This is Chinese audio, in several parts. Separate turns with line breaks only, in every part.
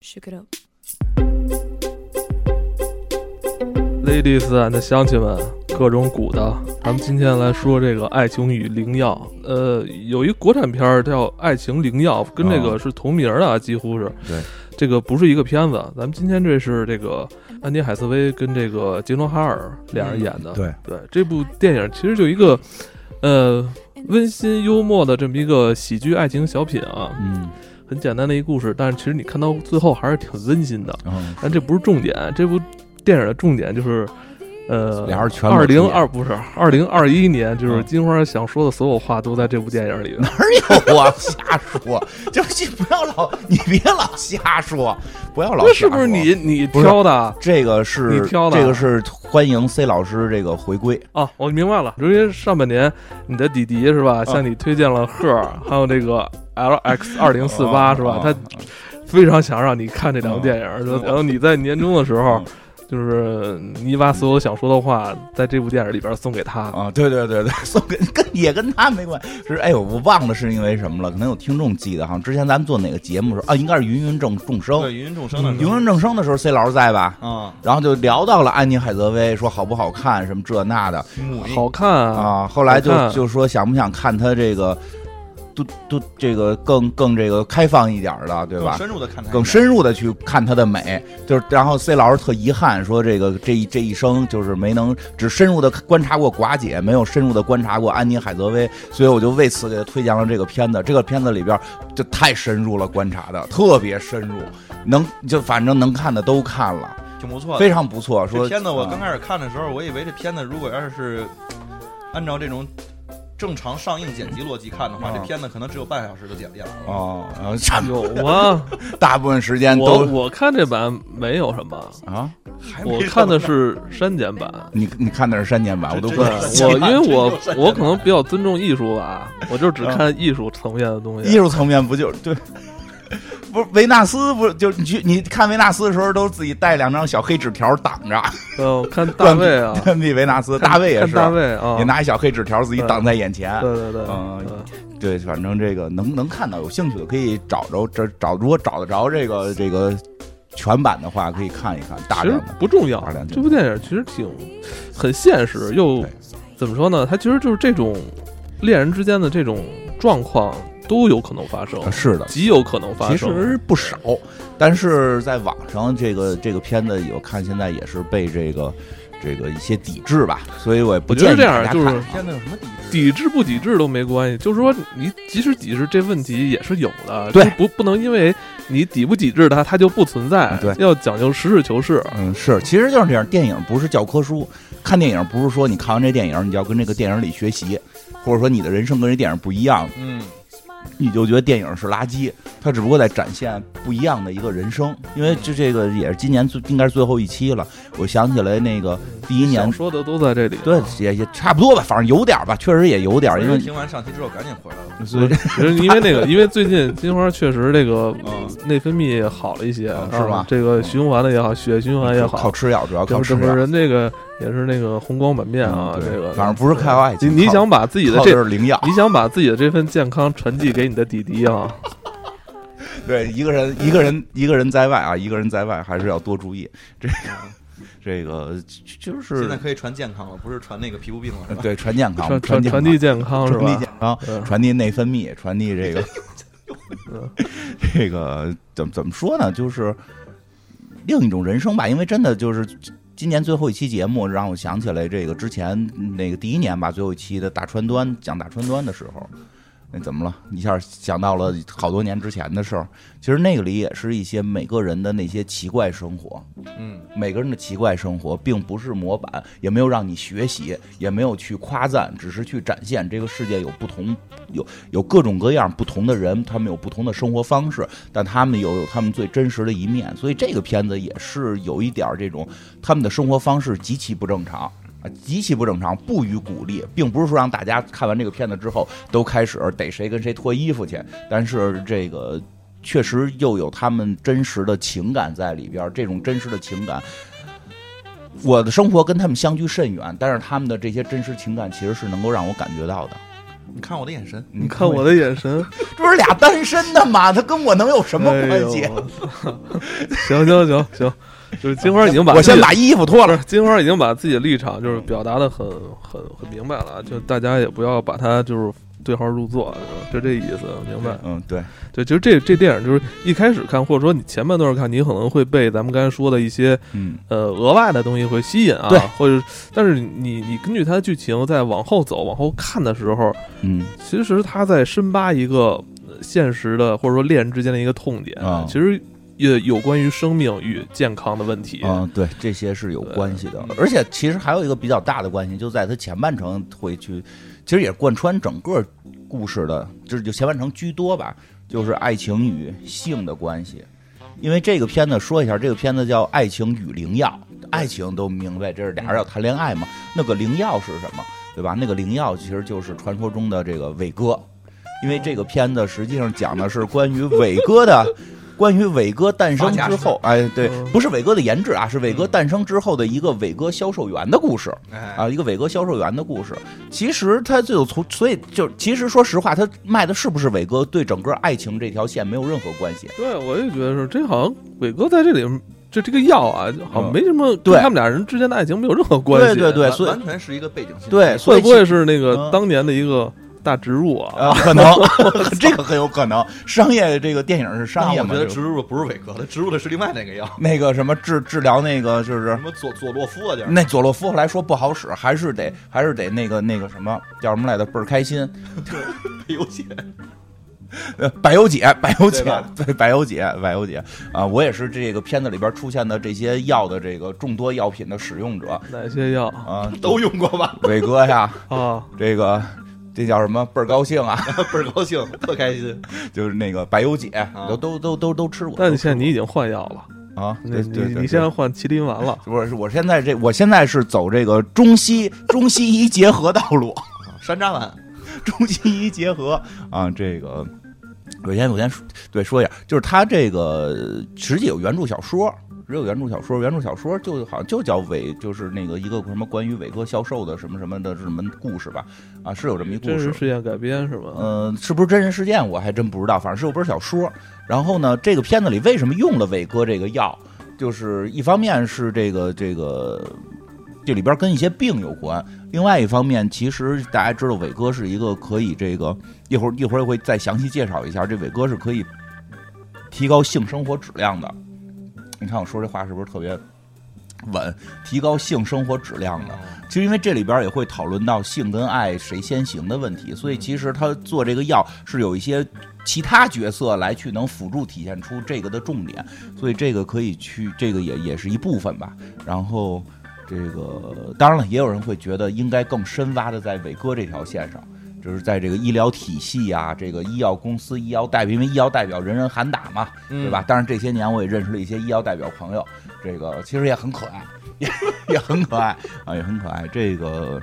Shake it up。
Ladies and 乡亲们，各种鼓的，咱们今天来说这个《爱情与灵药》。呃，有一国产片儿叫《爱情灵药》，跟这个
哦
是同名儿的啊，几乎是。
对，
这个不是一个片子。咱们今天这是这个安妮海瑟薇跟这个杰诺哈尔俩人演的。
嗯对，
对，这部电影其实就一个，呃，温馨幽默的这么一个喜剧爱情小品啊，
嗯，
很简单的一故事，但是其实你看到最后还是挺温馨的。
然后
但这不是重点，这部电影的重点就是，呃，
俩人全
二
裸体
零二不是二零二一年，就是
嗯
金花想说的所有话都在这部电影里了。
有啊，瞎说，就是不要老，你别老瞎说，不要老
这
瞎
是
说。
不是你你
不是
挑的
这个是
你挑的
这个是欢迎 C 老师这个回归，
啊？我明白了，因为上半年你的弟弟是
啊
吧，向你推荐了《赫》，还有这个 L X 二零四八是吧？
哦
他非常想让你看这两部电影，就然后你在年终的时候
嗯。
就是你把所有想说的话，在这部电影里边送给他。
啊，对对对对， 送给跟也跟他没关系。是哎呦，我忘了是因为什么了，可能有听众记得，好像之前咱们做哪个节目的时候啊，应该是芸芸众众生，嗯
对，芸芸众生的时
芸
候
芸众生的时候，C 老师在吧？
啊，
然后就聊到了安妮海瑟薇，说好不好看，什么这那的
嗯母一
好看啊！
啊。后来就
好看
就说想不想看她这个，都都这个更更这个开放一点儿的，对
更
吧？
深入的看他，
更深入的去看她的美，就是然后 C 老师特遗憾说这个这一这一生就是没能只深入的观察过寡姐，没有深入的观察过安妮海瑟薇，所以我就为此给她推荐了这个片子。这个片子里边儿就太深入了观察的，特别深入，能就反正能看的都看了，
挺不错的。
非常不错。说
这片子我刚
啊
开始看的时候，我以为这片子如果要是按照这种正常上映剪辑逻辑看的话，
啊
这片子可能只有半小时就剪剪完了。
哦，然后差不多
有啊，
大部分时间
我
都
我看这版没有什么，
啊，
还没
我
说
看的
呢
是删减 版。
你你看的是删减版，我都不
对
这
知
这
道。
我，因
这
为我
这
我可能比较尊重艺术吧，我就只看艺术层面的东
嗯艺
西。
术层面不就对？不是维纳斯不是就你去你看维纳斯的时候都自己带两张小黑纸条挡 着，
嗯，看大卫啊，
断臂维纳斯，大卫也
看
是，
大卫啊
也，拿一小黑纸条自己挡在眼前。
对对对，呃
嗯
对
对，反正这个能能看到，有兴趣的可以找着这找，如果找得着这个这个全版的话，可以看一看大
其
量
实
的。
不重要
大量。的
这部电影其实挺很现实，又
对
怎么说呢？它其实就是这种恋人之间的这种状况都有可能发生，
啊是的，
极有可能发
其
生。
实不少，但是在网上这个这个片子，我看现在也是被这个这个一些抵制吧，所以我也不
我觉得
建议
这样
大家
就是
看啊
片子有什么抵制？
抵制不抵制都没关系，就是说你即使抵制这问题也是有的，
对
就不不能因为你抵不抵制它，它就不存在，
啊对
要讲究实事求是。
嗯，是，其实就是这样。电影不是教科书，看电影不是说你看完这电影，你就要跟这个电影里学习，或者说你的人生跟这电影不一样，
嗯，
你就觉得电影是垃圾。它只不过在展现不一样的一个人生。因为这这个也是今年最应该是最后一期了，我想起来那个第一
想
年，
说的都在这里，
对，也也差不多吧，反正有点吧，确实也有点，因为
听完上期之后赶紧回来了。
所以
其实因为那个，因为最近金花确实这个
嗯
内分泌好了一些，
嗯
啊
是吧
这个循环的也好，血循环也
靠
好，
吃药，主要
整
靠吃
整个
药。
人这个也是那个红光满面啊，
啊嗯对
这个
反正不是靠爱
你
情，
你
靠
想把自己的
靠
这
是灵药。
你想把自己的这份健康传递给你的弟弟啊，
对，一个人一个人一个人在外啊，一个人在外还是要多注意这个
嗯
这个就就
现在
是
可以传健康了，不是传那个皮肤病了，是吧？
对传健康，
传
啊传
传
健
传
康
递健康是
传递
吧？
健康，
嗯
传递内分泌，传递这个
嗯
这个怎么怎么说呢？就是另一种人生吧，因为真的就是。今年最后一期节目让我想起来这个之前那个第一年吧，最后一期的大川端讲大川端的时候，那怎么了？一下想到了好多年之前的事儿。其实那个里也是一些每个人的那些奇怪生活，
嗯，
每个人的奇怪生活，并不是模板，也没有让你学习，也没有去夸赞，只是去展现这个世界有不同，有有各种各样不同的人，他们有不同的生活方式，但他们有有他们最真实的一面。所以这个片子也是有一点儿这种，他们的生活方式极其不正常。啊，极其不正常，不予鼓励，并不是说让大家看完这个片子之后都开始逮谁跟谁脱衣服去，但是这个确实又有他们真实的情感在里边儿，这种真实的情感。我的生活跟他们相距甚远，但是他们的这些真实情感其实是能够让我感觉到的。
你看我的眼神，
你看我的眼神，
这不是俩单身的吗？他跟我能有什么
哎
关
呦
系？
我操 行行行行，就是金花已经把
我先
自己
把衣服脱
不
了。
是金花已经把自己的立场就是表达的很很很明白了，就大家也不要把它就是对号入座，就这意思，明白？
嗯，对，
对，其实这这电影就是一开始看，或者说你前半段看，你可能会被咱们刚才说的一些
嗯，
呃额外的东西会吸引啊，
对
或者但是你你根据它的剧情再往后走、往后看的时候，
嗯，
其实他在深扒一个呃现实的或者说恋人之间的一个痛点，
啊
其实也有关于生命与健康的问题。
嗯，对，这些是有
对
关系的
嗯，
而且其实还有一个比较大的关系，就在它前半程会去，其实也贯穿整个故事的，就是就前半程居多吧，就是爱情与性的关系。因为这个片子说一下，这个片子叫《爱情与灵药》，爱情都明白，这是俩人要谈恋爱嘛。那个灵药是什么，对吧？那个灵药其实就是传说中的这个伟哥，因为这个片子实际上讲的是关于伟哥的，关于伟哥诞生之后，哎，对，
嗯
不是伟哥的颜值啊，是伟哥诞生之后的一个伟哥销售员的故事
哎，
啊，一个伟哥销售员的故事。其实他就从，所以就其实说实话，他卖的是不是伟哥，对整个爱情这条线没有任何关系。
对，我也觉得是，这好像伟哥在这里这这个药啊，好像
嗯
没什么
对
跟他们俩人之间的爱情没有任何关系。
对对
完
所以
完全是一个背景信息。
对，所
会
以
不会是那个
嗯
当年的一个大植入啊？
啊，可能这个很有可能，商业这个电影是
那
商业
我
嘛
觉，得
这个
植入的不是伟哥的，植入的是另外那个药，
那个什么治治疗那个就是
什么佐佐洛夫啊，点
那佐洛夫后来说不好使，还是得还是得那个那个什么叫什么来着？倍儿开心，
有解。
嗯呃，百忧解，百忧解
对吧，
对，百忧解，百忧解啊！我也是这个片子里边出现的这些药的这个众多药品的使用者
哪些药
啊，
都用过吧？
伟哥呀，
啊？
这个这叫什么倍儿高兴啊，
倍儿高兴，特开心。
就是那个百忧解，
啊
都都都都都吃过。
但你现在你已经换药了，
在啊，
你
对对
你
对
你现在换麒麟丸了。
不是，我现在这，我现在是走这个中西中西医结合道路，
山楂丸，
中西医结合啊，这个。我先我先说对说一下，就是他这个呃实际有原著小说，只有原著小说，原著小说就好像就叫伟，就是那个一个什么关于伟哥销售的什么什么的什么故事吧，啊，是有这么一故
真
事
实，事件改编是吗？
嗯，是不是真人事件我还真不知道，反正是有本小说。然后呢，这个片子里为什么用了伟哥这个药？就是一方面是这个这个这里边跟一些病有关，另外一方面其实大家知道伟哥是一个可以这个一会儿一会儿会再详细介绍一下，这伟哥是可以提高性生活质量的。你看我说这话是不是特别稳？提高性生活质量
嗯
的。其实因为这里边也会讨论到性跟爱谁先行的问题，所以其实他做这个药是有一些其他角色来去能辅助体现出这个的重点，所以这个可以去，这个也也是一部分吧。然后这个当然了，也有人会觉得应该更深挖的在伟哥这条线上。就是在这个医疗体系啊，这个医药公司、医药代表，因为医药代表人人喊打嘛，
嗯
对吧？当然这些年我也认识了一些医药代表朋友，这个其实也很可爱，也也很可爱啊，也很可爱。这个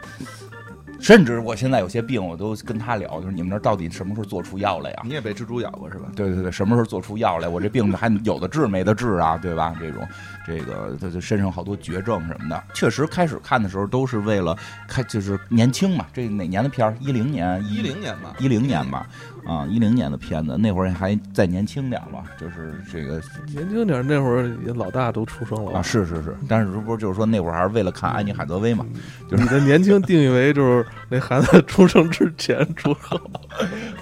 甚至我现在有些病，我都跟他聊，就是你们那儿到底什么时候做出药来呀、啊
你也被蜘蛛咬过是吧？
对对对，什么时候做出药来？我这病还有的治没得治啊，对吧？这种，这个他这身上好多绝症什么的，确实开始看的时候都是为了看，就是年轻嘛。这哪年的片儿？一零年，
一零年吧，
一零年吧，啊，一零年的片子，那会儿还再年轻点儿嘛，就是这个
年轻点儿那会儿也老大都出生了
啊，
吧？
是是是，但是这不是就是说那会儿还是为了看安妮海瑟薇嘛？就是
你的年轻定义为就是那孩子出生之前出生，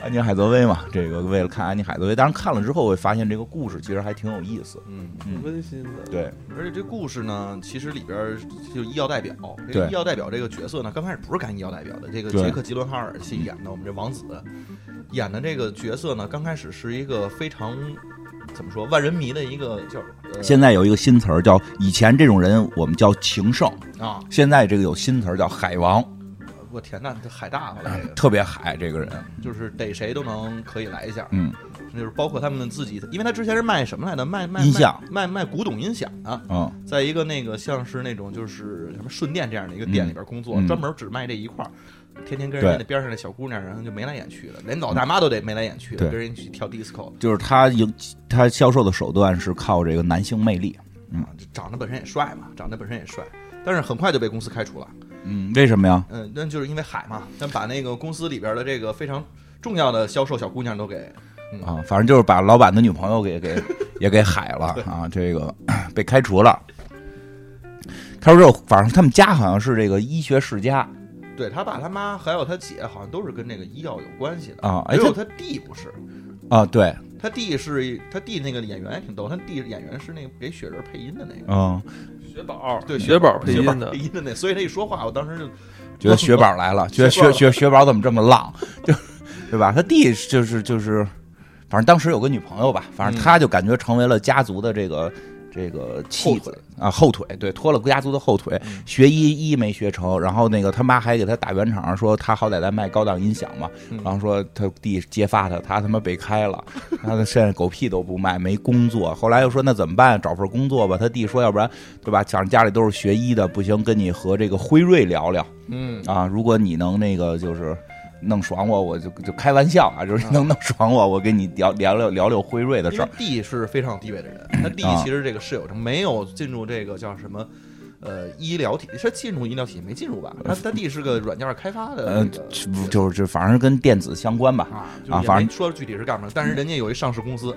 安妮海瑟薇嘛，这个为了看安妮海瑟薇，当然看了之后会发现这个故事其实还挺有意思。
嗯，
嗯
温馨的。
对，
而且这故事呢，其实里边儿就医药代表，这
对
个医药代表这个角色呢，刚开始不是干医药代表的，这个
对
杰克·吉伦哈尔去演的，我们这王子演的这个角色呢，刚开始是一个非常怎么说万人迷的一个叫呃
现在有一个新词儿叫以前这种人我们叫情圣，
啊，
现在这个有新词儿叫海王，
我天呐，这海大发了这个，
特别海这个人，
就是逮谁都能可以来一下，
嗯
就是包括他们自己，因为他之前是卖什么来的？卖卖
音响，
卖卖卖古董音响啊。
嗯
在一个那个像是那种就是什么顺电这样的一个店里边工作，
嗯嗯
专门只卖这一块儿，天天跟人家那边上那小姑娘，然后就眉来眼去的，连老大妈都得眉来眼去的，
对
跟人去跳 disco
就是他有他销售的手段是靠这个男性魅力，嗯
啊，就长得本身也帅嘛，长得本身也帅，但是很快就被公司开除了。
嗯，为什么呀？
嗯，那就是因为海嘛，但把那个公司里边的这个非常重要的销售小姑娘都给
啊，反正就是把老板的女朋友给给也给海了 啊，这个 被开除了。开除之后，反正他们家好像是这个医学世家
对他爸、他妈还有他姐，好像都是跟这个医药有关系的。
啊，哎
只有
他
他弟不是，
啊对，
他弟是他弟那个演员也挺逗，他弟演员是那个给雪人配音的那个，
嗯，
雪宝，
对，
雪宝配
雪
音的
配，音的那，所以他一说话，我当时就
觉得雪宝来了，觉得
雪宝
雪雪雪宝怎么这么浪，就对吧？他弟就是就是，反正当时有个女朋友吧，
嗯
反正他就感觉成为了家族的这个这个
后
妻
腿嗯
子啊后腿，对，拖了家族的后腿。学医医没学成，然后那个他妈还给他打圆场，说他好歹在卖高档音响嘛，
嗯
然后说他弟揭发他，他他妈被开了，他现在狗屁都不卖，没工作。后来又说那怎么办？找份工作吧。他弟说要不然对吧？想家里都是学医的，不行，跟你和这个辉瑞聊聊。
嗯，
啊，如果你能那个就是弄爽我，我就就开玩笑啊，就是能弄爽我，我跟你聊聊聊聊聊辉瑞的
因
事
为
儿。
弟是非常有地位的人，他弟
啊
其实这个是有什么没有进入这个叫什么。呃，医疗体他进入医疗体系没进入吧？他他弟是个软件开发的
呃
那个，
就就是就反正跟电子相关吧，
啊，就
啊
也
反
没
正
说具体是干嘛，但是人家有一上市公司，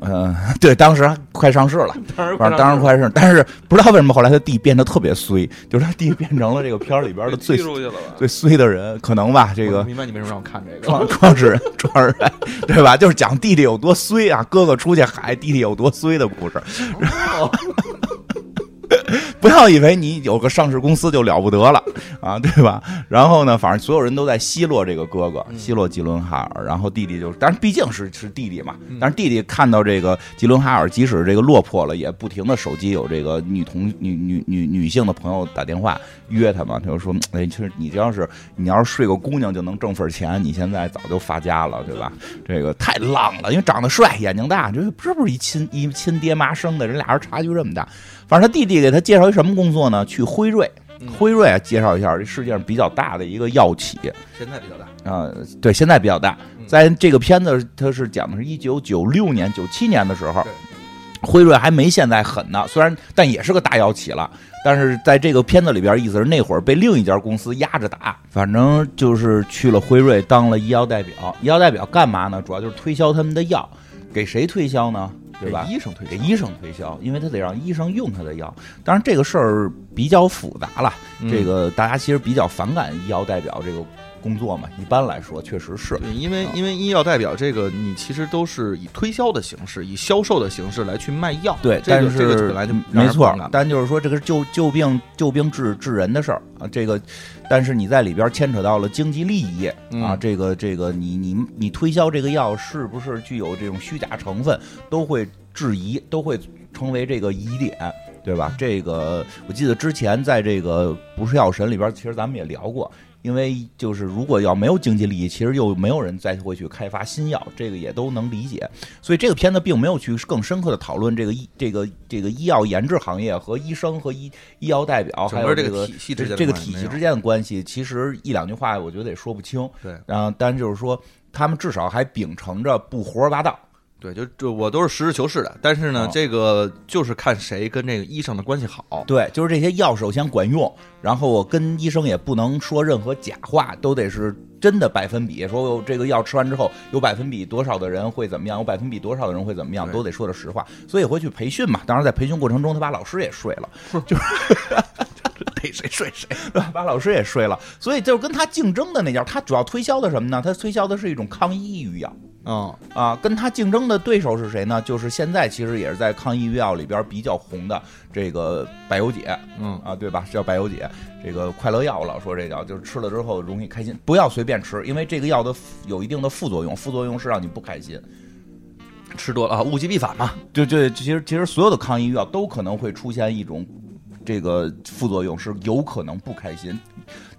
嗯、 对，当时还快上市了，
当然
反正当然快上市，但是不知道为什么后来他弟变得特别衰， 就是他弟变成了这个片儿里边的
被
最
踢出去了吧？
最衰的人，可能吧，这
我
个
明白你为什么让 我看这个
创创始人创始人对吧？就是讲弟弟有多衰啊，哥哥出去海，弟弟有多衰的故事。
了，
不要以为你有个上市公司就了不得了啊， 对吧？然后呢，反正所有人都在奚落这个哥哥，奚落吉伦哈尔，然后弟弟就是，当然毕竟是是弟弟嘛，但是弟弟看到这个吉伦哈尔，即使这个落魄了，也不停的手机有这个女同女女女女性的朋友打电话约他嘛，他就说，哎，其实你这要是你要是睡个姑娘就能挣份钱，你现在早就发家了，对吧？这个太浪了，因为长得帅，眼睛大，这这不是一亲一亲爹妈生的，人俩人差距这么大。反正他弟弟给他介绍一什么工作呢？去辉瑞
嗯，
辉瑞啊，介绍一下，这世界上比较大的一个药企
现在比较大，
啊、对，现在比较大
嗯。
在这个片子，它是讲的是一九九六年、九七年的时候
对，
辉瑞还没现在狠呢，虽然但也是个大药企了。但是在这个片子里边，意思是那会儿被另一家公司压着打，反正就是去了辉瑞当了医药代表。医药代表干嘛呢？主要就是推销他们的药，给谁推销呢？对吧？
给医生推
给
荐，
医生推销，因为他得让医生用他的药。当然，这个事儿比较复杂了，
嗯
这个大家其实比较反感医药代表这个工作嘛。一般来说，确实是
对，因为
啊
因为医药代表这个，你其实都是以推销的形式，以销售的形式来去卖药。
对，
这
但
个
是嗯
这个本来就让
没
人
错
反感
儿，但就是说这个是救救病救病治治人的事儿啊，这个，但是你在里边牵扯到了经济利益啊，
嗯
这个这个你你你推销这个药是不是具有这种虚假成分，都会质疑，都会成为这个疑点。对吧？这个我记得之前在这个不是药神里边，其实咱们也聊过，因为就是如果要没有经济利益，其实又没有人再会去开发新药，这个也都能理解。所以这个片子并没有去更深刻的讨论这个医这个这个医药研制行业和医生和医医药代表还
整
有
个这
个
体系之
这这
间的
个
关系
体
没
系
有
之间的关系，其实一两句话我觉得也说不清。
对
然后，但就是说，他们至少还秉承着不胡说八道。
对，就就我都是实事求是的，但是呢
啊，
这个就是看谁跟这个医生的关系好。
对，就是这些药首先管用，然后我跟医生也不能说任何假话，都得是真的百分比。说我这个药吃完之后有百分比多少的人会怎么样，有百分比多少的人会怎么样，
对
都得说的实话。所以会去培训嘛。当然，在培训过程中，他把老师也睡了，就是 逮谁睡谁，对吧把老师也睡了。所以就是跟他竞争的那家，他主要推销的什么呢？他推销的是一种抗抑郁药。
嗯，
啊，跟他竞争的对手是谁呢？就是现在其实也是在抗抑郁药里边比较红的这个百忧解，
嗯
啊，对吧？叫百忧解，这个快乐药老说这叫，就是吃了之后容易开心，不要随便吃，因为这个药的副有一定的副作用，副作用是让你不开心。
吃多了啊，物极必反嘛。
就这，其实其实所有的抗抑郁药都可能会出现一种这个副作用，是有可能不开心。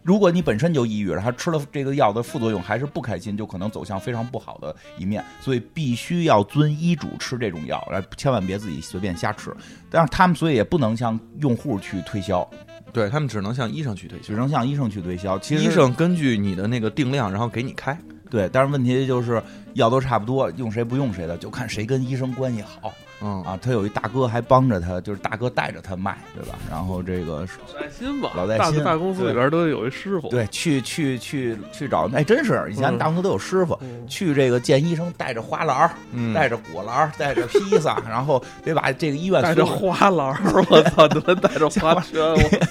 如果你本身就抑郁了，还吃了这个药的副作用还是不开心，就可能走向非常不好的一面。所以必须要遵医嘱吃这种药，来千万别自己随便瞎吃。但是他们所以也不能向用户去推销，
对他们只能向医生去推
只
销，
能向医生去推销。其实
医生根据你的那个定量，然后给你开。
对，但是问题就是药都差不多，用谁不用谁的，就看谁跟医生关系好。
嗯
啊，他有一大哥还帮着他，就是大哥带着他卖，对吧？然后这个
爱心吧，
老带
大
心
大公司里边都有一师傅，
对去去去去找，哎，真是以前
嗯
大公司都有师傅。
嗯，
去这个见医生，带着花篮儿，
嗯
带着果篮儿，带着披萨，然后得把这个医院
带着
所有
花篮儿，我 操，他妈带着花圈，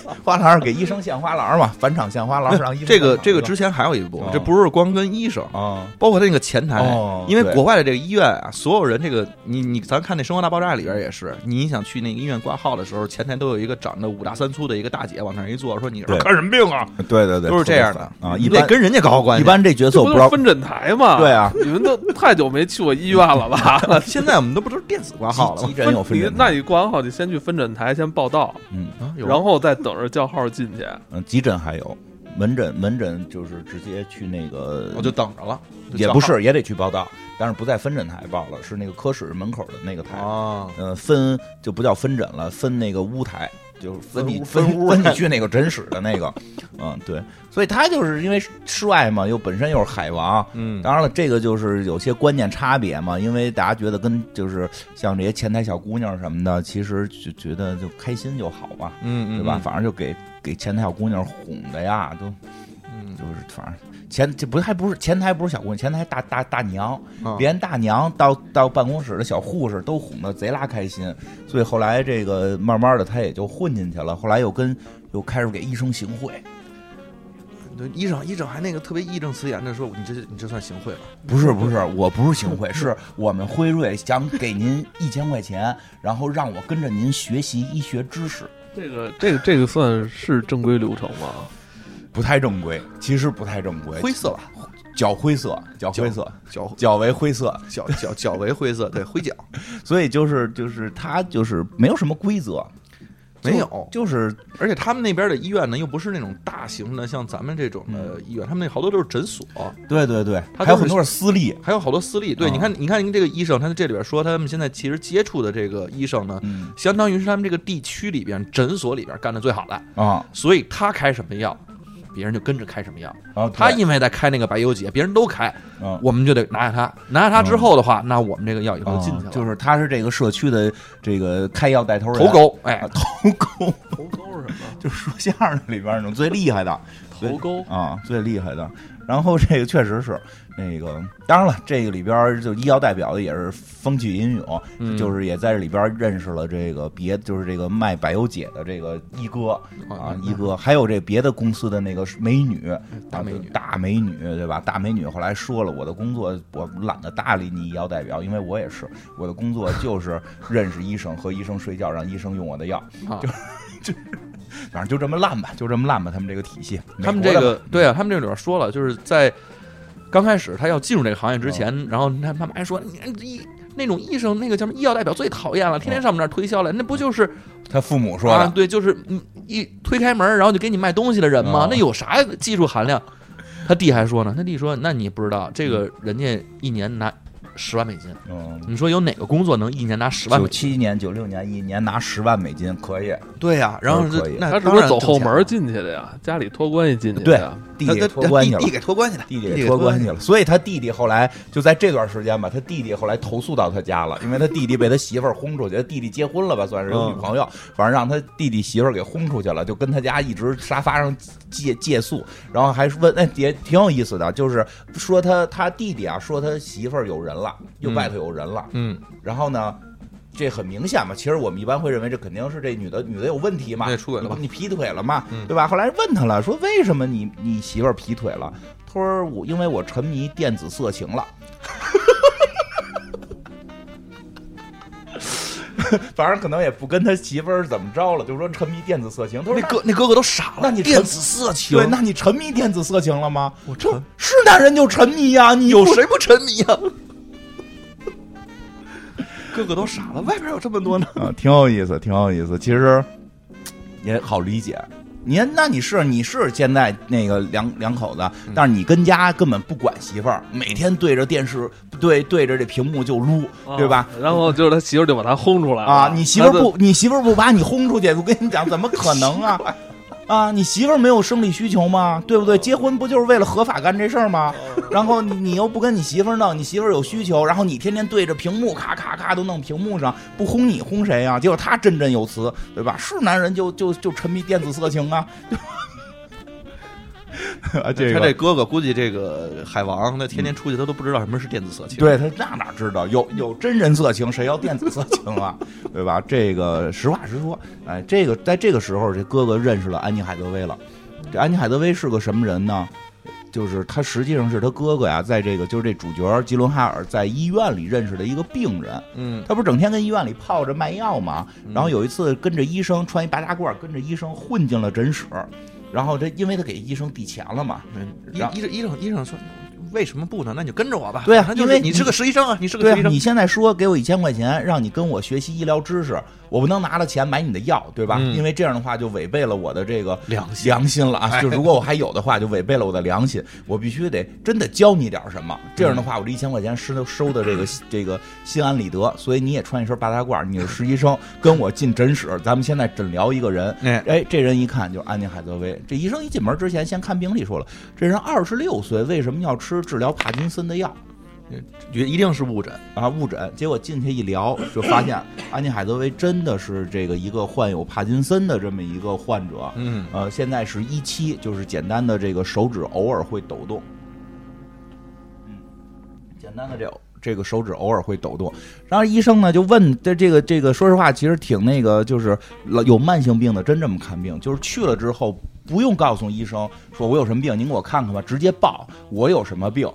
我
花篮儿给医生献花篮儿嘛，返场献花篮儿，让医生
这
返
个
场
这个之前还有一部
嗯哦，
这不是光跟医生，
啊，
包括他那个前台，
哦
因为
对
国外的这个医院啊，所有人这个你你咱看那《生活大爆炸》里边也是，你想去那个医院挂号的时候，前台都有一个长得五大三粗的一个大姐往那儿一坐，说你
对
是看什么病啊？
对对对，
都是这样的
啊，
你
一
得
般
跟人家搞好关系。
一般这角色
这
我
不
不
都
知
是
道，
分诊台吗？
对啊，
你们都太久没去过医院了 吧？
现在我们都不都是电子挂号了
急
吗
急？诊有分
你
诊
那
台，
你挂好，你先去分诊台先报到，
嗯
啊，有
然后再等着叫号进去。
嗯，急诊还有门诊，门诊就是直接去那个，
哦我就等着了，就
也
叫
不
号
是也得去报道，但是不在分诊台报了，是那个科室门口的那个台，
啊，
呃，分就不叫分诊了，分那个屋台，就是分你
分屋
分
分屋
分你去那个诊室的那 个，嗯，对，所以他就是因为帅嘛，又本身又是海王。
嗯
当然了，这个就是有些观念差别嘛，因为大家觉得跟就是像这些前台小姑娘什么的，其实就觉得就开心就好嘛，
嗯
对吧？？反正就给给前台小姑娘哄的呀，都
嗯，
就是反正前这不还不是前台不是小姑娘，前台大大大娘，
啊
别人大娘到到办公室的小护士都哄得贼拉开心，所以后来这个慢慢的他也就混进去了，后来又跟又开始给医生行贿，
对医生医生还那个特别义正辞严的说，你这你这算行贿了。
不是不是，我不是行贿，是我们辉瑞想给您一千块钱，然后让我跟着您学习医学知识，
这个这个这个算是正规流程吗？
不太正规，其实不太正规
灰色吧，
较灰色，较灰色，
较
较为灰色，
较较较为灰色，对灰脚
所以就是就是他就是没有什么规则，
没有。
就是
而且他们那边的医院呢，又不是那种大型的，像咱们这种的
嗯
医院，他们那好多都是诊所，
对对对，
他
还有
都是
很多是私立，
还有好多私立。对，
啊
你看，你看这个医生，他这里边说，他们现在其实接触的这个医生呢，
嗯
相当于是他们这个地区里边诊所里边干的最好的，
啊，
所以他开什么药，别人就跟着开什么药。
然后
啊他
一
因为在开那个白油解，别人都开，
嗯。
我们就得拿下他，拿下他之后的话，那我们这个药以后
啊
就进去了，
就是他是这个社区的这个开药带头人，
头钩，哎
啊，，头钩，
头钩是什么？
就是说相声里边那种最厉害的，
头钩。
啊，最厉害的。然后这个确实是那个，当然了，这个里边儿就医药代表的也是风起云涌，
嗯
就是也在这里边儿认识了这个别，就是这个卖百忧解的这个一哥啊
啊，
一哥，还有这别的公司的那个美女，
大
啊
美女
大美女，对吧？大美女后来说了，我的工作我懒得搭理你医药代表，因为我也是我的工作就是认识医生，和医生睡觉，让医生用我的药，
啊
反正就这么烂吧，就这么烂吧，他们这个体系，
他们
美
这
国的
个对啊，他们这里边说了，就是在刚开始他要进入这个行业之
哦
前，然后他他们还说，你看医那种医生那个叫什么医药代表最讨厌了，天天
哦
上我们这儿推销来，那不就是
他父母说
啊
的，
对，就是嗯一推开门然后就给你卖东西的人
哦
吗？那有啥技术含量？他弟还说呢，他弟说，那你不知道这个人家一年拿十万美金，
嗯。
你说有哪个工作能一年拿十万
九
美金？
七年、九六年一年拿十万美金，可以。
对呀、然后
可以
就
可以
那
他是
当
不是
然
走
挣
后
钱
门
了
进去的呀？家里托关系进去的呀？啊
弟
他
弟
他
托关系了
弟，弟给托关系了，
弟弟
弟
给
给
托
托
关
关
系
系
了，所以他弟弟后来就在这段时间吧，他弟弟后来投诉到他家了，因为他弟弟被他媳妇儿轰出去，他弟弟结婚了吧，算是有女朋友，反正让他弟弟媳妇儿给轰出去了，就跟他家一直沙发上借借宿，然后还问，哎，也挺有意思的，就是说他他弟弟啊，说他媳妇儿有人了，又
嗯
外头有人了，
嗯，
然后呢，这很明显嘛。其实我们一般会认为这肯定是这女的女的有问题嘛，
对出轨了吧
你劈腿了嘛，
嗯
对吧？后来问他了，说为什么你你媳妇儿劈腿了？他说我因为我沉迷电子色情了。 反正可能也不跟他媳妇儿怎么着了，就说沉迷电子色情。他说
那哥那哥哥都傻了，
那你
电
沉
子色情，
对，那你沉迷电子色情了吗？
我沉
是男人就沉迷呀、你
有
不
谁不沉迷啊呀、 哥哥都傻了，外边有这么多呢。
啊，挺有意思，挺有意思。其实也好理解。你那你是你是现在那个两两口子，
嗯
但是你跟家根本不管媳妇儿，每天对着电视对对着这屏幕就撸，
哦
对吧？
啊？然后就是他媳妇儿就把他轰出来了
啊，你媳妇儿
他就
不你媳妇儿不把你轰出去，我跟你讲，怎么可 能啊？啊，你媳妇儿没有生理需求吗？对不对？结婚不就是为了合法干这
嗯
事儿吗？然后你你又不跟你媳妇儿弄，你媳妇儿有需求，然后你天天对着屏幕咔咔咔咔都弄屏幕上，不轰你轰谁啊？结果他振振有词，对吧？是男人就就就沉迷电子色情啊。 啊，这
他
个
这哥哥估计这个海王，他天天出去，他都不知道什么是电子色情。，
对他那哪知道有有真人色情，谁要电子色情啊？对吧？这个实话实说，哎，这个在这个时候，这哥哥认识了安妮海瑟薇了。这安妮海瑟薇是个什么人呢？就是他实际上是他哥哥呀，在这个就是这主角吉伦哈尔在医院里认识的一个病人，
嗯，
他不是整天跟医院里泡着卖药吗？然后有一次跟着医生穿一白大褂，跟着医生混进了诊室，然后这因为他给医生递钱了嘛，
医
然后
嗯医生医生医生说，为什么不呢？那你就跟着我吧。
对啊
那就
因为
是你是个实习生啊，你是个
对
实
啊
习，生
你。现在说给我一千块钱，让你跟我学习医疗知识，我不能拿了钱买你的药，对吧？
嗯
因为这样的话就违背了我的这个
良心哎
良心了啊！就如果我还有的话，就违背了我的良心，我必须得真的教你点什么。这样的话，我这一千块钱收收的这个这个心安理得。所以你也穿一身白大褂，你是实习生，跟我进诊室，咱们现在诊疗一个人。
哎，
哎，这人一看就是安妮海瑟薇。这医生一进门之前，先看病历说了，这人二十六岁，为什么要吃治疗帕金森的药？
一定是误诊。嗯
啊误诊，结果进去一聊，就发现安妮海瑟薇真的是这个一个患有帕金森的这么一个患者，
嗯，
呃，现在是一期，就是简单的这个手指偶尔会抖动，嗯，简单的这这个手指偶尔会抖动。然后医生呢就问，这这个这个，说实话，其实挺那个，就是老有慢性病的真这么看病，就是去了之后不用告诉医生说我有什么病，您给我看看吧，直接报我有什么病，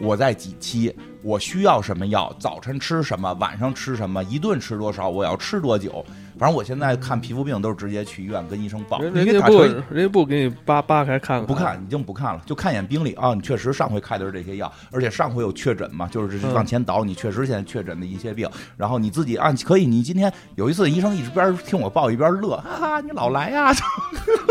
我在几期。我需要什么药？早晨吃什么？晚上吃什么？一顿吃多少？我要吃多久？反正我现在看皮肤病都是直接去医院跟医生报，
人
因
人
为
家
打
不
车
人家不给你扒扒开看看，
不看，已经不看了，就看一眼病历啊。你确实上回开的是这些药，而且上回有确诊嘛，就是这
嗯
往前倒，你确实现在确诊的一些病。然后你自己啊，可以，你今天有一次医生一边听我报一边乐，哈哈，啊你老来 呀，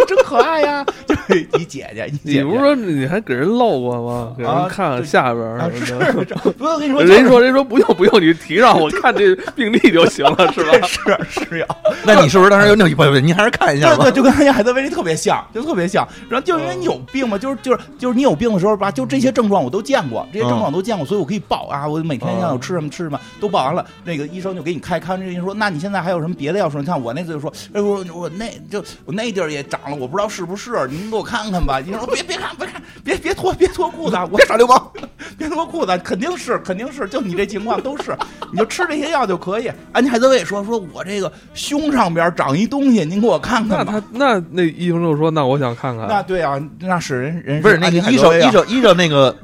真可爱 呀，就是你姐姐，你
你
姐
不是说
姐。
你还给人露过吗？给
啊
人看
对
看下边
啊，
儿
是
什
是，
么的。
不用跟你说，
人说人说不用不用，你提让我看这病历就行了，是吧？
是啊是药，
那你是不是当时有那不不，您还是看一下
对
吧
对，。就跟安妮海瑟薇特别像，就特别像。然后就是因为你有病嘛，就是就是就是你有病的时候吧，就这些症状我都见过，这些症状我都见过，所以我可以报啊，我每天要有吃什么吃什么都报完了，那个医生就给你开康，这医生说，那你现在还有什么别的要说？你看我那次就说，哎我我那就我那地儿也长了，我不知道是不是，您给我看看吧。医生说别别看别看别别脱别脱裤子啊，我别耍流氓，别脱裤子啊，肯定是肯定是，就你这情况都是，你就吃这些药就可以。安妮海瑟薇也说说我这个胸上边长一东西，您给我看
那
看吧。
他那那医生就说，那我想看
那
看。
对啊，那是人人
不是那个
安妮海
医
瑟
生
薇啊
医生医生那个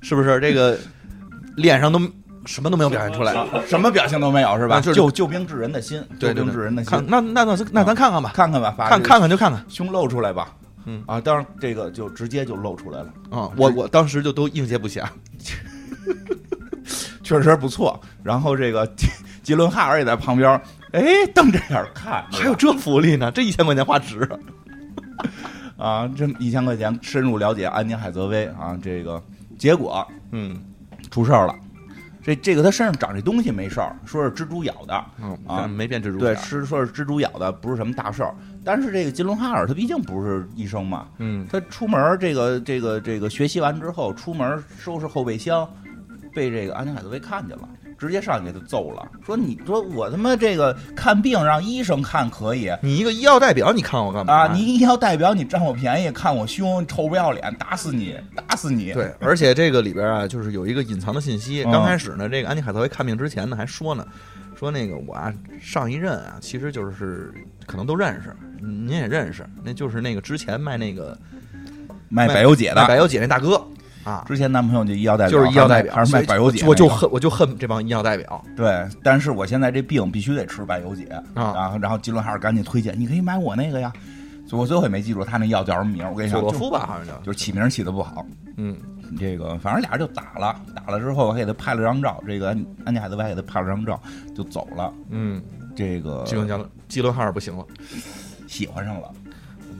是不是这个脸上都什么都没有表现出来？
什么表情都没有是吧？
啊就是
救救兵治人的心，
对
救
对
兵治
对
人的，心，
看那那那那咱看看吧，
看看吧，把
看
这
看看就看看。
胸露出来吧。
嗯
啊，当然这个就直接就露出来了，
啊，我我当时就都应接不暇。
确实不错。然后这个 吉吉伦哈尔也在旁边，哎，瞪着眼儿看，
还有这福利呢？这一千块钱花值啊！
啊，这一千块钱深入了解安妮海瑟薇啊，这个结果
嗯，
出事儿了。这这个他身上长这东西没事儿，说是蜘蛛咬的，啊
啊，没变蜘蛛侠
对，吃说是蜘蛛咬的，不是什么大事儿。但是这个吉伦哈尔他毕竟不是医生嘛，
嗯，
他出门儿这个这个这个学习完之后，出门儿收拾后备箱，被这个安妮海瑟薇看见了，直接上去给他揍了，说你说我他妈这个看病让医生看可以
你一个医药代表，你看我干嘛
啊，你医疗代表你占我便宜，看我凶，臭不要脸，打死你，打死你！
对，哦而且这个里边啊，就是有一个隐藏的信息。
嗯
刚开始呢，这个安妮海瑟薇看病之前呢，还说呢，说那个我啊，上一任啊，其实就是可能都认识，您也认识，那就是那个之前卖那个
卖百忧解
卖百
的，
忧姐那大哥啊，
之前男朋友就医药代表，
就是医药代表，
还是卖百忧解那个，
我就恨我就恨这帮医药代表
对，但是我现在这病必须得吃百忧解
啊。
然后然后吉伦哈尔赶紧推荐，你可以买我那个呀。所以我最后也没记住他那药叫什么名儿，我跟你
索
说，就
洛夫吧，好像叫，
就是起名儿起的不好。
嗯，
这个反正俩人就打了，打了之后我还给他拍了张照，这个安安妮海瑟薇还给他拍了张照，就走了。
嗯，
这个
基伦加基伦哈尔不行了，
喜欢上了，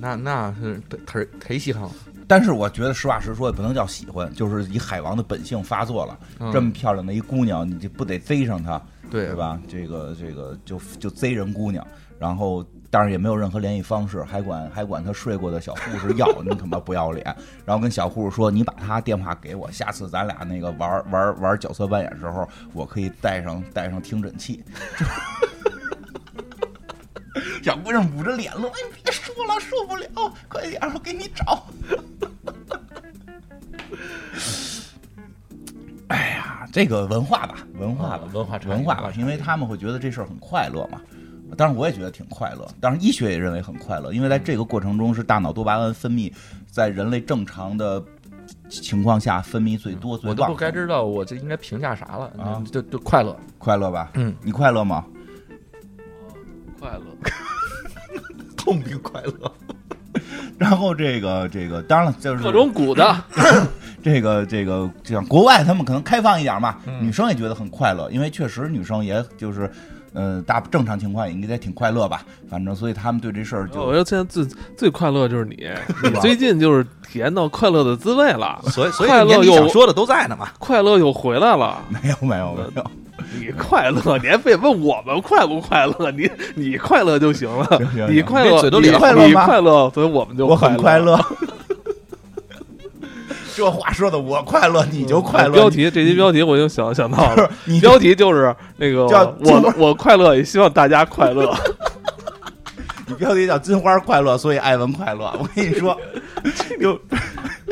那那是忒忒忒稀罕了。
但是我觉得实话实说也不能叫喜欢，就是以海王的本性发作了。
嗯
这么漂亮的一姑娘，你就不得贼上她，
对
对？吧？这个这个就就贼人姑娘，然后当然也没有任何联系方式，还管还管他睡过的小护士要，你他妈不要脸！然后跟小护士说，你把他电话给我，下次咱俩那个玩玩玩角色扮演时候，我可以带上带上听诊器。 小姑娘捂着脸了，哎，别说了，受不了，快点儿，我给你找。 哎呀，这个文化吧，文化吧，
文化差异
嗯文化吧，因为他们会觉得这事儿很快乐嘛。当然，我也觉得挺快乐。当然，医学也认为很快乐，因为在这个过程中是大脑多巴胺分泌在人类正常的情况下分泌最多、
嗯
最
我都
旺
不该
盛，
知道我这应该评价啥了，
啊
就就快乐，
快乐吧？
嗯，
你快乐吗？
快乐。
痛并 快乐。然后这个这个，当然了， 就是
各种鼓的，
这个这个，这样国外他们可能开放一点嘛，
嗯
女生也觉得很快乐，因为确实女生也就是，呃，大正常情况也应该挺快乐吧，反正所以他们对这事儿
哦
我觉得
就
现在最最快乐就是 你，
吧
你最近就是体验到快乐的滋味了，
所以所以
快乐
年底
又
想说的都在呢嘛。
快乐又回来 了。
没有没
呃
有没有，
你快乐，你还非问我们快不快乐？你你快乐就行了
行行，
你快乐，
你嘴都咧
你
了快乐吗
你快乐，所以我们就
我很
快
快乐。 这话说的嗯我快乐，你就快乐。
标题这期标题我已经想想到了，
你
标题就是那个
叫
我我快乐，也希望大家快乐。
你你标题叫“金花快乐”，所以艾文快乐。我跟你说，就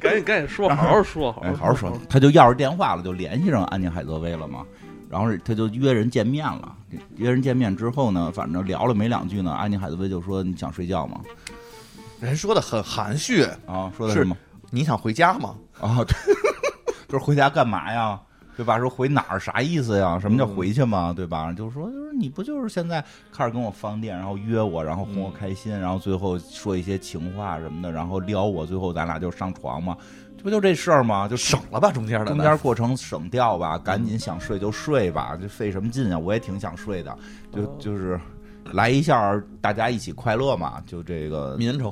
赶紧赶紧说，好好说，好
哎，好
好
好说。，他就要着电话了，就联系上安妮海瑟薇了嘛。然后他就约人见面了，约人见面之后呢，反正聊了没两句呢，安妮海瑟薇就说：“你想睡觉吗
人说的很含蓄，？”
啊，说的
是
什么？
你想回家吗？
啊，对， 就是回家干嘛呀？对吧？说回哪儿啥意思呀？什么叫回去嘛？对吧？就是说，就是你不就是现在开始跟我放电，然后约我，然后哄我开心，然后最后说一些情话什么的，然后撩我，最后咱俩就上床嘛？这不就这事儿吗？就
省了吧，中间的
中间过程省掉吧，赶紧想睡就睡吧，这费什么劲啊？我也挺想睡的，就就是来一下，大家一起快乐嘛，就这个
民恩仇，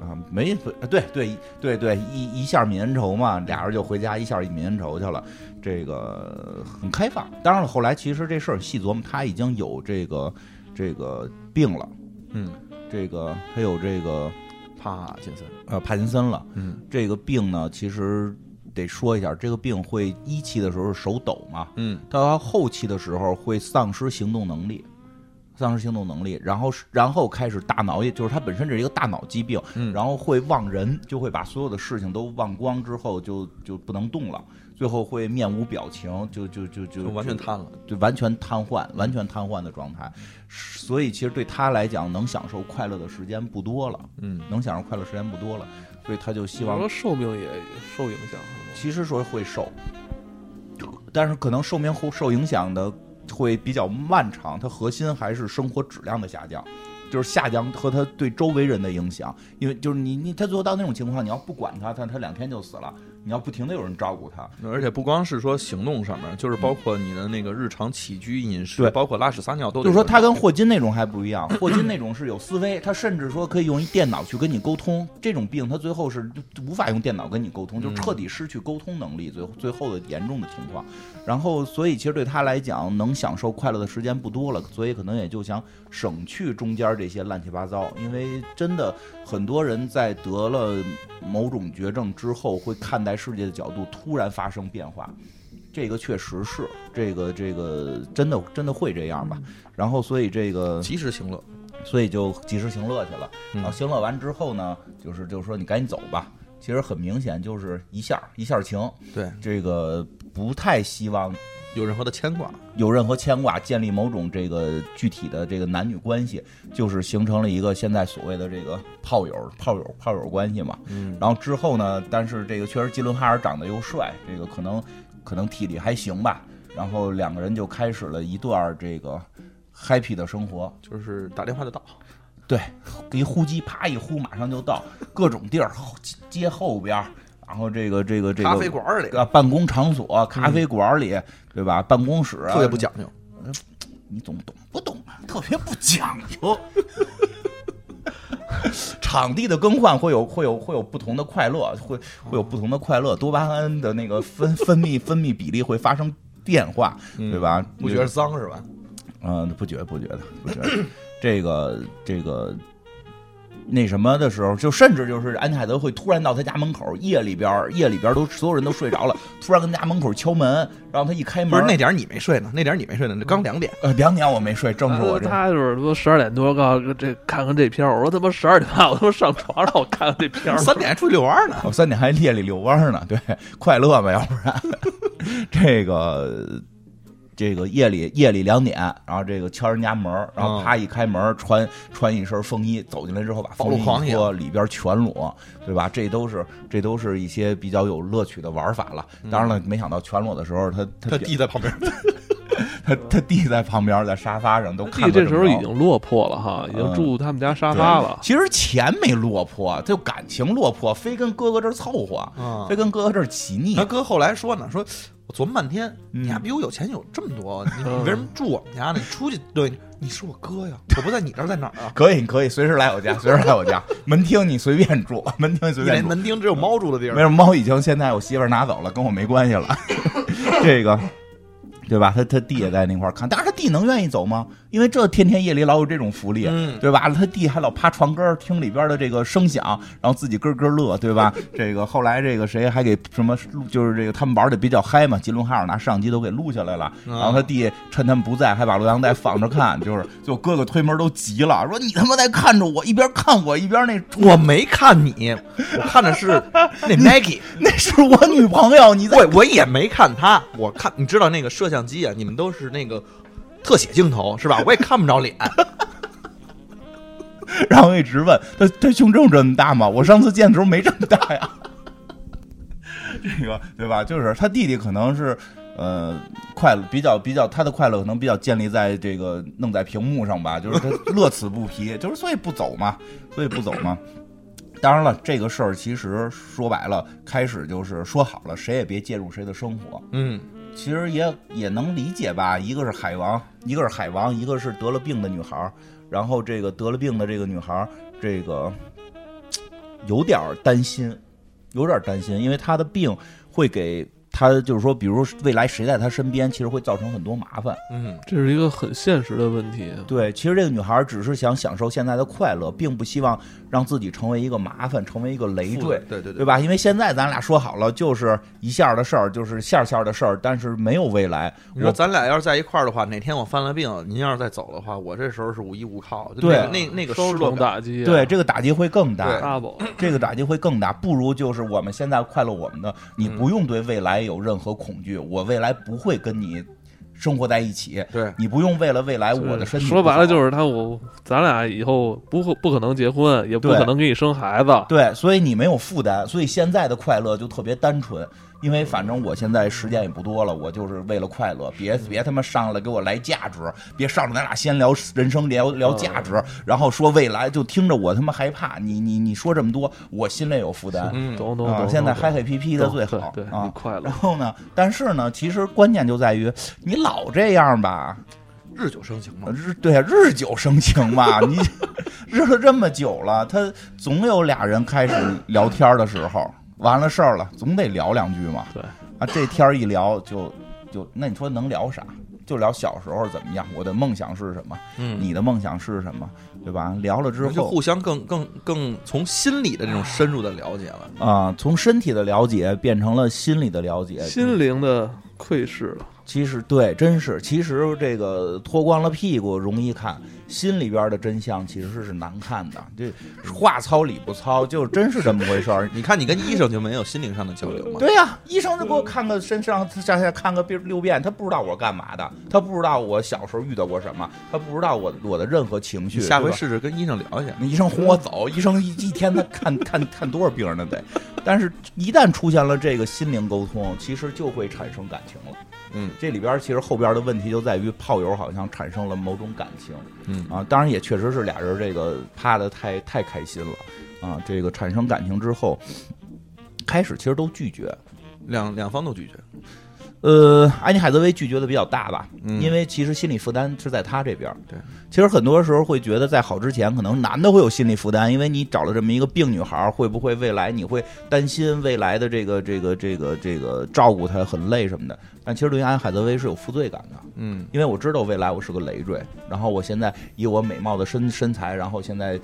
啊，没对对对对一一下泯恩仇嘛，俩人就回家一下泯恩仇去了，这个很开放。当然了，后来其实这事儿细琢磨，他已经有这个这个病了，
嗯，啊
这个他有这个
帕金森，
呃帕金森了，
嗯，
这个病呢，其实得说一下，这个病会一期的时候是手抖嘛，
嗯，
到他后期的时候会丧失行动能力，丧失行动能力，然后是然后开始大脑也就是他本身这是一个大脑疾病，
嗯
然后会忘人，就会把所有的事情都忘光之后就就不能动了，最后会面无表情，就就就就
就完全瘫了。
就完全瘫痪，完全瘫痪的状态，所以其实对他来讲，能享受快乐的时间不多了，
嗯，
能享受快乐时间不多了，所以他就希
希
望
望寿命也受影响是吗？
其实说会受，但是可能寿命后受影响的会比较漫长，它核心还是生活质量的下降。就是下降和他对周围人的影响，因为就是你你他最后到那种情况，你要不管他，他他两天就死了。你要不停的有人照顾他，
而且不光是说行动上面，就是包括你的那个日常起居饮食，
对
包括拉屎撒尿都
就
得
是说
有
他跟霍金那种还不一样，霍金那种是有思维，他甚至说可以用一电脑去跟你沟通。这种病他最后是无法用电脑跟你沟通，就彻底失去沟通能力，最后最后的严重的情况。然后，所以其实对他来讲，能享受快乐的时间不多了，所以可能也就想省去中间这些乱七八糟。因为真的很多人在得了某种绝症之后，会看待世界的角度突然发生变化。这个确实是，这个这个真的真的会这样
嗯
吧？然后，所以这个
及时行乐。
所以就及时行乐去了。
嗯
然后行乐完之后呢，就是就是说你赶紧走吧。其实很明显就是一下一下情，
对，
这个不太希望
有任何的牵挂，
有任何牵挂，建立某种这个具体的这个男女关系，就是形成了一个现在所谓的这个炮友、炮友、炮友关系嘛。
嗯，
然后之后呢，但是这个确实基伦哈尔长得又帅，这个可能可能体力还行吧。然后两个人就开始了一段这个 happy 的生活，
就是打电话就到。
对，一呼机啪一呼，马上就到各种地儿，后街后边儿，然后这个这个这个
咖啡馆儿里
啊，办公场所、咖啡馆儿里，对吧？办公室啊
特别不，讲究，
你总懂不懂啊？特别不讲究。场地的更换会有会有会有不同的快乐，会会有不同的快乐，多巴胺的那
嗯
个分分泌分泌比例会发生变化，对吧？
不觉得脏是吧？
嗯，不觉得不觉得不觉得， 这个这个那什么的时候，就甚至就是安泰德会突然到他家门口，夜里边儿夜里边儿都所有人都睡着了，突然跟家门口敲门，然后他一开门，
不是那点儿你没睡呢，那点儿你没睡呢，那刚两点。
呃两点我没睡，正是我这。
他就是说十二点多，告诉这看看这片儿。我说他妈十二点半，我他妈上床让我看看这
嗯
片 儿。
三点还出去遛弯儿 呢，
我哦三点还夜里遛弯儿呢，对，快乐嘛，要不然这个这个夜里夜里两点，然后这个敲人家门儿，然后
嗯
啪一开门儿，穿穿一身风衣走进来之后，把
暴露
风衣
狂
一
一
脱，
样
里边全裸，对吧？这都是这都是一些比较有乐趣的玩法了。当然了，没想到全裸的时候，他他
他弟在旁边，
他他弟在旁边，在沙发上都看
弟
个
这时候
正
已
着
经落魄了哈，已经
嗯
住他们家沙发了。
其实钱没落魄，就感情落魄，非跟哥哥这儿凑合，
嗯
非跟哥哥这儿起腻
他。哥后来说呢，说我琢磨半天，
嗯？
你家比我有钱有这么多，你
嗯
你为什么住我们家呢？你出去对，你是我哥呀，我不在你这儿在哪儿 啊
可以，可以，随时来我 家，随时来我家。门厅你随便住，门厅随
你那
便住。
门厅只有猫住的地
没
儿，
有，猫已经现在我媳妇儿拿走了，跟我没关系 了。这个，对吧？他他弟也在那块儿看，但是他弟能愿意走吗？因为这天天夜里老有这种福利，啊
嗯
对吧？他弟还老趴床根儿听里边的这个声响，然后自己咯咯乐，对吧？这个后来这个谁还给什么录，就是这个他们玩的比较嗨嘛，吉伦哈尔拿摄像机都给录下来了，然后他弟趁他们不在还把录像带放着看，就是就哥哥推门都急了，说你他妈在看着我，一边看我一边那
我没看你，我看的是那 Maggie，
那是我女朋友，你在
我我也没看他，我看你知道那个摄像机啊，你们都是那个特写镜头是吧？我也看不着脸，
然后我一直问他，他胸这么这么大吗？我上次见的时候没这么大呀。 这个对吧？就是他弟弟可能是，呃，快乐比较比较，他的快乐可能比较建立在这个弄在屏幕上吧，就是他乐此不疲，就是所以不走嘛，所以不走嘛。当然了，这个事儿其实说白了，开始就是说好了，谁也别介入谁的生活，
嗯，
其实也也能理解吧。一个是海王，一个是海王，一个是得了病的女孩儿。然后这个得了病的这个女孩儿，这个嘖有点儿担心，有点儿担心，因为她的病会给她，就是说，比如未来谁在她身边，其实会造成很多麻烦。
嗯，
这是一个很现实的问题。
对，其实这个女孩儿只是想享受现在的快乐，并不希望让自己成为一个麻烦，成为一个累赘。
对对
对，吧？因为现在咱俩说好了，就是一下儿的事儿，就是下下的事儿，但是没有未来。
你
我
说咱俩要是在一块儿的话，哪天我犯了病，您要是再走的话，我这时候是无依无靠，就
对啊
那个那那个失
双
落
重
感，
打击啊，
对这个打击会更
对
大，啊
double
这个打击会更大。不如就是我们现在快乐我们的，你
嗯
不用对未来有任何恐惧，我未来不会跟你生活在一起，
对，
你不用为了未来我的身体不
说
好。
白了就是他我咱俩以后不会不可能结婚，也不
对
可能给你生孩子。
对，所以你没有负担，所以现在的快乐就特别单纯。因为反正我现在时间也不多了，我就是为了快乐，别
嗯
别他妈上来给我来价值，别上来咱俩先聊人生聊
嗯
聊价值，然后说未来就听着我他妈害怕。你你你说这么多，我心里有负担。
嗯，
懂懂
啊，
懂，
现在
懂
嗨嗨皮皮的
懂
最好
对，对你
啊。
快 乐
然。后呢，但是呢，其实关键就在于你老这样吧，
日久生情
嗯
嘛，
日对啊，日久生情嘛，你 日了这么久了，他总有俩人开始聊天的时候，完了事儿了，总得聊两句嘛。
对
啊，这天儿一聊就就那你说能聊啥？就聊小时候怎么样，我的梦想是什么，
嗯
你的梦想是什么，对吧？聊了之
就
后
互相更更更从心理的这种深入的了解了。。
啊、从身体的了解变成了心理的了解，
心灵的窥视了，
其实对，真是，其实这个脱光了屁股容易看，心里边的真相其实是难看的。这话糙理不糙，就真是这么回事儿
你看，你跟医生就没有心灵上的交流吗？
对呀、医生就给我看个身上下下看个遍六遍，他不知道我干嘛的，他不知道我小时候遇到过什么，他不知道我我的任何情绪。
你下回
对吧
试试跟医生聊一下。
那医生哄我走，医生一一天他看看看多少病人呢得，但是一旦出现了这个心灵沟通，其实就会产生感情了。
嗯，
这里边儿其实后边儿的问题就在于炮友好像产生了某种感情
嗯，
啊，当然也确实是俩人这个啪的太太开心了啊，这个产生感情之后，开始其实都拒绝，
两两方都拒绝。
呃，安妮海瑟薇拒绝的比较大吧，
嗯
因为其实心理负担是在她这边。
对，
其实很多时候会觉得，在好之前，可能男的会有心理负担，因为你找了这么一个病女孩儿，会不会未来你会担心未来的这个这个这个这个照顾她很累什么的？但其实对于安妮海瑟薇是有负罪感的，
嗯，
因为我知道未来我是个累赘，然后我现在以我美貌的身身材，然后现在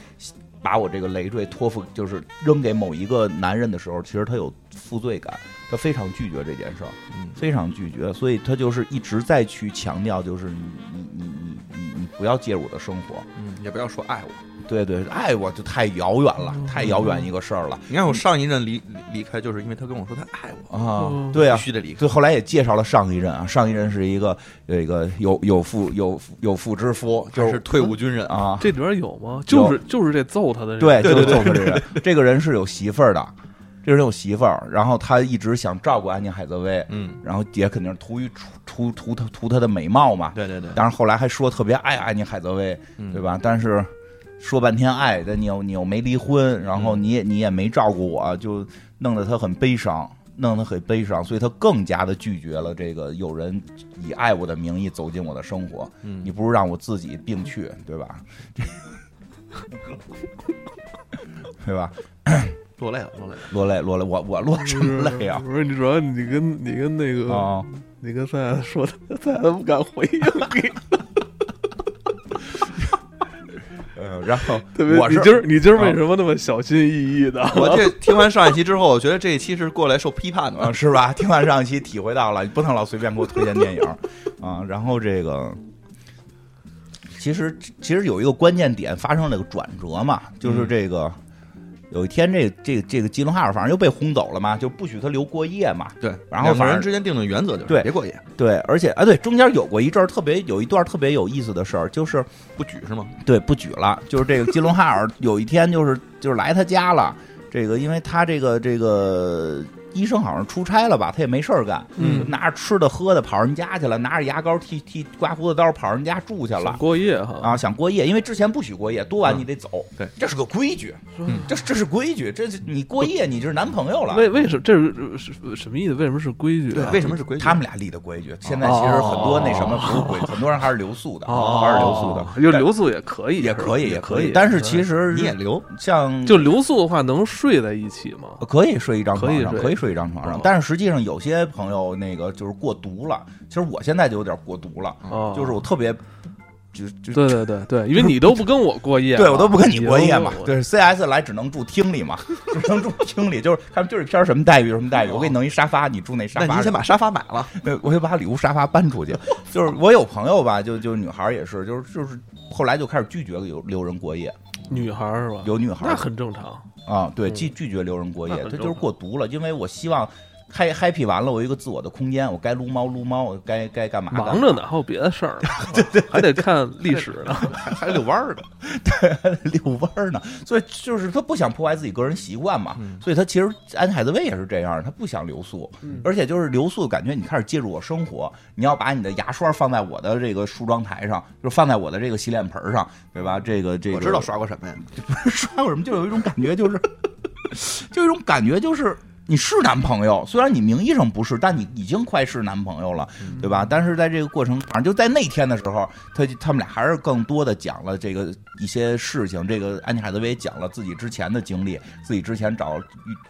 把我这个累赘托付，就是扔给某一个男人的时候，其实他有负罪感，他非常拒绝这件事儿，
嗯
非常拒绝，所以他就是一直在去强调，就是你你你你你你不要介入我的生活，
嗯，也不要说爱我，
对对，爱我就太遥远了，太遥远一个事儿了
你看我上一任离离离开，就是因为他跟我说他爱我，
啊
嗯，
对啊
必，须得离开。
对，后来也介绍了上一任啊，上一任是一个有一个有有妇有妇有妇之夫，就
还是退伍军人，
啊，
这里边有吗？就是就是这揍他的人，
对，就 是
对对
揍他这人。这个人是有媳妇儿的，这人有媳妇儿，然后他一直想照顾安妮海瑟薇，
嗯，
然后也肯定是图于图图图她图她的美貌嘛。
对对对，
但是后来还说特别爱安妮海瑟薇，
嗯
对吧？但是说半天爱，但你又你又没离婚，然后你也你也没照顾我，就弄得他很悲伤。弄得很悲伤，所以他更加的拒绝了这个有人以爱我的名义走进我的生活。
嗯
你不如让我自己病去，对吧？ 对吧？
落泪了，落 泪了。
落泪，落泪，我我落什么泪啊？
不是嗯你主要你跟你跟那
啊、
个、你跟赛亚说的，赛亚都不敢回 应你，
呃然后
特别
我是
你今儿你今儿为什么那么小心翼翼的？
我这听完上一期之后，我觉得这一期是过来受批判
啊，
的。
是吧？听完上一期，体会到了，你不能老随便给我推荐电影儿啊。然后这个，其实其实有一个关键点发生了个转折嘛，
嗯
就是这个。有一天这，这这这个吉伦哈尔反正又被轰走了嘛，就不许他留过夜嘛。
对，
然后
两个
反
人
正
之间定的原则就是
对
别过夜，
对，而且啊，对，中间有过一阵儿特别有一段特别有意思的事儿，就是
不举是吗？
对，不举了。就是这个基隆哈尔有一天就是就是来他家了，这个因为他这个这个医生好像出差了吧，他也没事儿干，
嗯
拿着吃的喝的跑人家去了，拿着牙膏剃剃刮胡子刀跑人家住去了
想。过夜哈
啊，想过夜，因为之前不许过夜，多晚
嗯
你得走。
对，
这是个规矩，
嗯
这这是规矩，这是你过夜你就是男朋友了。
为为什么这是是什么意思？为什么是规矩啊？
为什么是规矩？
他们俩立的规哦矩，现在其实很多那什么不是规矩，很多人还是留宿的，
哦，
还是留宿的，
就留宿也可以，
也
是吧
可以，
也
可以
以。。
但是其实
你也留，
像
就留宿的话，能睡在一起吗？
可以睡一张床
可以
上，
睡
可以睡一张床上
哦，
但是实际上有些朋友那个就是过毒了，其实我现在就有点过毒了，
哦，
就是我特别就就
对对对对，因为你都不跟我过夜嘛，
对啊我都不跟你过夜嘛
你，都不跟我，
对 CS 来只能住厅里嘛， 只能住厅里，就是他们就是片儿什么待遇什么待遇，我给你弄一沙发，你哦住那沙
那
发上，
你先把沙发买 了，
对，我就把礼物沙发搬出去。 就是我有朋友吧，就就女孩儿也是，就是就是后来就开始拒绝留留人过夜，
女孩儿是吧？
有女孩儿
那很正常，
啊，对，
嗯
拒拒绝留人过夜
那，很
他就
正
是
常
过毒了，因为我希望嗨 happy 完了，我有一个自我的空间，我该撸猫撸猫，我该该干嘛干嘛
忙着呢，还有别的事 儿呢，还得看历史呢。
还还遛弯儿呢。
遛弯儿呢，
嗯
所以就是他不想破坏自己个人习惯嘛，所以他其实安妮海瑟薇也是这样，他不想留宿，
嗯
而且就是留宿感觉你开始介入我生活，你要把你的牙刷放在我的这个梳妆台上，就是放在我的这个洗脸盆儿上，对吧？这个这个嗯
我知道刷过什么呀？
刷过什么，就有一种感觉，就是就有一种感觉，就是你是男朋友，虽然你名义上不是，但你已经快是男朋友了，对吧？但是在这个过程，反正就在那天的时候，他他们俩还是更多的讲了这个一些事情。这个安妮海瑟薇也讲了自己之前的经历，自己之前找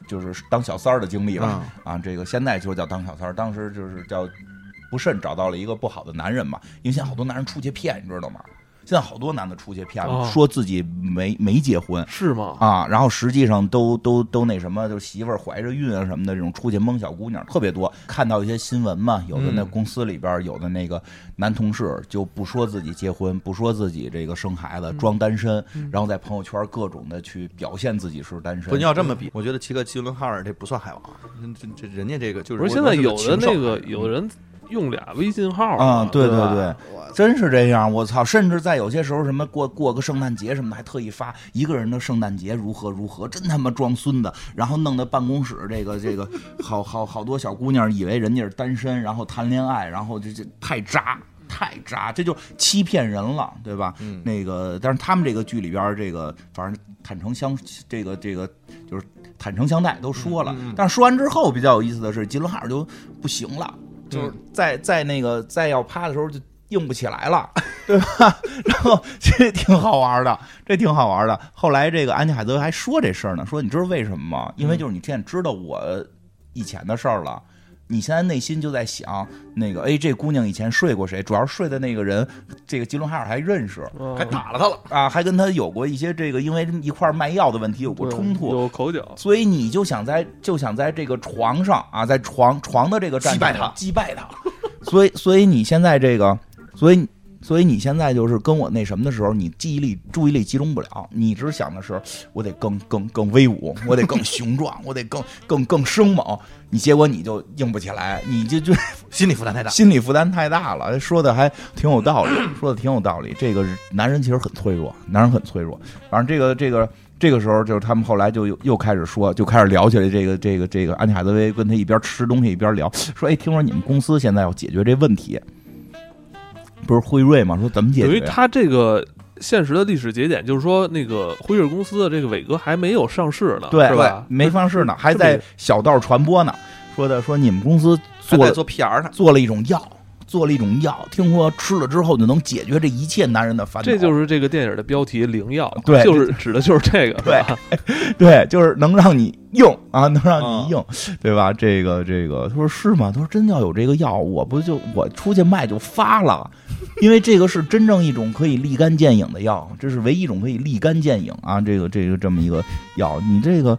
就是当小三儿的经历吧。啊，这个现在就是叫当小三儿，当时就是叫不慎找到了一个不好的男人嘛，因为现在好多男人出去骗，你知道吗？现在好多男的出去骗了，
哦
说自己没没结婚
是吗？
啊，然后实际上都都都那什么，就媳妇儿怀着孕啊什么的，这种出去蒙小姑娘特别多。看到一些新闻嘛，有的那
嗯
公司里边儿有的那个男同事就不说自己结婚，不说自己这个生孩子，装单身，然后在朋友圈各种的去表现自己是单身。
不，你要这么比，我觉得齐克·吉伦哈尔这不算海王，这这这人家这个就是。
不是现在有
我觉
的
得是
那
禽兽
个有人用俩微信号
嗯啊、
呢
对
对
对
吧，
对，真是这样。我操，甚至在有些时候，什么过过个圣诞节什么的，还特意发一个人的圣诞节如何如何，真他妈装孙子。然后弄得办公室这个这个好好好多小姑娘以为人家是单身，然后谈恋爱，然后这这太渣。太渣，这就欺骗人了，对吧？
嗯
那个，但是他们这个剧里边儿，这个反正坦诚相，这个这个就是坦诚相待，都说了。
嗯嗯嗯
但是说完之后，比较有意思的是，吉伦哈尔就不行了，就是
嗯
再再那个再要趴的时候就硬不起 来了，对吧？ 然后这挺好玩的，这挺好玩的。后来这个安妮海瑟薇还说这事儿呢，说你知道为什么吗？
嗯
因为就是你现在知道我以前的事儿了。你现在内心就在想，那个，哎，这姑娘以前睡过谁？主要是睡的那个人，这个吉伦哈尔还认识
嗯
还打了他了。
啊，还跟他有过一些这个，因为一块儿卖药的问题有过
对
冲突，
有口角，
所以你就想在就想在这个床上啊，在床床的这个战场
击败他
击败他。所以，所以你现在这个，所以，所以你现在就是跟我那什么的时候，你记忆力、注意力集中不了，你只想的是我得更更更威武，我得更雄壮，我得更更更生猛。你结果你就硬不起来，你就就
心理负担太大。
心理负担太大了。说的还挺 有道理，说的挺有道理。这个男人其实很脆弱，男人很脆弱。反正这个这个这个时候，就是他们后来就又又开始说，就开始聊起来这个这个这个安妮海瑟薇跟他一边吃东西一边聊，说哎，听说你们公司现在要解决这问题，不是辉瑞吗？说怎么解
等于
决呀？
他这个现实的历史节点，就是说那个辉瑞公司的这个伟哥还没有上市呢，
对
是吧？
没方式呢，还
这么
在小道传播呢。说的说你们公司
还
做
在做 PR 呢，
做了一种药，做了一种药，听说吃了之后就能解决这一切男人的烦恼。
这就是这个电影的标题《灵药》，
对
就是 指的就是这个，啊
对
是吧，
对，就是能让你硬啊，能让
嗯
你硬，对吧？这个这个，他说是吗？他说真要有这个药，我不就我出去卖就发了，因为这个是真正一种可以立竿见影的药，这是唯一一种可以立竿见影啊，这个这个这么一个药，你这个。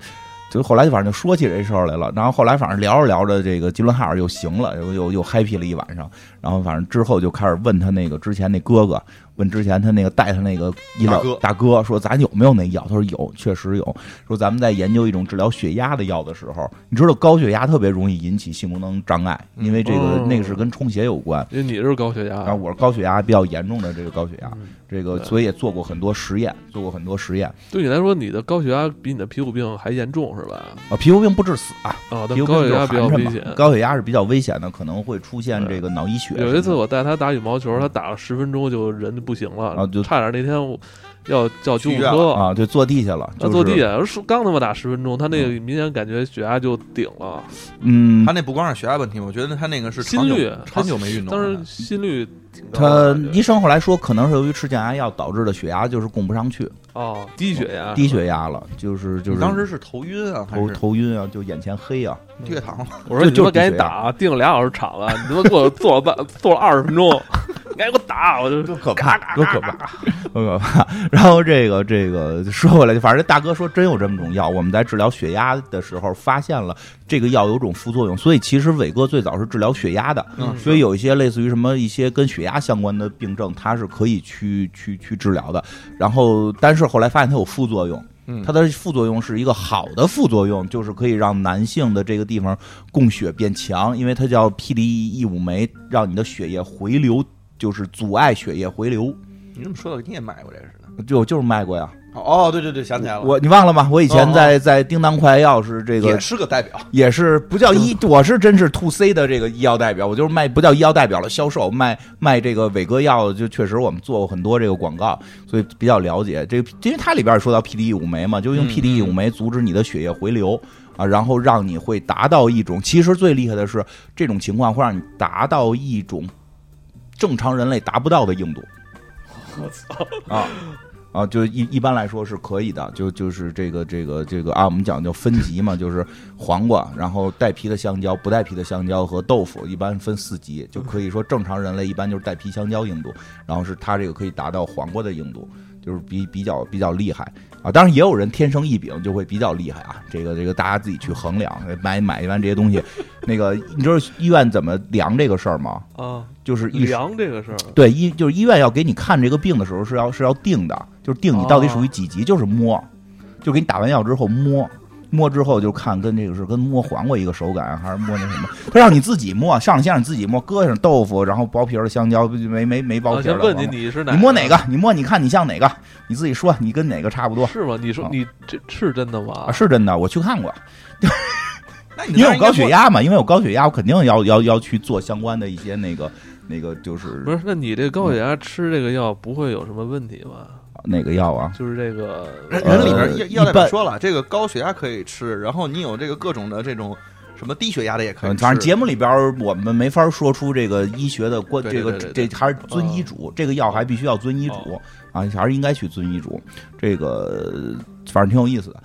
就后来就反正就说起这事儿来了，然后后来反正聊着聊着，这个吉伦哈尔又行了，又又又 happy 了一晚上，然后反正之后就开始问他那个之前那哥哥，问之前他那个带他那个医疗
大哥
大哥说咱有没有那药？他说有，确实有。说咱们在研究一种治疗血压的药的时候，你知道高血压特别容易引起性功能障碍，因为这个
嗯
那个是跟充血有关。
因为你是高血压
然后我是高血压比较严重的这个高血压，
嗯
这个
对
所以也做过很多实验，做过很多实验
对你来说，你的高血压比你的皮肤病还严重是吧？
啊，皮肤病不致死啊，
啊，
皮
但
肤
高血
病就是
压比较
寒碜
危
嘛
险。
高血压是比较危险的，可能会出现这个脑溢血。
有一次我带他打羽毛球，他打了十分钟就人就不行了，
啊就
差点那天我要叫救护
去医院
车。
啊，对，坐地下了，
他
就是
坐地，下，是刚他妈打十分钟，他那个明显感觉血压就顶了，
嗯
他，那不光是血压问题，我觉得他那个是
心
长久
率
长久没运动
当
了。
时心率挺高
他
的。感觉
医生后来说，可能是由于吃降压药导致的血压就是供不上去，
哦，低血压，
低血压了，就是就是
你当时是头晕啊，还
头
是
头晕啊，就眼前黑啊，
低血糖了？
嗯我说
就
你他妈
就低
赶
血
紧打，啊定了俩小时场了，你他妈给我坐了半坐了二十分钟，你赶紧给我打，啊我就
多可怕，多可怕，多可怕。然后这个这个说回来，反正这大哥说真有这么种药，我们在治疗血压的时候发现了这个药有种副作用，所以其实伟哥最早是治疗血压的，
嗯
所以有一些类似于什么一些跟血压相关的病症，它是可以去去去治疗的。然后，但是后来发现它有副作用。
嗯
它的副作用是一个好的副作用，就是可以让男性的这个地方供血变强，因为它叫 PD-1 酶，让你的血液回流，就是阻碍血液回流。
你怎么说到你也买过这个似的？
就就是卖过呀，
哦，对对对，想起来了，
我你忘了吗？我以前
哦
在在叮当快药是这个
也是个代表，
也是不叫医，我是真是 to C 的这个医药代表，我就是卖不叫医药代表了，销售卖卖这个伟哥药，就确实我们做过很多这个广告，所以比较了解这个，因为它里边也说到 PD 五酶嘛，就用
嗯
PD 五酶阻止你的血液回流。啊，然后让你会达到一种，其实最厉害的是这种情况会让你达到一种正常人类达不到的硬度。我操啊！啊，就一一般来说是可以的，就就是这个这个这个啊，我们讲究分级嘛，就是黄瓜，然后带皮的香蕉、不带皮的香蕉和豆腐，一般分四级，就可以说正常人类一般就是带皮香蕉硬度，然后是它这个可以达到黄瓜的硬度，就是比比较比较厉害啊。当然也有人天生异禀就会比较厉害啊，这个这个大家自己去衡量，买买完这些东西，那个你知道医院怎么量这个事儿吗？
啊
就是一
量这个事儿，
对医就是医院要给你看这个病的时候是要是要定的，就是定你到底属于几级，就是摸，就给你打完药之后摸，摸之后就看跟这个是跟摸黄瓜一个手感，啊还是摸那什么，他让你自己摸，上来先让你自己摸，搁上豆腐，然后剥皮儿的香蕉没没没剥
我
皮儿
啊先
的
问
黄
你
瓜，
你是哪？
你摸哪？个？你摸你看你像哪个？你自己说你跟哪个差不多
是吗？你说
啊
你这是真的吗
啊？？是真的，我去看过，
那你
因为我高
压。
血压嘛，因为我高血压，我肯定要要要去做相关的一些那个那个就是
不是，那你这高血
嗯
压吃这个药不会有什么问题吧？
哪个药啊？
就是这个
人人里
呃
边医医药
一
代表
般
说了，这个高血压可以吃，然后你有这个各种的这种什么低血压的也可以
嗯
吃。
反正节目里边儿我们没法说出这个医学的关，
对
这
对
个
对对嗯
这还是遵医嘱，这个药还必须要遵医嘱
哦
啊，还是应该去遵医嘱。这个反正挺有意思的。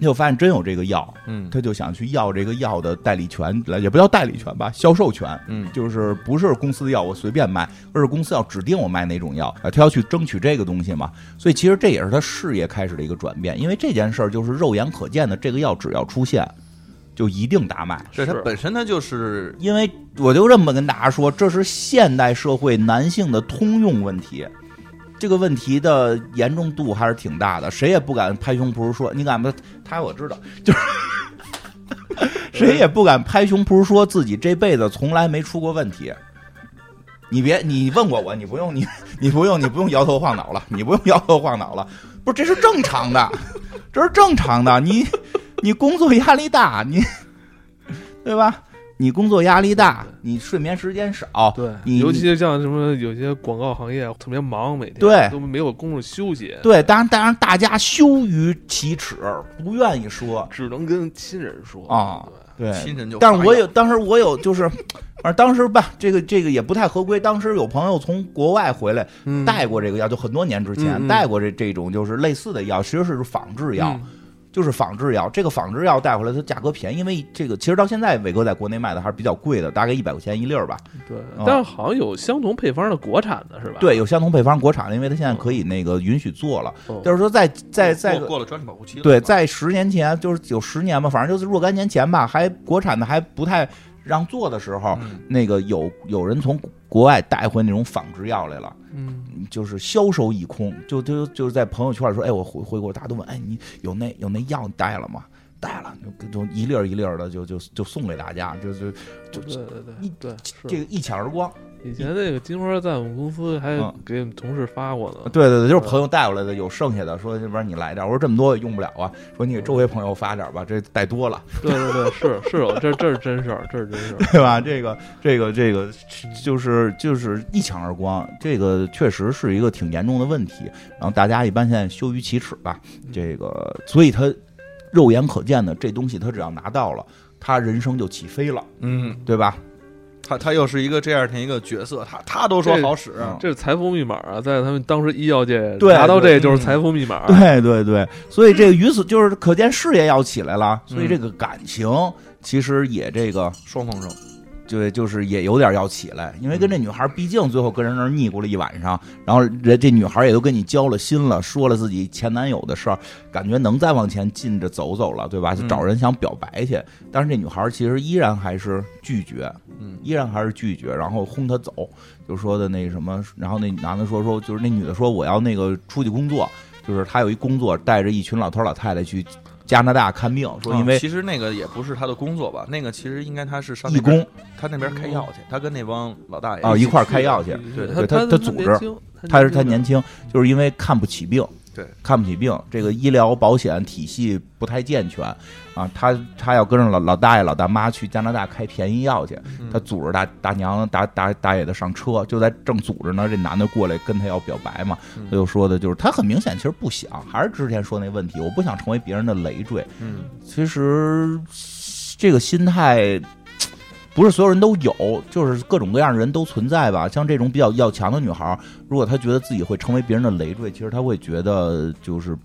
就发现真有这个药，
嗯
他就想去要这个药的代理权，来也不叫代理权吧，销售权，
嗯
就是不是公司的药我随便卖，而是公司要指定我卖哪种药啊，他要去争取这个东西嘛。所以其实这也是他事业开始的一个转变，因为这件事儿就是肉眼可见的，这个药只要出现，就一定大卖。
对它
是
本身它就是
因为我就这么跟大家说，这是现代社会男性的通用问题。这个问题的严重度还是挺大的，谁也不敢拍胸脯说，你敢不？他我知道，就是 谁也不敢拍胸脯说自己这辈子从来没出过问题。你别，你问过我，你不用，你 你不用，你不用摇头晃脑了，你不用摇头晃脑了，不是，这是正常的，这是正常的。你你工作压力大，你对吧？你工作压力大，你睡眠时间少，
对，
你
尤其是像什么有些广告行业特别忙，每天
对
都没有功夫休息，
对，当然，当然，大家羞于启齿，不愿意说
只能跟亲人说
啊
对
对，
亲人就发
但
痒。
是我有，当时我有，就是，反正当时吧，这个这个也不太合规。当时有朋友从国外回来
嗯
带过这个药，就很多年之前
嗯嗯
带过这这种就是类似的药，其实是仿制药。
嗯
就是仿制药，这个仿制药带回来它价格便宜，因为这个其实到现在伟哥在国内卖的还是比较贵的，大概一百块钱一粒儿吧。
对
啊，
但是好像有相同配方的国产的是吧？
对，有相同配方国产的，因为它现在可以那个允许做了。
哦，
就是说在在在
过过了专利保护期了，
对，
是吧
在十年前，就是有十年吧，反正就是若干年前吧，还国产的还不太让做的时候，
嗯
那个有有人从国外带回那种仿制药来了，
嗯，
就是销售一空，就就就是在朋友圈里说，哎，我回回国，大家都问，哎，你有那有那药你带了吗？带了，就就一粒儿一粒儿的就就就送给大家，就就就
对对对
一
对，
这
是
个一抢而光。
以前那个金花在我们公司还
嗯啊
给我们同事发过呢，
对对对，就是朋友带过来的，有剩下的，说要不然你来点儿，我说这么多也用不了啊，说你给周围朋友发点儿吧，这带多了。
对对对，是是有，这这是真事儿，这是真事儿。
对吧？这个这个这个就是就是一抢而光，这个确实是一个挺严重的问题。然后大家一般现在羞于启齿吧，这个所以他肉眼可见的这东西，他只要拿到了，他人生就起飞了，
嗯，
对吧？
他他又是一个这样的一个角色，他他都说
这
好使，
嗯
这是财富密码啊，在他们当时医药界
对
拿到这
对
就是
嗯
财富密码。啊
对对对，所以这个于此就是可见事业要起来了，所以这个感情其实也这个
双丰收。
对，就是也有点要起来，因为跟这
嗯
女孩，毕竟最后跟人那儿腻咕了一晚上，然后人这女孩也都跟你交了心了，说了自己前男友的事儿，感觉能再往前进着走走了，对吧？就
嗯
找人想表白去，但是这女孩其实依然还是拒绝，
嗯，
依然还是拒绝，然后轰他走，就说的那什么，然后那男的说说，就是那女的说我要那个出去工作，就是她有一工作，带着一群老头老太太去加拿大看病，说因
啊
为
其实那个也不是他的工作吧，那个其实应该他是上
义
那边
工
他那边开药去，他跟那帮老大爷
啊一块儿
起
开药去。
对
对
他
对他他
他
组织
年轻
他是他
轻
年轻，就是因为看不起病，
对，
看不起病，这个医疗保险体系不太健全啊，他他要跟着老老大爷老大妈去加拿大开便宜药去，
嗯
他组织大大娘大大大爷的上车，就在正组织呢，这男的过来跟他要表白嘛，
嗯
他就说的就是他很明显其实不想，还是之前说那问题，我不想成为别人的累赘，
嗯，
其实这个心态不是所有人都有，就是各种各样的人都存在吧。像这种比较要强的女孩儿，如果她觉得自己会成为别人的累赘，其实她会觉得就是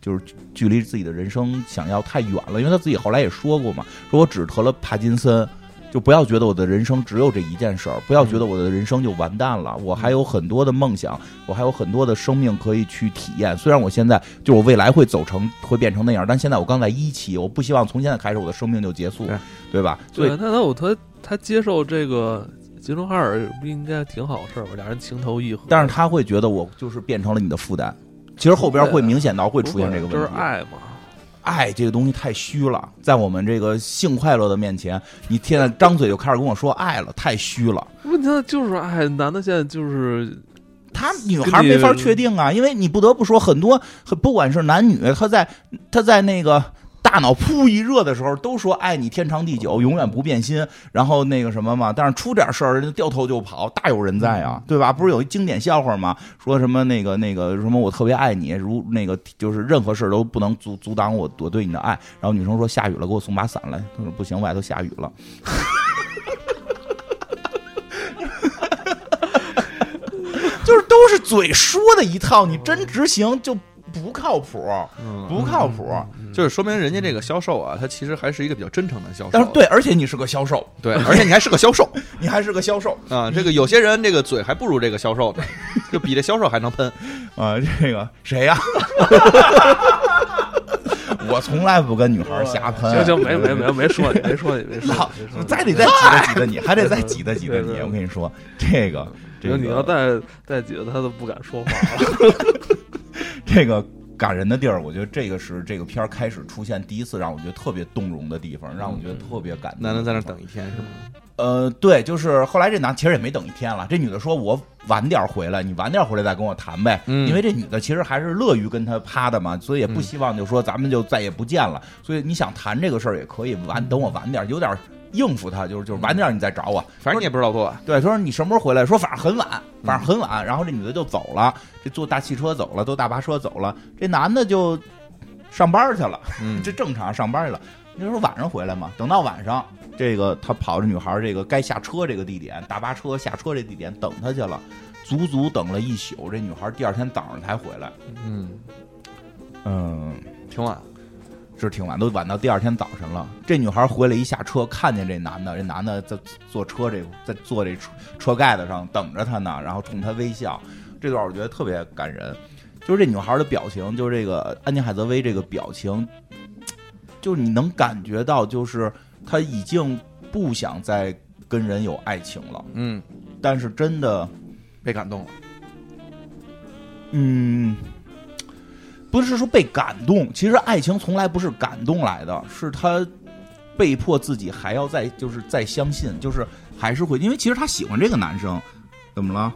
就是距离自己的人生想要太远了。因为她自己后来也说过嘛，说我只得了帕金森。就不要觉得我的人生只有这一件事儿，不要觉得我的人生就完蛋了。我还有很多的梦想，我还有很多的生命可以去体验。虽然我现在就是我未来会走成会变成那样，但现在我刚在一期，我不希望从现在开始我的生命就结束，
对
对吧？所
对，
以
那他我他他接受这个吉中哈尔不应该挺好事儿吗？俩人情投意合，
但是他会觉得我就是变成了你的负担。其实后边会明显到会
会
出现这个问题，
就是爱嘛。
爱这个东西太虚了，在我们这个性快乐的面前，你现在张嘴就开始跟我说爱了，太虚了。
问题就是爱，男的现在就是
他女孩没法确定啊，因为你不得不说，很多很不管是男女，他在他在那个。大脑噗一热的时候，都说爱你天长地久，永远不变心，然后那个什么嘛，但是出点事儿，人家掉头就跑，大有人在啊，对吧？不是有一经典笑话吗？说什么那个那个什么我特别爱你，如那个就是任何事儿都不能阻阻挡我我对你的爱。然后女生说下雨了，给我送把伞来。他说不行，外头下雨了。 就是都是嘴说的一套，你真执行就不靠谱，不靠谱。
嗯
就是说明人家这个销售啊，他其实还是一个比较真诚的销售。
但是对，而且你是个销售，
对，而且你还是个销售
你还是个销售
啊。这个有些人这个嘴还不如这个销售呢，就比这销售还能喷。
啊、这个谁呀、 我从来不跟女孩瞎喷。
行行，没没没没说你，没说你，没说
老
你，没说你。
再得再挤得挤得你，还得再挤得挤得
对
你。
对
我跟你说，这个这
就
个
你要再再挤，他都不敢说话了。
这个感人的地儿，我觉得这个是这个片儿开始出现第一次让我觉得特别动容的地方，让我觉得特别感动。
男的在那儿等一天是吗？
呃，对，就是后来这男其实也没等一天了，这女的说我晚点回来，你晚点回来再跟我谈呗，
嗯
因为这女的其实还是乐于跟他趴的嘛，所以也不希望就说咱们就再也不见了，所以你想谈这个事儿也可以晚等我晚点，有点应付他，就是就是晚点你再找我，
反正你也不知道啊多晚。
对，他说你什么时候回来？说反正很晚，反正很晚。然后这女的就走了，这坐大汽车走了，坐大巴车走了。这男的就上班去了，
嗯
这正常上班去了。你说晚上回来嘛？等到晚上，这个他跑着女孩儿这个该下车这个地点，大巴车下车这地点等她去了，足足等了一宿。这女孩儿第二天早上才回来，
嗯，
嗯，
挺晚。
是挺晚，都晚到第二天早晨了。这女孩回来一下车，看见这男的，这男的在坐车这在坐这车车盖子上等着她呢，然后冲她微笑。这段我觉得特别感人，就是这女孩的表情，就是这个安妮海瑟薇这个表情，就是你能感觉到，就是她已经不想再跟人有爱情了，
嗯，
但是真的。
被感动了。
嗯，不是说被感动，其实爱情从来不是感动来的，是他被迫自己还要再就是再相信，就是还是会，因为其实他喜欢这个男生，怎么了？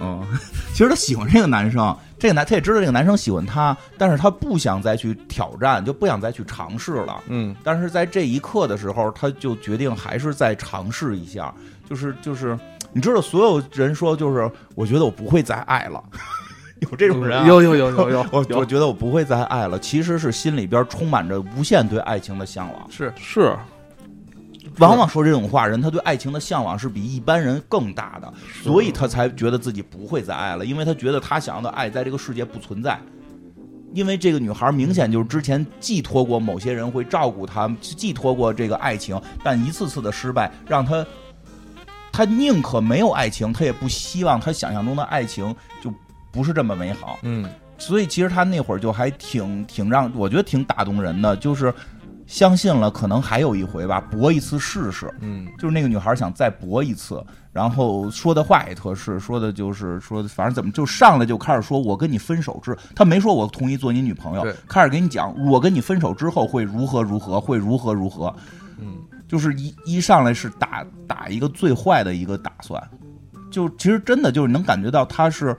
哦， 其实他喜欢这个男生，这个男他也知道这个男生喜欢他，但是他不想再去挑战，就不想再去尝试了。
嗯，
但是在这一刻的时候，他就决定还是再尝试一下，就是就是，你知道，所有人说就是，我觉得我不会再爱了， 有这种人、啊。
有有有有有，
我
有
我觉得我不会再爱了，其实是心里边充满着无限对爱情的向往。
是
是
往往说这种话人，他对爱情的向往是比一般人更大的，所以他才觉得自己不会再爱了，因为他觉得他想要的爱在这个世界不存在。因为这个女孩明显就是之前寄托过某些人会照顾她，寄托过这个爱情，但一次次的失败让她，她宁可没有爱情，她也不希望她想象中的爱情就不是这么美好。
嗯，
所以其实他那会儿就还挺挺让我觉得挺打动人的，就是相信了，可能还有一回吧，搏一次试试。
嗯，
就是那个女孩想再搏一次，然后说的话也特是，说的就是说，反正怎么就上来就开始说我跟你分手之，她没说我同意做你女朋友
对，
开始给你讲我跟你分手之后会如何如何，会如何如何，嗯，就是一一上来是打打一个最坏的一个打算，就其实真的就是能感觉到她是，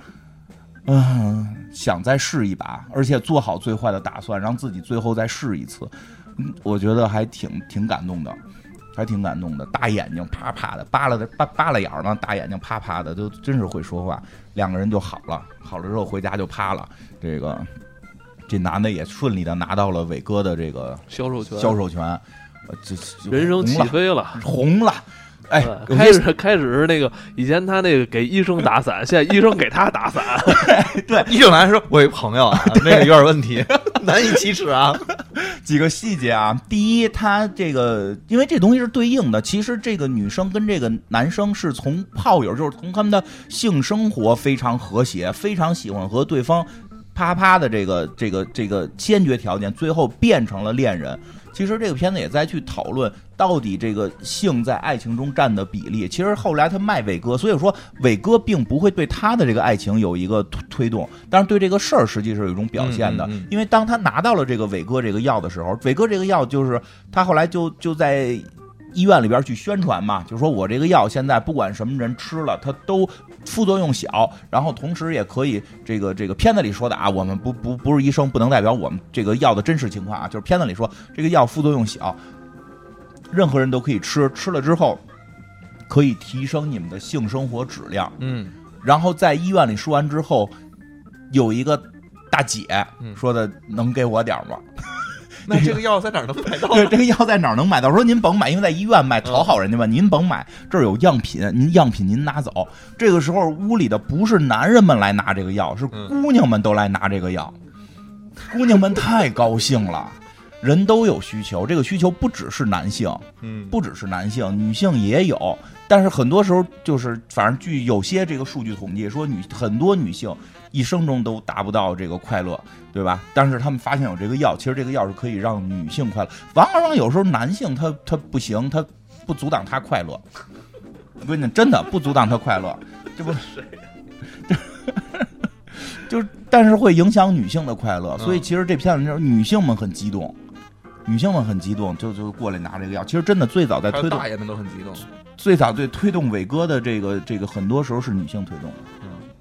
嗯、想再试一把，而且做好最坏的打算，让自己最后再试一次，嗯，我觉得还挺挺感动的。还挺感动的，大眼睛啪啪的，扒拉的扒扒拉眼儿呢，大眼睛啪啪的，就真是会说话。两个人就好了，好了之后回家就趴了。这个这男的也顺利的拿到了伟哥的这个
销售权，
销售权，呃这这
人生起
红了
飞了。
红了。哎，
对
有
呃开
些
始开始是那个以前他那个给医生打伞，现在医生给他打 伞，
医生来说，我有一朋友啊，那个有点 问题，难以启齿啊。
几个细节啊，第一，他这个因为这东西是对应的，其实这个女生跟这个男生是从炮友，就是从他们的性生活非常和谐，非常喜欢和对方啪啪的这个这个这个先决条件，最后变成了恋人。其实这个片子也在去讨论到底这个性在爱情中占的比例。其实后来他卖伟哥，所以说伟哥并不会对他的这个爱情有一个推推动，但是对这个事儿实际是有一种表现的
嗯嗯嗯。
因为当他拿到了这个伟哥这个药的时候，伟哥这个药就是他后来就就在医院里边去宣传嘛，就说我这个药现在不管什么人吃了，它都副作用小，然后同时也可以这个这个片子里说的啊，我们不不不是医生，不能代表我们这个药的真实情况啊，就是片子里说这个药副作用小，任何人都可以吃，吃了之后可以提升你们的性生活质量。
嗯，
然后在医院里说完之后，有一个大姐
嗯
说的：“能给我点儿吗？”
那这个药在哪儿能买到？
对，这个药在哪儿能买到？说您甭买，因为在医院卖讨好人家嘛，您甭买，这儿有样品，您样品您拿走。这个时候屋里的不是男人们来拿这个药，是
嗯
姑娘们都来拿这个药，姑娘们太高兴了。人都有需求，这个需求不只是男性，
嗯，
不只是男性，女性也有。但是很多时候就是，反正据有些这个数据统计说女，很多女性一生中都达不到这个快乐，对吧？但是他们发现有这个药，其实这个药是可以让女性快乐。往往有时候男性他他不行，他不阻挡他快乐。我跟你讲真的不阻挡他快乐，这不 就就但是会影响女性的快乐。所以其实这片子就是女性们很激动。女性们很激动，就就过来拿这个药。其实真的最早在
还
推
有
动
大爷们都很激动。
最早对推动伟哥的这个这个，很多时候是女性推动的，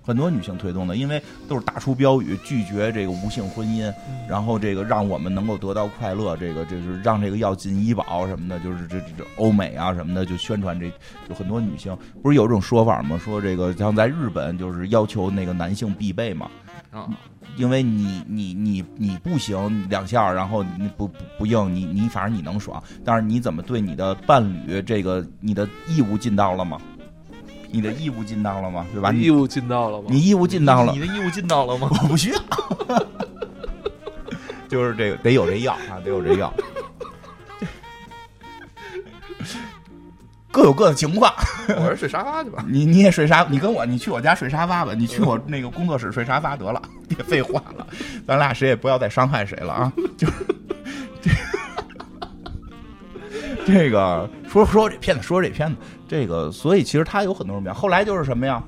很多女性推动的，因为都是打出标语，拒绝这个无性婚姻，然后这个让我们能够得到快乐，这个这就是让这个药进医保什么的，就是这这这欧美啊什么的就宣传这，就很多女性不是有种说法吗？说这个像在日本就是要求那个男性必备嘛，
啊，
因为你你你你不行两下儿，然后你不不不硬，你你反正你能爽，但是你怎么对你的伴侣这个你的义务尽到了吗？你的义务尽到了吗？对吧？
义
你
务尽到了吗？
你义务尽到了
你，的义务尽到了 吗？
我 不需要，就是这个得有这药啊，得有这药，各有各的情况。
我是睡沙发去吧。
你你也睡沙，你跟我，你去我家睡沙发吧，你去我那个工作室睡沙发得了，别废话了，咱俩谁也不要再伤害谁了啊！就是 这这个说说这片子，说这片子，这个所以其实他有很多种表。后来就是什么呀？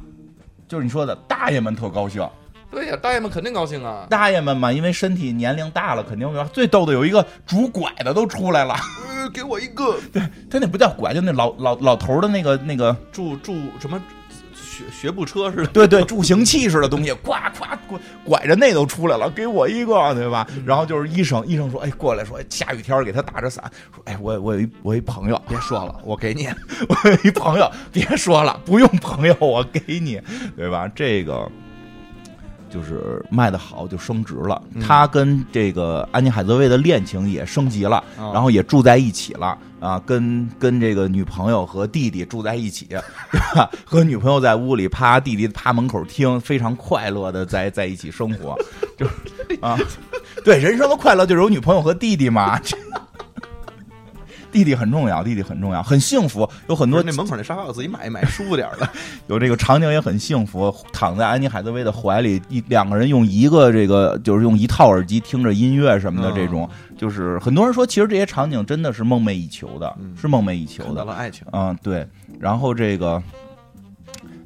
就是你说的大爷们特高兴，
对呀，大爷们肯定高兴啊。
大爷们嘛，因为身体年龄大了，肯定有最逗的有一个拄拐的都出来了，
呃给我一个
他那不叫拐，就那老老老头儿的那个那个
住住什么学学步车似的。
对对，助行器似的东西，呱呱拐拐着那都出来了，给我一个，对吧？然后就是医生，医生说，哎，过来说，哎下雨天儿给他打着伞，说，哎，我我有一我有一朋友，别说了，我给你， 我有一朋友，别说了，不用朋友，我给你，对吧？这个。就是卖的好就升值了，他跟这个安妮海瑟薇的恋情也升级了，
哦
然后也住在一起了啊，跟跟这个女朋友和弟弟住在一起，对吧？和女朋友在屋里趴，弟弟趴门口听，非常快乐的在在一起生 活，就是啊，对人生的快乐就是有女朋友和弟弟嘛。 这弟弟很重要，弟弟很重要，很幸福，有很
不
多
是那门口那沙发我自己买一买，舒服点 儿的。
有这个场景也很幸福，躺在安妮海瑟薇的怀里，一两个人用一个这个就是用一套耳机听着音乐什么的，
嗯
这种、就是很多人说，其实这些场景真的是梦寐以求的，
嗯
是梦寐以
看
求的。
到了爱情，
嗯，对。然后这个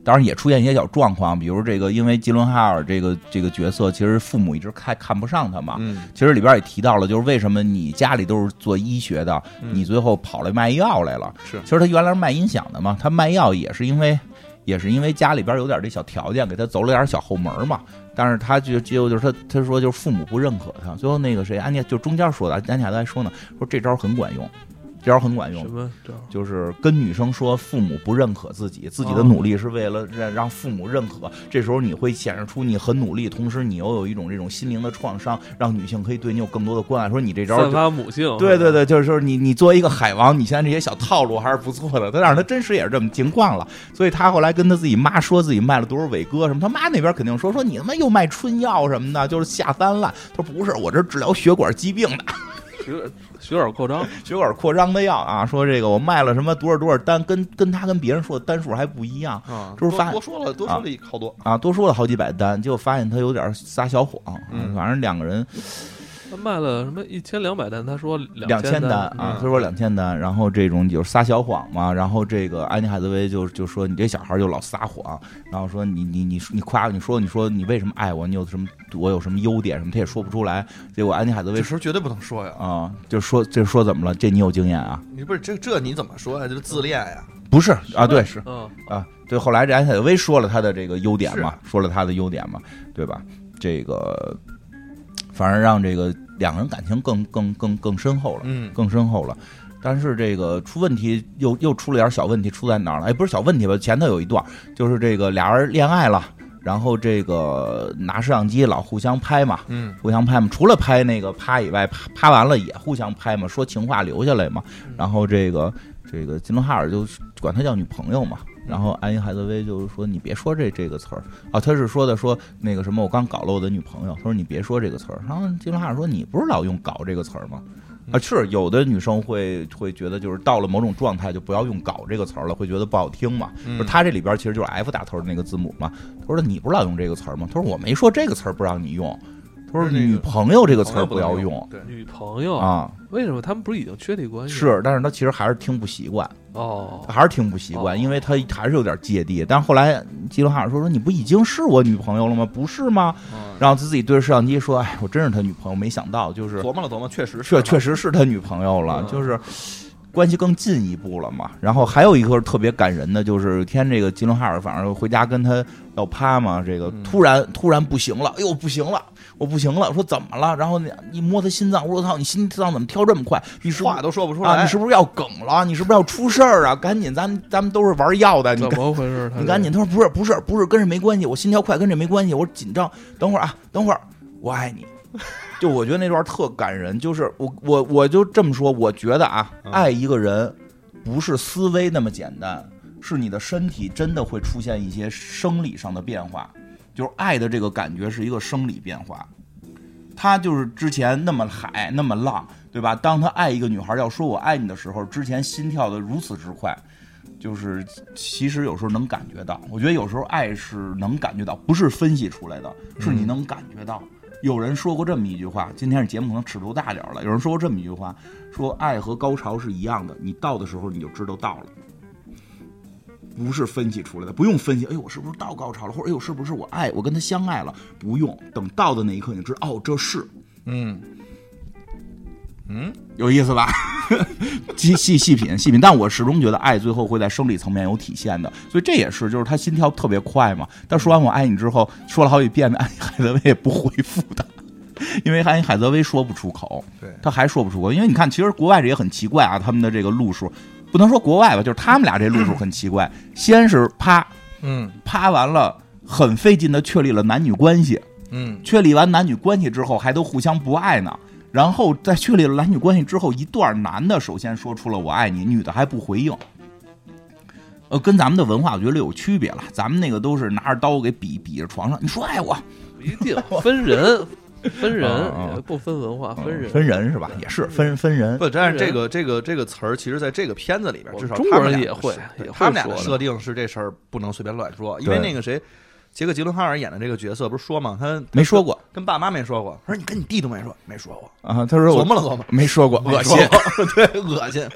当然也出现一些小状况，比如这个因为吉伦哈尔这个这个角色，其实父母一直看看不上他嘛，
嗯，
其实里边也提到了，就是为什么你家里都是做医学的，
嗯
你最后跑来卖药来了。
是
其实他原来是卖音响的嘛，他卖药也是因为，也是因为家里边有点这小条件，给他走了点小后门嘛。但是他就就就是他他说就是父母不认可他，最后那个谁安妮就中间说的，安妮还在说呢，说这招很管用，这招很管用
什。么招？
就是跟女生说父母不认可自
哦
己，自己的努力是为了让让父母认可。这时候你会显示出你很努力，同时你又有一种这种心灵的创伤，让女性可以对你有更多的关爱。说你这招
散
就。
发母性。
对对对，就是说你你作为一个海王，你现在这些小套路还是不错的。但是他真实也是这么情况了，所以他后来跟他自己妈说自己卖了多少伟哥什么，他妈那边肯定说说你他妈又卖春药什么的，就是下三滥。他说不是，我这治疗血管疾病的。
血管血管扩张，
血管扩张的药啊，说这个我卖了什么多少多少单，跟跟他跟别人说的单数还不一样啊
啊，
就是发
多多说了，多说了一好多，
啊，多说了好几百单，结果发现他有点撒小谎，
嗯
反正两个人
他卖了什么一千两百单，他说两
两千单
单
啊
嗯，
他说两千单，然后这种就是撒小谎嘛，然后这个安妮海瑟薇就就说你这小孩就老撒谎，然后说你你你你夸我，你说你说你为什么爱我，你有什么我有什么优点什么，他也说不出来，结果安妮海瑟薇
这
说
时候绝对不能说呀！
啊，就说这说怎么了？这你有经验啊？
你不是这这你怎么说呀？这自恋呀？
不是啊，对是
嗯，
啊，对，后来这安海瑟薇说了他的这个优点嘛，说了他的优点嘛，对吧？这个反正让这个两个人感情更更更更深厚了。
嗯，
更深厚了。但是这个出问题又又出了点小问题，出在哪儿了？哎，不是小问题吧？前头有一段，就是这个俩人恋爱了，然后这个拿摄像机老互相拍嘛，
嗯，
互相拍嘛。除了拍那个啪以外，啪啪完了也互相拍嘛，说情话留下来嘛。然后这个这个金龙哈尔就管她叫女朋友嘛。然后安妮海瑟薇就是说：“你别说这这个词儿啊！”她是说的说那个什么，我刚搞了我的女朋友。她说：“你别说这个词儿。”然后金龙哈尔说：“你不是老用‘搞’这个词儿吗？”啊，是有的女生会会觉得，就是到了某种状态就不要用“搞”这个词儿了，会觉得不好听嘛。
嗯
不是他这里边其实就是 F 打头的那个字母嘛。他说你不是老用这个词儿吗？他说我没说这个词儿不让你用，他说
是那个
女朋友这个词
朋友
儿
不
要
能哦
用。
对，
嗯女朋友，
啊，
为什么他们不是已经确立关系了？
是，但是他其实还是听不习惯，
哦，
还是听不习惯，
哦
因为他还是有点芥蒂。但是后来基伦哈尔说说你不已经是我女朋友了吗？不是吗？
嗯
然后他自己对着摄像机说，哎，我真是他女朋友，没想到就是
琢磨了琢磨，确实
确确
实
实是他女朋友了
嗯，
就是关系更进一步了嘛。然后还有一个特别感人的，就是有一天这个吉伦哈尔，反正回家跟他要啪嘛，这个
嗯
突然突然不行了，哎呦不行了，我不行了，我说怎么了？然后你你摸他心脏，我说我操，你心脏怎么跳这么快？你是不
话
是
都说不出
啊，
来，
你是不是要梗了？你是不是要出事儿啊？赶紧，咱咱们都是玩药的，你
怎么回事？他
你赶紧，他说不是不是不是，跟这没关系，我心跳快跟这没关系，我紧张。等会儿啊，等会儿，我爱你。 就我觉得那段特感人，就是我我我就这么说，我觉得啊，
嗯
爱一个人不是思维那么简单，是你的身体真的会出现一些生理上的变化，就是爱的这个感觉是一个生理变化。他就是之前那么海那么浪，对吧？当他爱一个女孩要说我爱你的时候，之前心跳的如此之快，就是其实有时候能感觉到。我觉得有时候爱是能感觉到，不是分析出来的，是你能感觉到。有人说过这么一句话，今天是节目可能尺度大点儿了。有人说过这么一句话，说爱和高潮是一样的，你到的时候你就知道到了。不是分析出来的，不用分析。哎呦，我是不是到高潮了？或者哎呦，是不是我爱我跟他相爱了？不用，等到的那一刻你就知道，哦，这是
嗯
有意思吧？ 细细细品细品，但我始终觉得爱最后会在生理层面有体现的，所以这也是就是他心跳特别快嘛。他说完我爱你之后，说了好几遍，安妮海瑟薇也不回复他，因为安妮海瑟薇说不出口，
对
他还说不出口，因为你看，其实国外这也很奇怪啊，他们的这个路数，不能说国外吧，就是他们俩这路数很奇怪，先是啪
嗯
啪完了，很费劲的确立了男女关系，
嗯
确立完男女关系之后，还都互相不爱呢。然后在确立了男女关系之后，一段男的首先说出了“我爱你”，女的还不回应。呃，跟咱们的文化我觉得略有区别了。咱们那个都是拿着刀给比比着床上，你说爱我，
不一定分人，分
啊
人
啊
也不分文化，分
嗯
人。
分人是吧？也是分分人。
不，但是这个这个这个词儿，其实在这个片子里边，
我
至少
中
他
国
们
人也
俩的
会
设
也
对
会
他们俩
说
的
的
设定是这事儿不能随便乱说，因为
对
那个谁，杰克·吉伦哈尔演的这个角色不是说嘛，他
没说过
跟爸妈没说过，他说你跟你弟都没说，没说过，
啊，他说
琢
我
磨了琢磨，
没说过，
没
恶
说
心。
过， 对，恶心，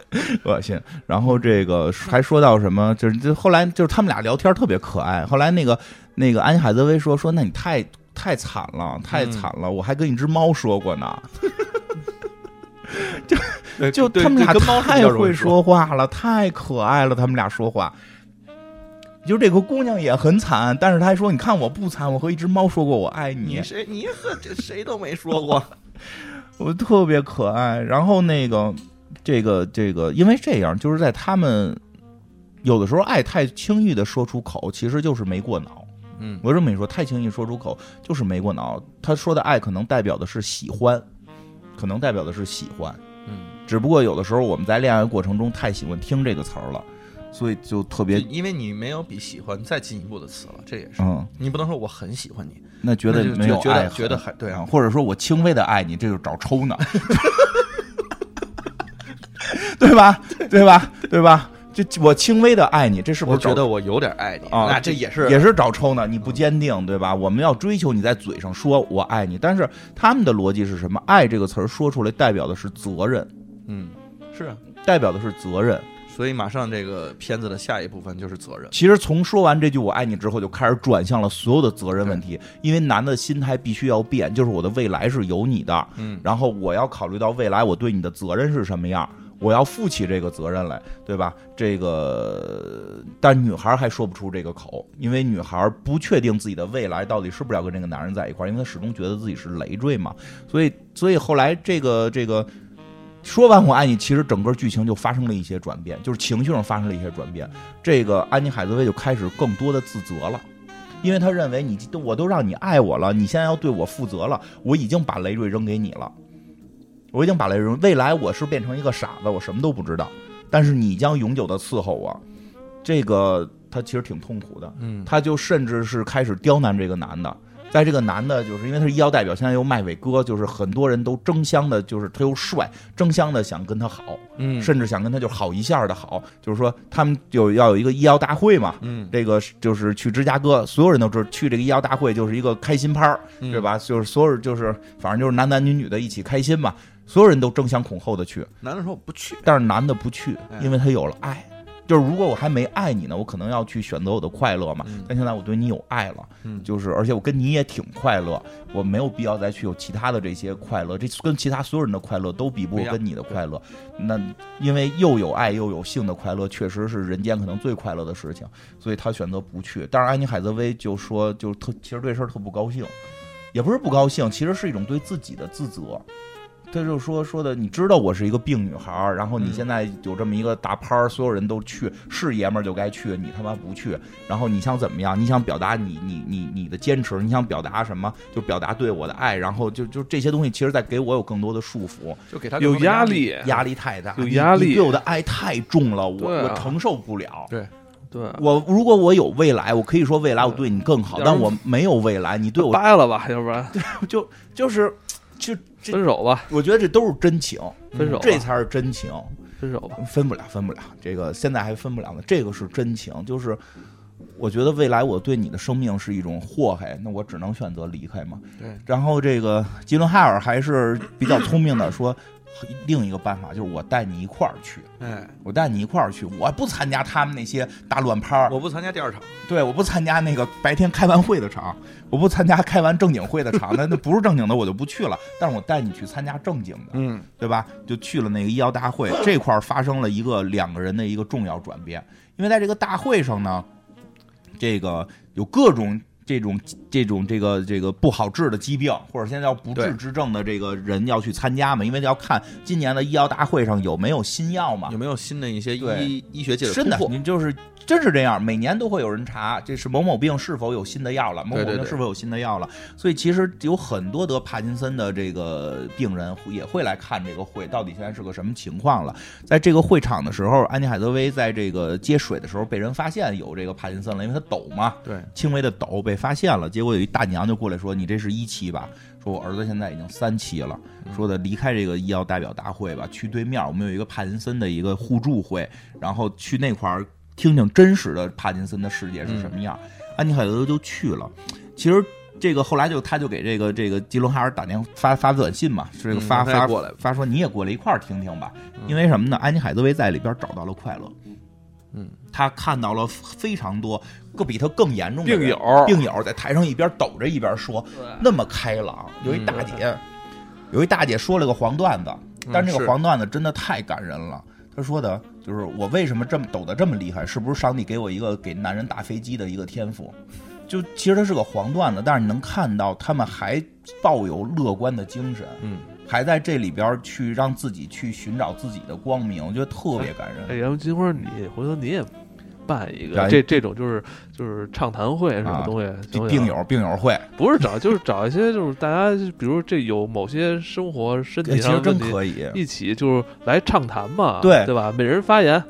恶心。然后这个还说到什么，就是就后来就是他们俩聊天特别可爱。后来那个那个安妮海瑟薇说说，那你太太惨了，太惨了，我还跟一只猫说过呢。
对
就
对
他们
对
俩
跟猫比
太
较容易
会说话了，太可爱了，他们俩说话。就这个姑娘也很惨，但是她还说：“你看我不惨，我和一只猫说过我爱你。”
你谁你和这谁都没说过，
我特别可爱。然后那个，这个这个，因为这样，就是在他们有的时候爱太轻易的说出口，其实就是没过脑。
嗯
我这么一说，太轻易说出口就是没过脑。他说的爱可能代表的是喜欢，可能代表的是喜欢。
嗯，
只不过有的时候我们在恋爱过程中太喜欢听这个词儿了，所以就特别
因为你没有比喜欢再进一步的词了，这也是，
嗯，
你不能说我很喜欢你，
那觉得
那就
没有
觉得
爱，
觉得还对
啊，
啊
或者说我轻微的爱你，这就是找 抽呢，对吧？对吧？对吧？这我轻微的爱你，这是不
我
是找
觉得我有点爱你，
啊
那这也是
也是找抽呢？你不坚定，对吧？我们要追求你在嘴上说我爱你，但是他们的逻辑是什么？爱这个词儿说出来代表的是责任，
嗯是啊，
代表的是责任。
所以马上这个片子的下一部分就是责任，
其实从说完这句“我爱你”之后，就开始转向了所有的责任问题，因为男的心态必须要变，就是我的未来是有你的，
嗯，
然后我要考虑到未来我对你的责任是什么样，我要负起这个责任来，对吧？这个，但女孩还说不出这个口，因为女孩不确定自己的未来到底是不是要跟这个男人在一块儿，因为她始终觉得自己是累赘嘛，所以，所以后来这个这个。说完“我爱你”，其实整个剧情就发生了一些转变，就是情绪上发生了一些转变。这个安妮海瑟薇就开始更多的自责了，因为她认为你都我都让你爱我了，你现在要对我负责了，我已经把累赘扔给你了，我已经把累赘扔，未来我是变成一个傻子，我什么都不知道，但是你将永久的伺候我，这个她其实挺痛苦的，
嗯，
她就甚至是开始刁难这个男的。在这个男的，就是因为他是医药代表，现在又卖伟哥，就是很多人都争相的，就是他又帅，争相的想跟他好，
嗯
甚至想跟他就好一下的好，就是说他们有要有一个医药大会嘛，
嗯，
这个是就是去芝加哥，所有人都知道去这个医药大会就是一个开心趴儿，
嗯
对？吧？就是所有就是反正就是男男女女的一起开心嘛，所有人都争相恐后的去，
男的说我不去，
但是男的不去
哎，
因为他有了爱。就是如果我还没爱你呢，我可能要去选择我的快乐嘛
嗯。
但现在我对你有爱了，
嗯
就是而且我跟你也挺快乐，我没有必要再去有其他的这些快乐，这跟其他所有人的快乐都比不
不
过
一样
跟你的快乐。那因为又有爱又有性的快乐，确实是人间可能最快乐的事情，所以他选择不去。但是安妮海瑟薇就说，就是特其实对这事儿特不高兴，也不是不高兴，其实是一种对自己的自责。他就说说的，你知道我是一个病女孩儿，然后你
嗯
现在有这么一个大趴儿，所有人都去，是爷们儿就该去，你他妈不去，然后你想怎么样？你想表达你你你你的坚持，你想表达什么？就表达对我的爱，然后就就这些东西，其实在给我有更多的束缚，
就给他
有
更多的
压
压，
力，
压力太大，
有
你
压力
你对我的爱太重了，我、
对啊
我承受不了。
对，
对，
我如果我有未来，我可以说未来我对你更好，
要是
但我没有未来，你对我
掰了吧，要不然
啊就就是就这，
分手吧，
我觉得这都是真情，
分手吧，
这才是真情。
分手吧，
分不了，分不了，这个现在还分不了呢。这个是真情，就是我觉得未来我对你的生命是一种祸害，那我只能选择离开嘛。
对。
然后这个吉伦哈尔还是比较聪明的，说另一个办法就是我带你一块儿去，
哎，
我带你一块儿去，我不参加他们那些大乱拍儿，
我不参加第二场，
对，我不参加那个白天开完会的场，我不参加开完正经会的场，那那不是正经的我就不去了。但是我带你去参加正经的，
嗯，
对吧？就去了那个医药大会，这块儿发生了一个两个人的一个重要转变，因为在这个大会上呢，这个有各种。这种这种这个这个不好治的疾病，或者现在要不治
对
之症的这个人要去参加嘛，因为要看今年的医药大会上有没有新药嘛
啊有，没有新的一些
对
医医学界
真的
突，破？
你就是真是这样，每年都会有人查，这是某某病是否有新的药了，某某
对对
病
对
是否有新的药了。所以其实有很多得帕金森的这个病人也会来看这个会，到底现在是个什么情况了。在这个会场的时候，安妮海瑟薇在这个接水的时候被人发现有这个帕金森了，因为她抖嘛，
对，
轻微的抖被发现了。结果有一大娘就过来说：“你这是一期吧？”说我儿子现在已经三期了，
嗯
说的离开这个医药代表大会吧，去对面我们有一个帕金森的一个互助会，然后去那块儿听听真实的帕金森的世界是什么样。
嗯
安妮海瑟薇就去了，其实。这个后来就他就给这个这个吉伦哈尔打电话发发短信嘛，是这个
嗯
发
他也
发
过来了
发说你也过来一块儿听听吧，因为什么呢？安妮海瑟薇在里边找到了快乐，
嗯，
她看到了非常多个比她更严重的人
病友，
病友在台上一边抖着一边说，那么开朗。有一大姐，有一大姐说了个黄段子，但是这个
是
黄段子真的太感人了。她说的就是我为什么这么抖得这么厉害，是不是上帝给我一个给男人打飞机的一个天赋？就其实它是个黄段子，但是你能看到他们还抱有乐观的精神，
嗯，
还在这里边去让自己去寻找自己的光明，我觉得特别感人。
哎，要不金花，你回头你也办一
来
个这这种就是就是畅谈会什么东西，行不行
病友病友会，
不是找就是找一些就是大家比如这有某些生活身体
哎其
上
实
的
真
问题，
可以，
一起就是来畅谈嘛，
对
啊对吧？呃每人发言，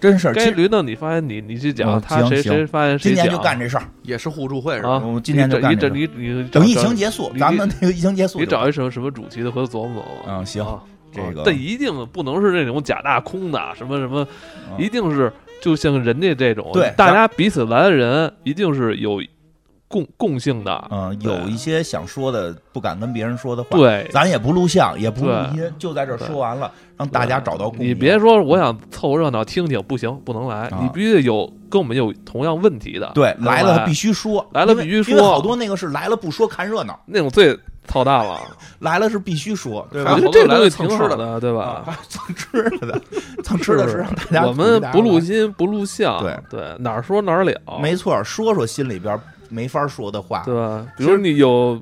真是。
该
今
驴弄你发言你你去讲，
嗯
他
行
谁
行
谁发言
今
谁
年就
讲
干这事儿，
也是互助会是吧？
啊！
我嗯今年就干
你
这
整
事儿
你整你你
等
找
疫
找
情结束，
你
咱们那个疫情结束
你
就
找一什么什么主题的，回头琢磨琢磨。
嗯行
啊
这个
但一定不能是那种假大空的，什么什么，
嗯
一定是就像人家这种，
对
大家彼此来的人一定是有共共性的，
嗯，
对啊
有一些想说的不敢跟别人说的话，，
对。
咱也不录像，也不录
对
音，就在这儿说完了，让大家找到共鸣。
你别说我想凑热闹听听，不行，不能来，
啊
你必须得有跟我们有同样问题的，
对
能来
来了必须说，
来了
因为
必须说
因为好多那个是来了不说看热闹，
那种最操蛋了。
来了是必须说，对
我
吧
觉？得这东西挺好的，对
啊
吧？，
蹭吃的的，蹭吃的是 让大家
我们不录
音，
音不录像，
对
对，哪儿说哪儿了，
没错，说说心里边没法说的话，
对吧？比如你有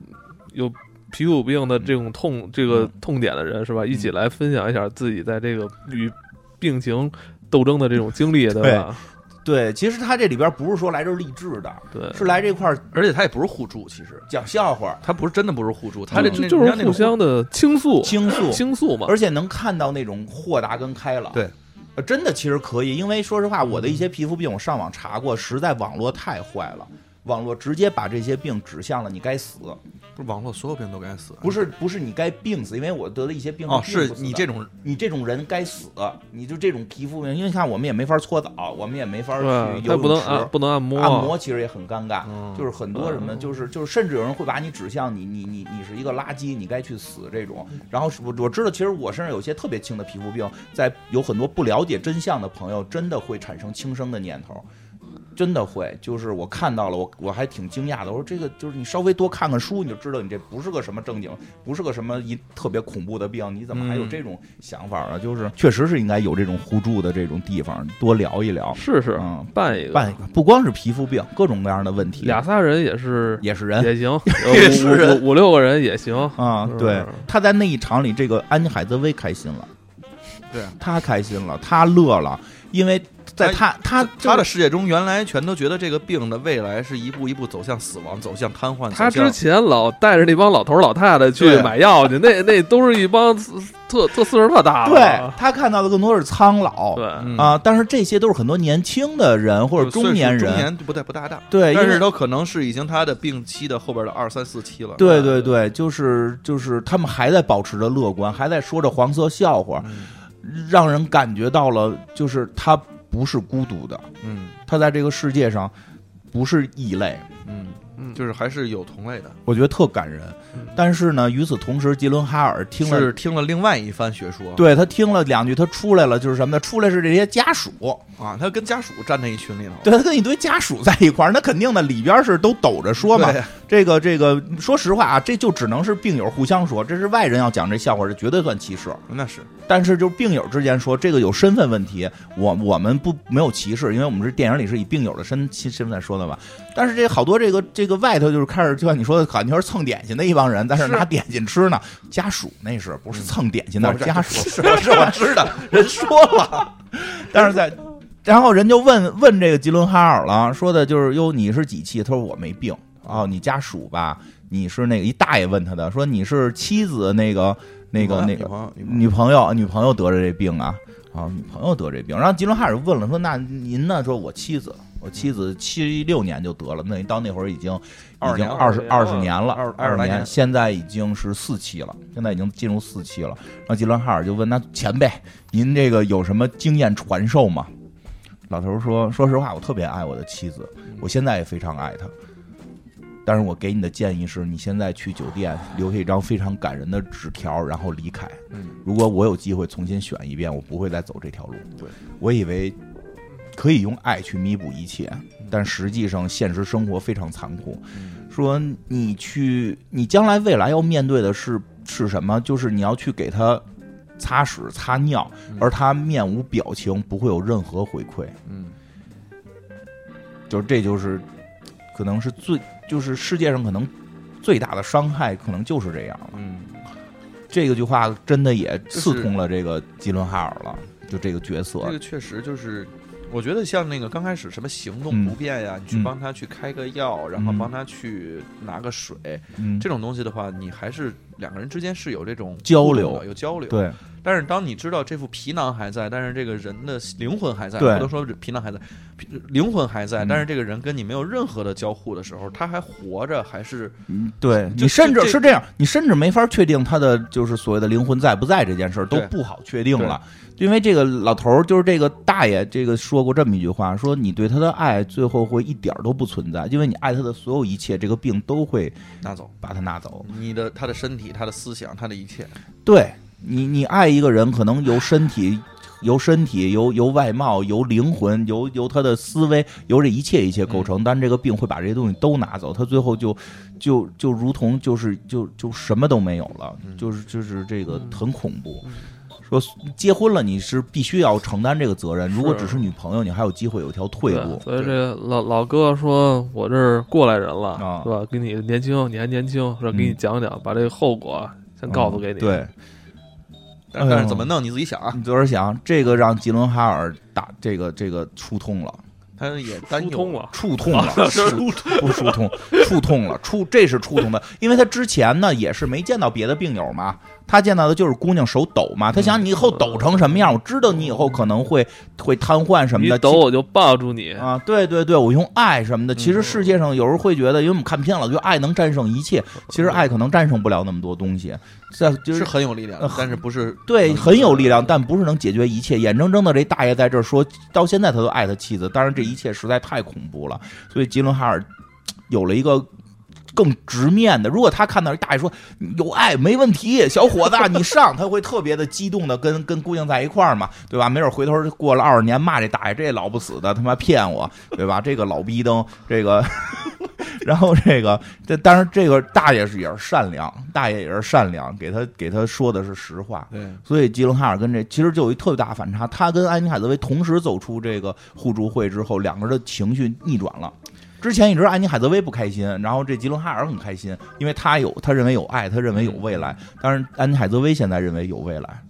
有皮肤病的这种痛，这个
嗯
痛点的人是吧？一起来分享一下自己在这个与病情斗争的这种经历，对吧？
对，其实他这里边不是说来这儿励志的，
对，
是来这块儿
而且他也不是互助，其实
讲笑话、
他不是真的不是互助，他这
就
那
就是
人家那
互
种
相的倾诉，
倾诉，
倾诉嘛。
而且能看到那种豁达跟开朗。
对嗯
呃，真的其实可以，因为说实话，我的一些皮肤病，我上网查过，实在网络太坏了。网络直接把这些病指向了你该死，
不是网络所有病都该死，啊
不是不是你该病死，因为我得了一些病
嗯哦，
是病
是
不死的
你这种
你这种人该死，你就这种皮肤病，因为你看我们也没法搓澡，我们也没法
对，
去
他
游
不能
泳池，
啊
按不能按摩，啊
按摩其实也很尴尬，
嗯
就是很多什么，就是就是，甚至有人会把你指向你你你你是一个垃圾，你该去死这种。然后是我我知道，其实我身上有些特别轻的皮肤病，在有很多不了解真相的朋友，真的会产生轻生的念头。真的会，就是我看到了，我我还挺惊讶的。我说这个就是你稍微多看看书，你就知道你这不是个什么正经，不是个什么一特别恐怖的病，你怎么还有
嗯
这种想法啊？就是确实是应该有这种互助的这种地方，多聊一聊。
试试
嗯，
办一个，
办一个，不光是皮肤病，各种各样的问题，
俩仨人也是
也是人
也行，
也是
呃五五五五六个人也行，
啊、
是
对，他在那一场里，这个安妮海瑟薇开心了，
对啊
他开心了，他乐了，因为在他他
他的世界中，原来全都觉得这个病的未来是一步一步走向死亡，走向瘫痪。
他
走向
之前老带着那帮老头儿老太太去
对
买药去，那那都是一帮特特岁数特大的
对他看到的更多是苍老
对
嗯
啊，但是这些都是很多年轻的人或者
就岁数
中年
中
人，
年不太不大大，
对，
但
因为
是都可能是已经他的病期的后边的二三四期了。
对对对，就是就是他们还在保持着乐观，还在说着黄色笑话，
嗯
让人感觉到了就是他不是孤独的，
嗯
他在这个世界上不是异类，
嗯
嗯
就是还是有同类的，
我觉得特感人
嗯。
但是呢，与此同时，杰伦哈尔听了
是，听了另外一番学说。
对他听了两句，他出来了，就是什么呢？出来是这些家属，
啊，他跟家属站在一群里头。
对他跟一堆家属在一块儿，那肯定的，里边是都抖着说嘛
对。
这个这个，说实话啊，这就只能是病友互相说，这是外人要讲这笑话，这绝对算歧视。
那是
但是就是病友之间说这个有身份问题，我我们不没有歧视，因为我们是电影里是以病友的身身身份在说的嘛。但是这好多这个这个外头就是开始就像你说的，感觉是蹭点心的一帮人，在那儿
是
拿点心吃呢。家属那是不是蹭点心的？
我知道
家属
是是我知道，人说了，
但是在，然后人就问问这个吉伦哈尔了，说的就是哟，你是几期？他说我没病。哦，你家属吧？你是那个一大爷问他的，说你是妻子那个那个那个女朋友女朋友得了这病啊啊，女朋友得这病。然后吉伦哈尔问了，说那您呢？说我妻子。我妻子七六年就得了，那到那会儿已经已经
20年
二十二
二
十
十
年
年
了，
二
二
二
十
十来
年，
年
现在已经是四期了，现在已经进入四期了。然后吉伦哈尔就问那前辈，您这个有什么经验传授吗？老头儿说：“说实话，我特别爱我的妻子，
嗯
我现在也非常爱她。但是我给你的建议是，你现在去酒店留下一张非常感人的纸条，然后离开。
嗯
如果我有机会重新选一遍，我不会再走这条路。
对
我以为可以用爱去弥补一切，但实际上现实生活非常残酷。
嗯
说你去，你将来未来要面对的是是什么？就是你要去给他擦屎擦尿，而他面无表情，不会有任何回馈。
嗯，
就是这就是可能是最就是世界上可能最大的伤害，可能就是这样了。
嗯，
这个句话真的也
是
刺痛了这个吉伦哈尔了，就这个角色
这。个确实就是。我觉得像那个刚开始什么行动不便呀，你去
嗯
帮他去开个药，然后
嗯
帮他去拿个水，
嗯，
这种东西的话，你还是
两个人之间是有这种
交
互动
流
的有交流。
对，
但是当你知道这副皮囊还在，但是这个人的灵魂还在，
对
不能说皮囊还在，皮灵魂还在，
嗯
但是这个人跟你没有任何的交互的时候，他还活着，还是
嗯，对
就
你甚
就
至
这
是这样，你甚至没法确定他的就是所谓的灵魂在不在这件事儿都
对
不好确定了，因为这个老头儿就是这个大爷，这个说过这么一句话，说你对他的爱最后会一点儿都不存在，因为你爱他的所有一切，这个病都会
拿走
把他拿走。
你的他的身体、他的思想、他的一切。
对你，你爱一个人，可能由身体。由身体，由由外貌，由灵魂，由由他的思维，由这一切一切构成，但这个病会把这些东西都拿走，他最后就就就如同就是就就什么都没有了，
嗯
就是就是这个
嗯
很恐怖。说结婚了，你是必须要承担这个责任，如果
是
只是女朋友，你还有机会有一条退
对，
路。
所以这老老哥说，我这是过来人了，
啊
是吧？给你年轻，你还年轻，是吧？
嗯
给你讲讲，把这个后果先告诉给你。
嗯，对，
但
哎呦
但是怎么弄你自己想啊，
你昨儿想这个让吉伦哈尔打这个这个触痛了。
他也担
疏
忧啊
通了，
触痛了， 触不疏通，触痛了，触这是触痛的，因为他之前呢也是没见到别的病友嘛，他见到的就是姑娘手抖
嗯
嘛，他想你以后抖成什么样，我知道你以后可能会会瘫痪什么
你
的，
抖我就嗯抱住 你。
啊，对对对，我用爱什么的，其实世界上有时候会觉得，因为我们看偏了，就爱能战胜一切，其实爱可能战胜不了那么多东西，在就是
很有力量的
呃，
但是不是
对，
能
很有力量，但不是能解决一切。眼睁睁的这大爷在这儿说，到现在他都爱他妻子，当然这一切实在太恐怖了。所以吉伦哈尔嘖有了一个更直面的，如果他看到一大爷说有爱没问题，小伙子啊你上，他会特别的激动的跟跟姑娘在一块儿嘛，对吧？没准回头过了二十年骂这大爷，这老不死的他妈骗我，对吧？这个老逼灯，这个。 然后这个，这当然这个大爷是也是善良，大爷也是善良，给他给他说的是实话。
对
所以吉伦哈尔跟这其实就有一特别大反差，他跟安妮海瑟薇同时走出这个互助会之后，两个人的情绪逆转了。之前一直安妮海瑟薇不开心，然后这吉伦哈尔很开心，因为他有他认为有爱，他认为有未来。当然，安妮海瑟薇现在认为有未来，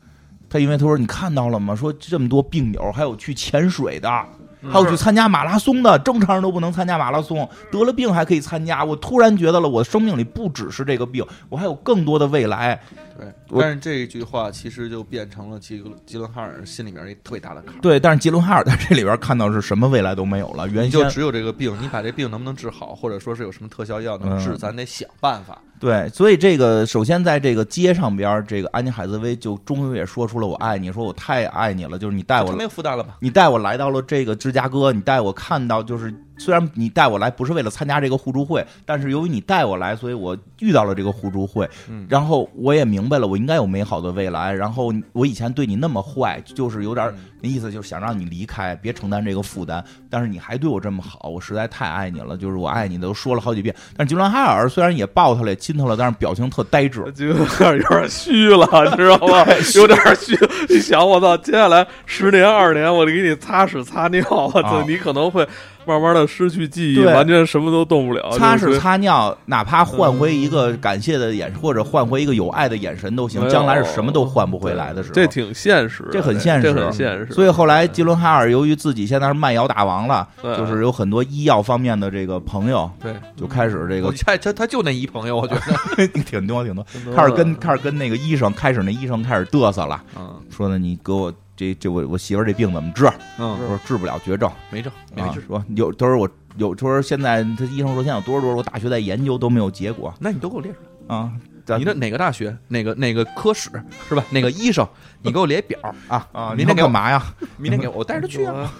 他因为他说你看到了吗？说这么多病友，还有去潜水的。
嗯
还有去参加马拉松的，正常人都不能参加马拉松，得了病还可以参加。我突然觉得了，我生命里不只是这个病，我还有更多的未来。
对，
我
但是这一句话其实就变成了吉吉伦哈尔心里面一特别大的坎儿。
对，但是吉伦哈尔在这里边看到是什么未来都没有了，
你
原
就
先
只有这个病，你把这病能不能治好，或者说是有什么特效药能
嗯
治，咱得想办法。
对，所以这个首先在这个街上边儿，这个安妮海瑟薇就终于也说出了我爱你，说我太爱你了，就是你哎带我
这没有负担了吧？
你带我来到了这个芝加哥，你带我看到，就是虽然你带我来不是为了参加这个互助会，但是由于你带我来，所以我遇到了这个互助会，
嗯
然后我也明白了我应该有美好的未来。然后我以前对你那么坏，就是有点儿
嗯
那意思，就是想让你离开，别承担这个负担。但是你还对我这么好，我实在太爱你了，就是我爱你的都说了好几遍。但是吉伦哈尔虽然也抱他了，也亲他了，但是表情特呆滞。
就有点有点虚了，你知道吗？有点虚。你想，我操，接下来十年二十年，我得给你擦屎擦尿，我操，
啊
你可能会慢慢的失去记忆，
对
完全什么都动不了。
擦
哦就是嗯
屎擦尿，哪怕换回一个感谢的眼，或者换回一个有爱的眼神都
没
行。
有
将来是什么都换不回来的时候，
这挺现实的，
这很现
这
实
很现实。
所以后来吉伦哈尔由于自己现在是卖药大王了，
对
就是有很多医药方面的这个朋友，
对，
就开始这
我
个
他他他就那一朋友，我觉得，
挺多挺多，
真的
开始跟开始跟那个医生，开始那医生开始嘚瑟了，
嗯
说呢你给我这这我我媳妇儿这病怎么治？我
嗯，
说治不了绝症，
没症，没
啊
治，，
说有他说我有他说现在他医生说现在有多少多少，我大学在研究都没有结果
那你都给我列出来，
啊。咱
你这哪个大学，哪个哪个科室是吧？哪个医生，你给我列表，
啊啊，
明天给我
干嘛呀？
明天给我，我带着去啊。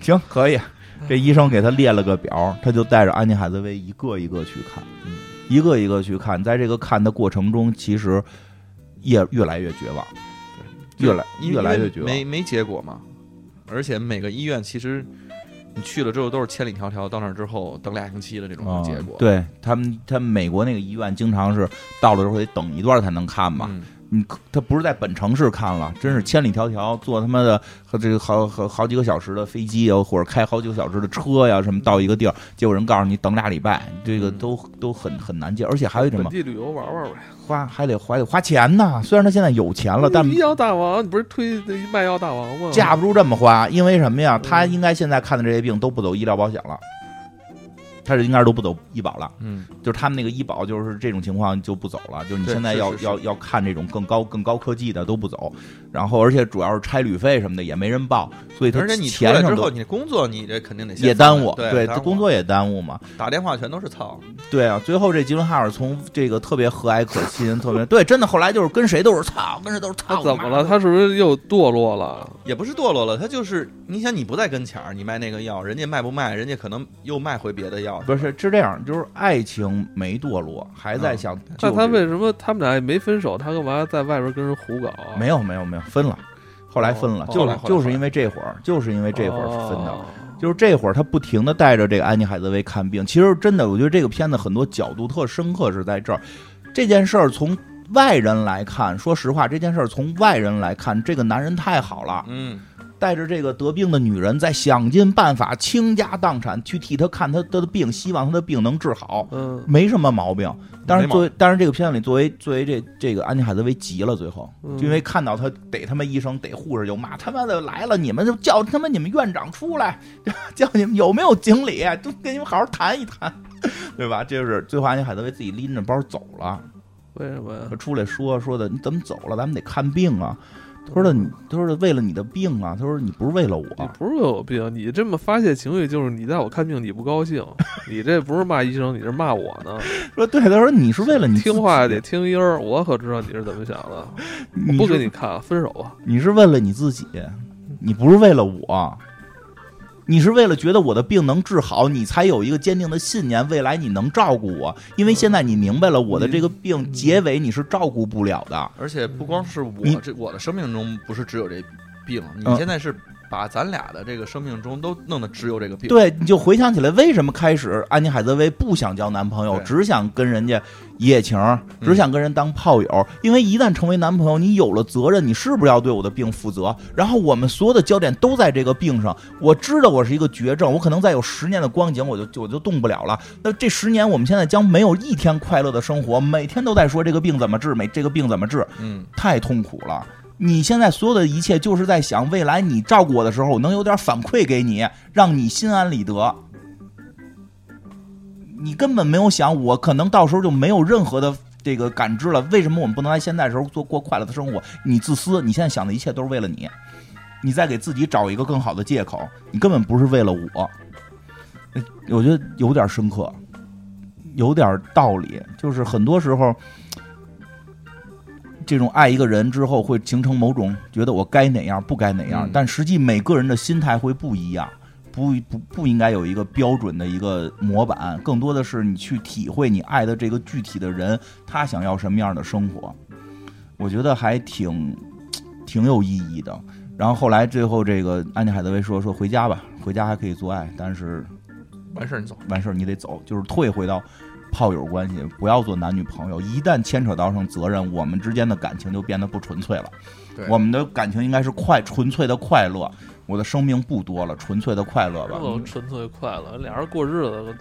行，可以。这医生给他列了个表，他就带着安妮海瑟薇一个一个去看，
嗯
一个一个去看。在这个看的过程中，其实也越来越绝望， 越来
因为
越来
因为
越绝望。
没没结果嘛。而且每个医院其实你去了之后都是千里迢迢，到那儿之后等俩星期的这种
啊
结果。
对他们，他们美国那个医院经常是到了之后得等一段才能看嘛。
嗯，
你可他不是在本城市看了，
嗯
真是千里迢迢坐他妈的和这个好好好几个小时的飞机啊，或者开好几个小时的车呀，什么到一个地儿，
嗯
结果人告诉你等俩礼拜，这个
嗯
都都很很难见，而且还有一种
本
嘛，
地旅游玩玩呗。
花还得还得花钱呢。虽然他现在有钱了，但
医药大王，你不是推那卖药大王吗？嗯
架不住这么花，因为什么呀？他应该现在看的这些病都不走医疗保险了。他这应该是都不走医保了，
嗯，
就是他们那个医保就是这种情况就不走了，就是你
对
现在
是
要
是是
要要看这种更高更高科技的都不走，然后而且主要是差旅费什么的也没人报，所以他
而且你出
钱
来
上
之
都
后，你工作你这肯定得先
也
放
耽
下
误，
对，
他
耽误
工作也耽误嘛。
打电话全都是操，
对啊，最后这吉伦哈尔从这个特别和蔼可亲，特别对，真的后来就是跟谁都是操，跟谁都是
他
操。
怎么
妈
了？他是不是又堕落了？
也不是堕落了，他就是你想你不在跟前儿，你卖那个药，人家卖不卖，人家可能又卖回别的药，
不是是这样，就是爱情没堕落，还在想救
那
这
他
个。
为什么他们俩也没分手？他干嘛在外边跟人胡搞啊？
没有没有没有分了，后来分了，
哦
就
后来
是
后来
就是因为这会儿，就是因为这会儿
哦
分的。就是这会儿他不停的带着这个安妮海瑟薇看病。其实真的，我觉得这个片子很多角度特深刻是在这儿。这件事儿从外人来看，说实话，这件事儿从外人来看，这个男人太好了，
嗯，
带着这个得病的女人在想尽办法倾家荡产去替她看她的病，希望她的病能治好。
嗯
没什么毛病，但是
没毛
作为但是这个片子里作为作为这这个安妮海瑟薇急了，最后
嗯
就因为看到他逮他妈医生逮护士就骂他妈的来了，你们就叫他妈你们院长出来， 叫你们有没有经理，都跟你们好好谈一谈， 对吧？这就是最后安妮海瑟薇自己拎着包走了，
嗯为什么呀
她？出来说说的你怎么走了？咱们得看病
嗯
啊。他说的你，他说的为了你的病啊，他说你不是为了
你
我，
不是有病，你这么发泄情绪就是你带我看病，你不高兴，你这不是骂医生，你是骂我呢。
说对，他说你是为了你自己
听话得，听音儿，我可知道你是怎么想的。我
你
不
是
跟你看了，分手吧。
你是为了你自己，你不是为了我，你是为了觉得我的病能治好，你才有一个坚定的信念，未来你能照顾我。因为现在你明白了，我的这个病结尾你是照顾不了的。
而且不光是我
你
这我的生命中不是只有这病，你
嗯
现在是把咱俩的这个生命中都弄得只有这个病，
对，你就回想起来，为什么开始安妮海瑟薇不想交男朋友，
对嗯
只想跟人家一夜情，只想跟人当炮友？因为一旦成为男朋友，你有了责任，你是不是要对我的病负责？然后我们所有的焦点都在这个病上。我知道我是一个绝症，我可能再有十年的光景，我就就我就动不了了。那这十年，我们现在将没有一天快乐的生活，每天都在说这个病怎么治，每这个病怎么治。
嗯，
太痛苦了。你现在所有的一切，就是在想未来你照顾我的时候，我能有点反馈给你，让你心安理得。你根本没有想，我可能到时候就没有任何的这个感知了。为什么我们不能在现在的时候做过快乐的生活？你自私，你现在想的一切都是为了你，你在给自己找一个更好的借口，你根本不是为了我。呃我觉得有点深刻，有点道理，就是很多时候。这种爱一个人之后，会形成某种觉得我该哪样不该哪样，
嗯
但实际每个人的心态会不一样，不不不应该有一个标准的一个模板，更多的是你去体会你爱的这个具体的人，他想要什么样的生活，我觉得还挺挺有意义的。然后后来最后这个安妮海瑟薇说说回家吧，回家还可以做爱，但是
完事儿你走。
完事儿你得走，就是退回到炮友关系，不要做男女朋友。一旦牵扯到上责任，我们之间的感情就变得不纯粹了
对。
我们的感情应该是快纯粹的快乐。我的生命不多了，纯粹的快乐吧。
我纯粹快乐，俩人过日子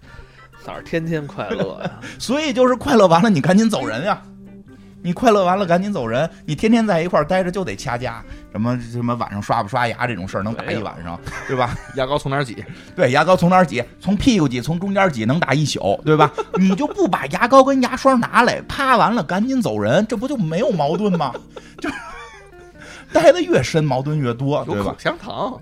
哪儿天天快乐 呀？
所以就是快乐完了，你赶紧走人呀！你快乐完了赶紧走人，你天天在一块儿待着就得掐架，什么什么晚上刷不刷牙这种事儿能打一晚上，对吧？
牙膏从哪儿挤？
对，牙膏从哪儿挤？从屁股挤，从中间挤，能打一宿，对吧？你就不把牙膏跟牙刷拿来，啪完了赶紧走人，这不就没有矛盾吗？就 待的越深，矛盾越多，对
有
吧
口？香糖。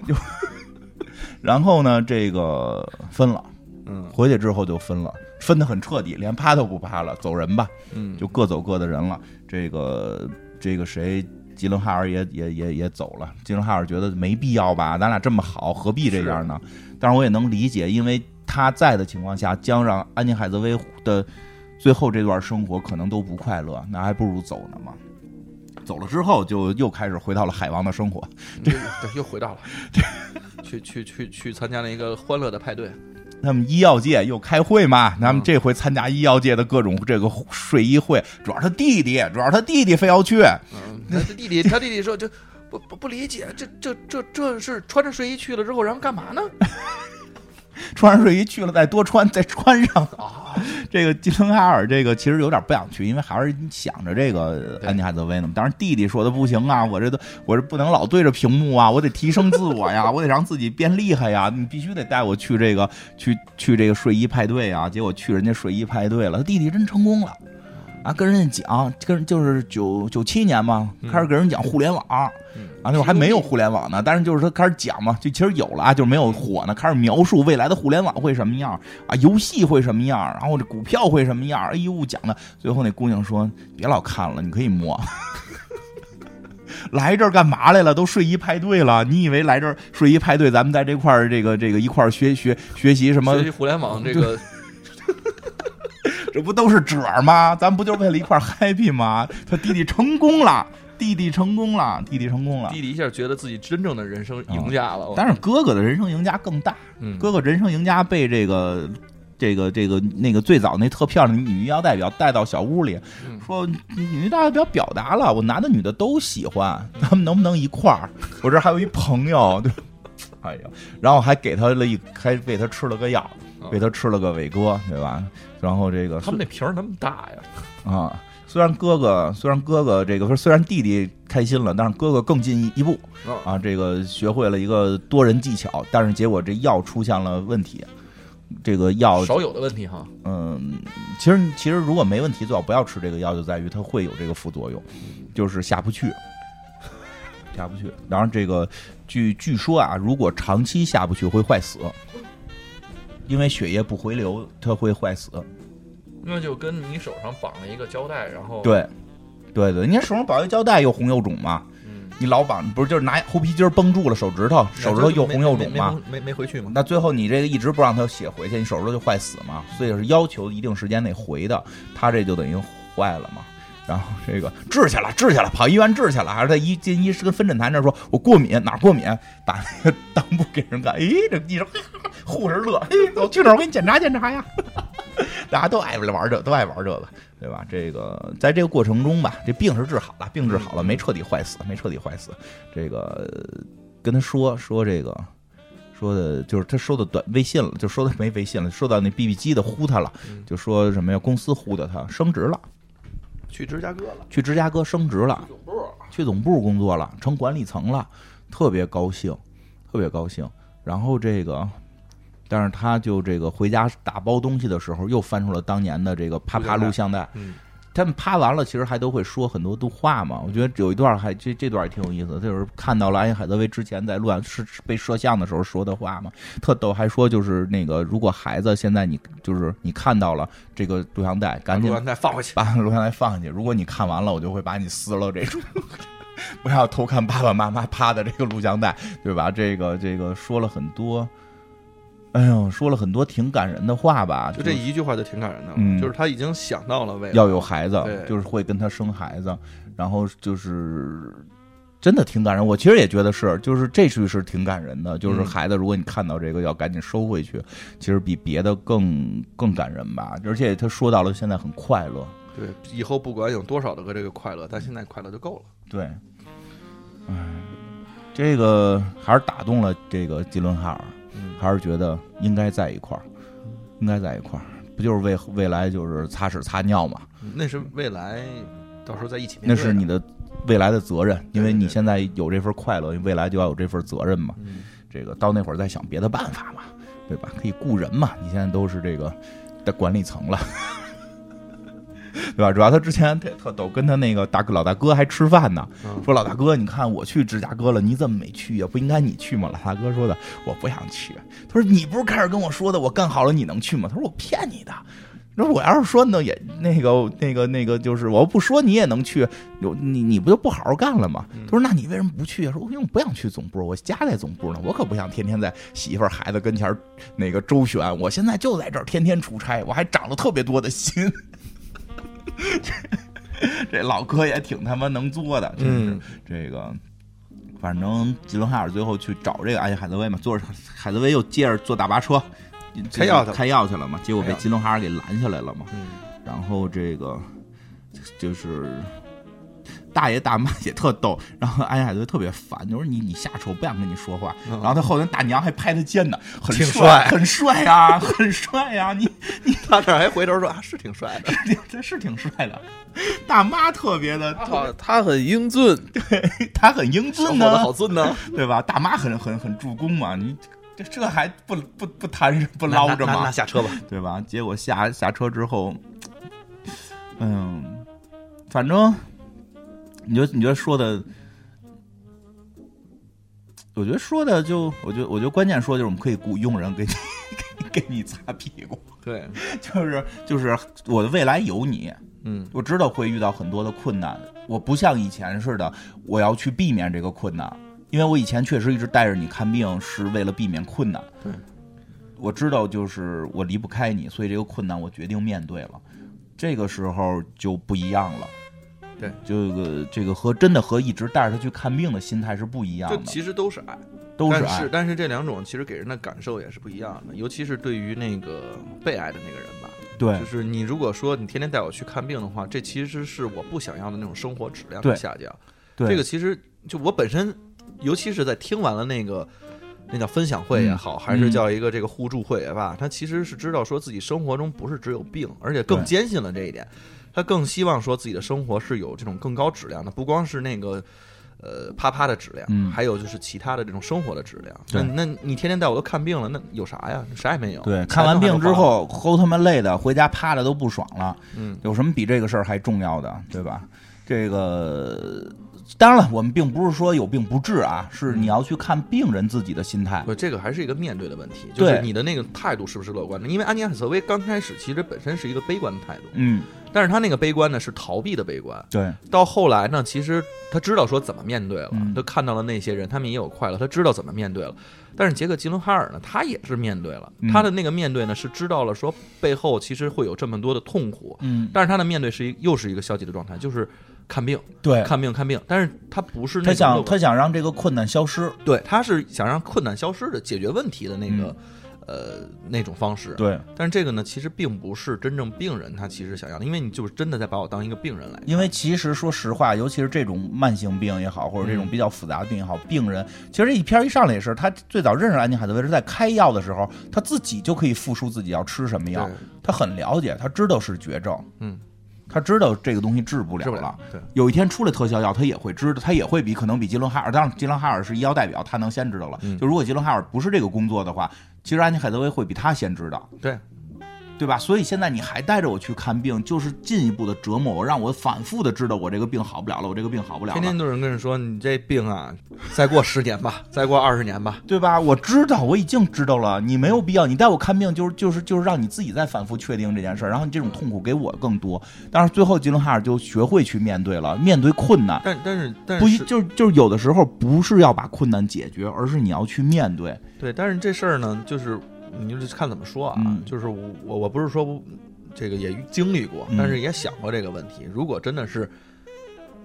然后呢，这个分了，
嗯
回去之后就分了，分得很彻底，连啪都不啪了，走人吧，
嗯，
就各走各的人了。这个这个谁？吉伦哈尔也也也也走了。吉伦哈尔觉得没必要吧，咱俩这么好，何必这样呢？但是我也能理解，因为他在的情况下，将让安妮海瑟薇的最后这段生活可能都不快乐，那还不如走呢嘛。走了之后，就又开始回到了海王的生活。
对对，又回到了，去去去去参加了一个欢乐的派对，
他们医药界又开会嘛，他们这回参加医药界的各种这个睡衣会，主要是他弟弟，主要是他弟弟非要去，
嗯，他弟弟他弟弟说就不不不理解，这这这这是穿着睡衣去了之后，然后干嘛呢？
穿上睡衣去了，再多穿，再穿上啊。 这个基伦哈尔，这个其实有点不想去，因为还是想着这个
对
安妮海瑟薇呢。当然，弟弟说的不行啊，我这都我这不能老对着屏幕啊，我得提升自我呀，我得让自己变厉害呀，你必须得带我去这个去去这个睡衣派对啊。结果去人家睡衣派对了，他弟弟真成功了。啊，跟人家讲，跟就是九九七年嘛，开始给人讲互联网，
嗯
啊，那会儿还没有互联网呢，但是就是他开始讲嘛，就其实有了啊，就是没有火呢，开始描述未来的互联网会什么样啊，游戏会什么样，然后这股票会什么样，哎呦讲的，最后那姑娘说别老看了，你可以摸。 来这儿干嘛来了？都睡衣派对了，你以为来这儿睡衣派对，咱们在这块儿这个这个一块儿学学学习什么
学习互联网这个
这不都是褶儿吗？咱不就是为了一块儿 happy 吗？他弟弟成功了，弟弟成功了，弟弟成功了。
弟弟一下觉得自己真正的人生赢家了。
啊但是哥哥的人生赢家更大，
嗯
哥哥人生赢家被这个。这个这个那个最早那特漂亮的女妖代表带到小屋里，
嗯
说女代表表达了，我男的女的都喜欢，咱们能不能一块儿？我这儿还有一朋友，对， 哎呀，然后还给他了一，还喂他吃了个药，
啊
喂他吃了个伟哥，对吧？然后这个
他们那瓶儿那么大呀，
啊，虽然哥哥虽然哥哥这个不是虽然弟弟开心了，但是哥哥更进一步
啊
啊，这个学会了一个多人技巧，但是结果这药出现了问题。这个药，
少有的问题哈。
嗯，其实其实如果没问题，最好不要吃这个药，就在于它会有这个副作用，就是下不去，下不去。然后这个据据说啊，如果长期下不去会坏死，因为血液不回流，它会坏死。
那就跟你手上绑了一个胶带，然后，
对，对对，你看手上绑一胶带又红又肿嘛，
嗯，
你老绑不是就是拿猴皮筋儿绷住了手指头，手指头又红又肿嘛。嗯
没没没回去吗？
那最后你这个一直不让它血回去，你手指头就坏死嘛。所以是要求一定时间内回的，它这就等于坏了嘛。然后这个治去了，治去了，跑医院治去了，还是在医进医师跟分诊台那儿说，我过敏哪儿过敏，把那个 裆部给人看，哎，这医生护士乐，哎，走去哪儿我给你检查检查呀。 大家都爱玩这，都爱玩这个，对吧？这个在这个过程中吧，这病是治好了，病治好了，没彻底坏死，没彻底坏死。这个呃跟他说说这个，说的就是他收到短微信了，就收到没微信了，收到那 BB 机的呼他了，就说什么呀？公司呼的他升职了，
去芝加哥了，
去芝加哥升职了，
总部
去总部工作了，成管理层了，特别高兴，特别高兴。然后这个，但是他就这个回家打包东西的时候，又翻出了当年的这个啪啪录像带。
嗯
他们啪完了，其实还都会说很多度话嘛。我觉得有一段还这这段也挺有意思的，就是看到了安妮海瑟薇之前在乱是是被摄像的时候说的话嘛，特逗。还说就是那个，如果孩子现在你就是你看到了这个录像带，赶紧
啊把录像带放回去。
把录像带放进去。如果你看完了，我就会把你撕了。这种 不要偷看爸爸妈妈趴的这个录像带，对吧？这个这个说了很多，哎呦，说了很多挺感人的话吧。
就这
是
一句话就挺感人的了，
嗯
就是他已经想到了未来。
要有孩子，
对
就是会跟他生孩子，然后就是。真的挺感人，我其实也觉得是，就是这句是挺感人的，就是
嗯
孩子，如果你看到这个，要赶紧收回去，其实比别的更更感人吧。而且他说到了现在很快乐，
对，以后不管有多少的个这个快乐，但现在快乐就够了。
对，哎，这个还是打动了这个吉伦哈尔，
嗯，
还是觉得应该在一块儿，应该在一块儿，不就是为未来就是擦屎擦尿嘛？
嗯那是未来，到时候在一起面
那
对。
是你的未来的责任，因为
对对
你
对
现在有这份快乐，未来就要有这份责任嘛。
嗯，
这个到那会儿再想别的办法嘛，对吧？可以雇人嘛，你现在都是这个的管理层了。 对吧？主要他之前特特逗，跟他那个大哥老大哥还吃饭呢，
嗯
说老大哥，你看我去芝加哥了，你怎么没去呀？不应该你去吗？老大哥说的，我不想去。他说你不是开始跟我说的，我干好了你能去吗？他说我骗你的。那我要是说呢，也那个那个那个，就是我要不说你也能去，有你你不就不好好干了吗？他说那你为什么不去啊？说因为我不想去总部，我家在总部呢，我可不想天天在媳妇儿孩子跟前儿那个周旋。我现在就在这儿天天出差，我还长了特别多的心。 这老哥也挺他妈能作的，真是、
嗯
这个。反正吉伦哈尔最后去找这个安妮海瑟薇嘛，坐着海瑟薇又接着坐大巴车
开药去了
开药去了嘛，结果
开
被
药
吉伦哈尔嗯给拦下来了嘛。
嗯
然后这个就是大爷大妈也特逗，然后安海就特别烦，就说你你下去，我不想跟你说话。然后他后头那大娘还拍他肩呢，很
嗯挺
帅，
帅
很帅呀，很帅呀，你
他这儿还回头说啊，是挺帅的，
你这是挺帅的。大妈特别的，特
他他很英俊，
他很英
小
俊
伙子
呢，
好俊呢，
对吧？大妈很很很助攻嘛，你这这还不不不摊上不
不
捞着
那那
吗
那？下车吧，
对吧？结果下下车之后，嗯，反正你觉得你觉得说的，我觉得说的就，我觉得我觉得关键说就是我们可以雇佣人给你 给你擦屁股，
对，
就是就是我的未来有你，
嗯，
我知道会遇到很多的困难，我不像以前似的，我要去避免这个困难，因为我以前确实一直带着你看病是为了避免困难。
对，
我知道就是我离不开你，所以这个困难我决定面对了。这个时候就不一样了。
对，
这个这个和真的和一直带着他去看病的心态是不一样
就
的，
其实都是爱。
都是
但
爱
是。但是这两种其实给人的感受也是不一样的，尤其是对于那个被爱的那个人吧。
对
就，是你如果说你天天带我去看病的话，这其实是我不想要的那种生活质量的
对
下降。
对
这个其实就我本身，尤其是在听完了那个那叫分享会
嗯
也好，还是叫一个这个互助会也罢，他其实是知道说自己生活中不是只有病，而且更
对
坚信了这一点。他更希望说自己的生活是有这种更高质量的，不光是那个。呃，啪啪的质量，
嗯
还有就是其他的这种生活的质量。
对
那那你天天带我都看病了，那有啥呀？啥也没有。
对，
钱
看完
都还
病
没
之
花，
后，齁他妈累的，回家趴着都不爽了。
嗯，
有什么比这个事儿还重要的，对吧？这个当然了，我们并不是说有病不治啊，是
嗯
你要去看病人自己的心态。
不，这个还是一个面对的问题，就是
对
你的那个态度是不是乐观的？因为安妮海瑟薇刚开始其实本身是一个悲观的态度，
嗯，
但是她那个悲观呢是逃避的悲观。
对，
到后来呢，其实她知道说怎么面对了
嗯，
她看到了那些人，他们也有快乐，她知道怎么面对了。但是杰克·吉伦哈尔呢，他也是面对了，
嗯
他的那个面对呢是知道了说背后其实会有这么多的痛苦，
嗯，
但是他的面对是一又是一个消极的状态，就是看病、
对，
看病、看病。但是他不是那
他
种乐
想
观
他想让这个困难消失。
对，他是想让困难消失的，解决问题的那个、呃那种方式。，
嗯对，
但是这个呢，其实并不是真正病人他其实想要的，因为你就是真的在把我当一个病人来。
因为其实说实话，尤其是这种慢性病也好，或者这
嗯
种比较复杂的病也好，病人其实这一篇一上来也是，他最早认识安妮海瑟薇是在开药的时候，他自己就可以复述自己要吃什么药
对，
他很了解，他知道是绝症，
嗯，
他知道这个东西治不
治
了
不
了
了。对，
有一天出来特效药，他也会知道，他也会比可能比吉伦哈尔，当然吉伦哈尔是医药代表，他能先知道了。
嗯
就如果吉伦哈尔不是这个工作的话，其实安妮海瑟薇会比他先知道，
对
对吧？所以现在你还带着我去看病，就是进一步的折磨我，让我反复的知道我这个病好不了了，我这个病好不了
天
了
天。都有人跟人说你这病啊， 再过十年吧， 再过二十年吧。
对吧？我知道，我已经知道了。你没有必要，你带我看病就是就是就是让你自己再反复确定这件事儿，然后你这种痛苦给我更多。但是最后吉伦哈尔就学会去面对了，面对困难，
但但是但
不一
是
就是就是有的时候不是要把困难解决，而是你要去面对。
对，但是这事儿呢，就是你就是看怎么说啊。
嗯
就是我我我不是说不这个也经历过，
嗯
但是也想过这个问题。如果真的是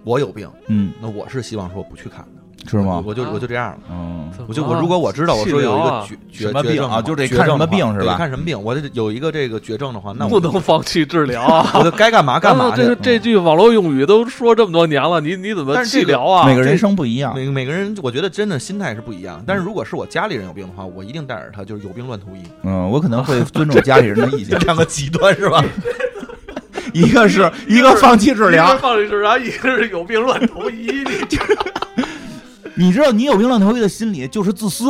我有病，
嗯，
那我是希望说不去看的，
是吗？
我就我就这样了。
嗯，
我就我如果我知道我说有一个绝绝
什么病
绝
啊
症的话
就得
绝
看
症
什么
的话
病是
对
吧
看什么病，我得有一个这个绝症的话，那
不
我就
能放弃治疗啊！
我就该干嘛 干嘛
这
去。
这句网络用语都说这么多年了，你你怎么
但是这
去
个
聊啊？
每个人生不一样。
每每个人，我觉得真的心态是不一样。但是如果是我家里人有病的话，我一定带着他，就是有病乱投医，，
嗯，我可能会尊重家里人的意见
两个极端是吧？
一个是一个放弃治
一个
疗
是，放弃治疗，一个是有病乱投医，你这
你知道你有病乱投医的心理就是自私，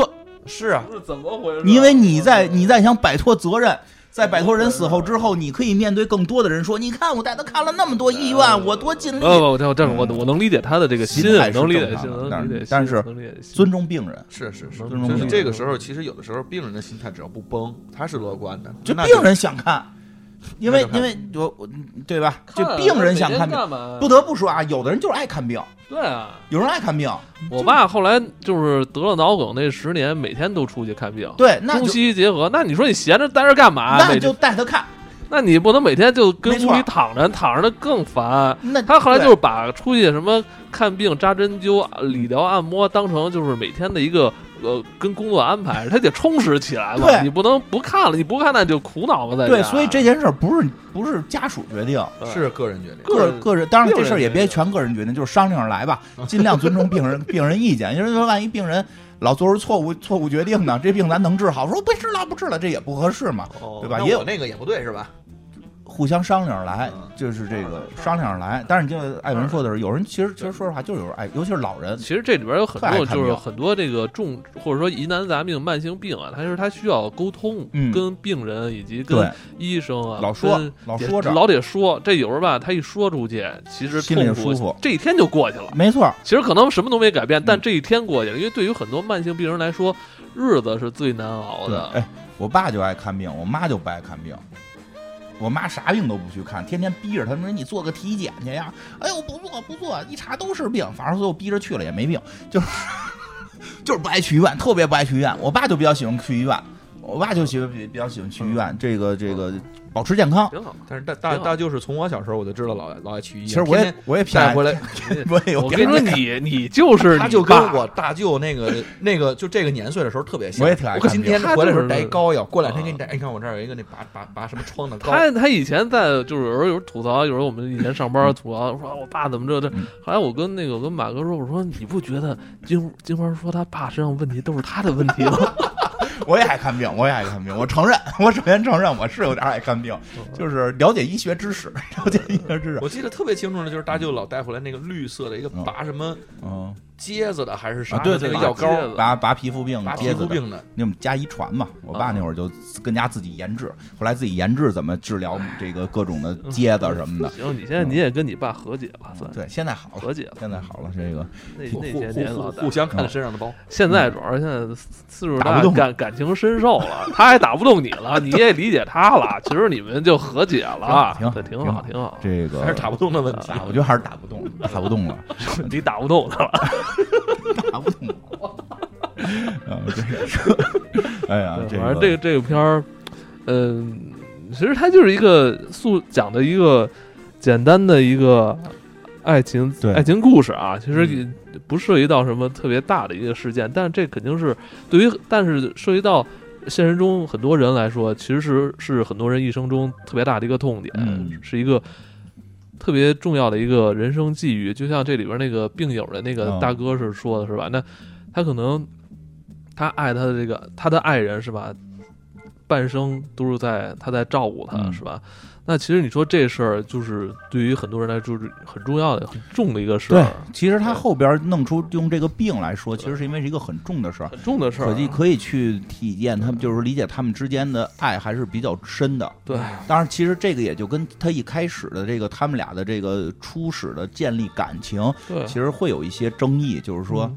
是啊，
是怎么回事啊？
因为你在你在想摆脱责任。在摆脱人死后之后，你可以面对更多的人说：“你看，我带他看了那么多医院，我多尽力。
呃，不，这这我我能理解他的这个心
心态，是
能理解
正常
心，
的但
能理解心，
是但是
能理解”心
尊重病人，
是是是
能。
尊重
就
病
是
人，
这个时候，其实有的时候病人的心态只要不崩，他是乐观的。
就
那
病人想看，因为
那就
因
看
为我我对吧？就病人想看病，
嘛
不得不说啊，有的人就是爱看病，
对啊，
有人爱看病，
我爸后来就是得了脑梗那十年，每天都出去看病，
对，那
中
就
西啊医结合。那你说你闲着待着干嘛？
那
每
就
天
带他看，
那你不能每天就跟
没错
屋里躺着，躺着那更烦。
那
他后来
对
就是啊把出去什么看病、扎针灸、理疗、按摩当成就是每天的一个呃跟工作安排，他得充实起来嘛。
对
你不能不看了，你不看那就嗯苦恼嘛，在
对，
家
所以这件事儿不是不是家属决定，
对
是个人决定。
个
人
个人，当然
个人
这事儿也别全个人决定，就是商量着 来吧，尽量尊重病人病人意见。因为说万一病人老做出错误错误决定呢，这病咱能治好，说不治了不治了，这也不合适嘛，
哦
对吧
那
也有
我那个也不对是吧？
互相商量着来
嗯，
就是这个商量着来。但是你就艾文说的是，有人其实其实说实话，就是有人爱，哎尤其是老人，
其实这里边有很
特爱
多，
看
就是
病
很多这个重或者说疑难杂病、慢性病啊，它就是它需要沟通，
嗯
跟病人以及
对
跟医生啊，
老说
跟
老说着
老得说。这有时候吧，他一说出去，其实
心里就
痛苦
舒服
这一天就过去了。
没错，
其实可能什么都没改变，但
嗯
这一天过去了，因为对于很多慢性病人来说，日子是最难熬
对，
的。
哎，我爸就爱看病，我妈就不爱看病。我妈啥病都不去看，天天逼着她说你做个体检去呀。哎呦，不做不做，一查都是病，反正最后逼着去了也没病，就是 就是不爱去医院，特别不爱去医院。我爸就比较喜欢去医院，我爸就喜欢比比较喜欢去医院，这个这个保持健康。
挺好，
但是大大
挺好
大就是从我小时候我就知道老老爱去医院，
其实我也
天天
我也偏
带
爱
回，来，
我也有
我跟你
偏
说，
爱，
你你就是
他
你
就跟
爸
我大舅那个那个就这个年岁的时候特别像。
我也挺爱看
今
病
天
他
回来的时
就是
候带一膏药，过两天
啊
给你带。哎你看我这儿有一个那拔拔拔什么疮的膏，
他他以前在就是有时候有时候吐槽，有时候我们以前上班吐槽说我爸怎么这这
嗯。
后来我跟那个我跟马哥说，我说你不觉得金金花说他爸身上问题都是他的问题 吗？
我也爱看病，我也爱看病，我承认，我首先承认我是有点爱看病，就是了解医学知识，了解医学知识。
我记得特别清楚的就是大舅老带回来那个绿色的一个拔什么
嗯，
疖子的还是啥
啊对
的那
对
个
对
药膏，
疖子
拔拔皮肤病，
拔
疖
皮
子
肤
的
病的。
那我们家遗传嘛，我爸
啊
那会儿就跟家自己研制，后来自己研制怎么治疗这个各种的
嗯
疖子什么的。
行，你现在你也跟你爸和解了，算
嗯对，现在好了，
和解了。嗯
现在好了，这个
那
互
那
互
些年
互
老
互
大，
相
嗯
看身上的包，
现在主要是现在岁数
打
大
不，动
感感情深受了， 他还打不动你了，你也理解他了，其实你们就和解了，
挺好
对挺
挺
好，
好
挺好。
这个
还是打不动的问题。
打，嗯啊我觉得还是打不动，打不动了，
你打不动他了，
打不动了。 啊，这个，哎呀，
对
这
反
个
正这个这个片儿，嗯，其实它就是一个素讲的一个简单的一个爱情
对嗯
爱情故事啊，其实也不涉及到什么特别大的一个事件，但这肯定是对于，但是涉及到。现实中很多人来说，其实是很多人一生中特别大的一个痛点，
嗯
是一个特别重要的一个人生际遇。就像这里边那个病友的那个
嗯
大哥是说的是吧？那他可能他爱他的这个他的爱人是吧？半生都是在他在照顾他、
嗯
是吧？那其实你说这事儿，就是对于很多人来说就是很重要的、很重的一个事
对
儿，，
其实他后边弄出用这个病来说，其实是因为是一个很重的事儿，
很重的事儿啊
可。以
啊
可以去体验他们，就是理解他们之间的爱还是比较深的。
对，
当然，其实这个也就跟他一开始的这个他们俩的这个初始的建立感情，
对，
其实会有一些争议，就是说、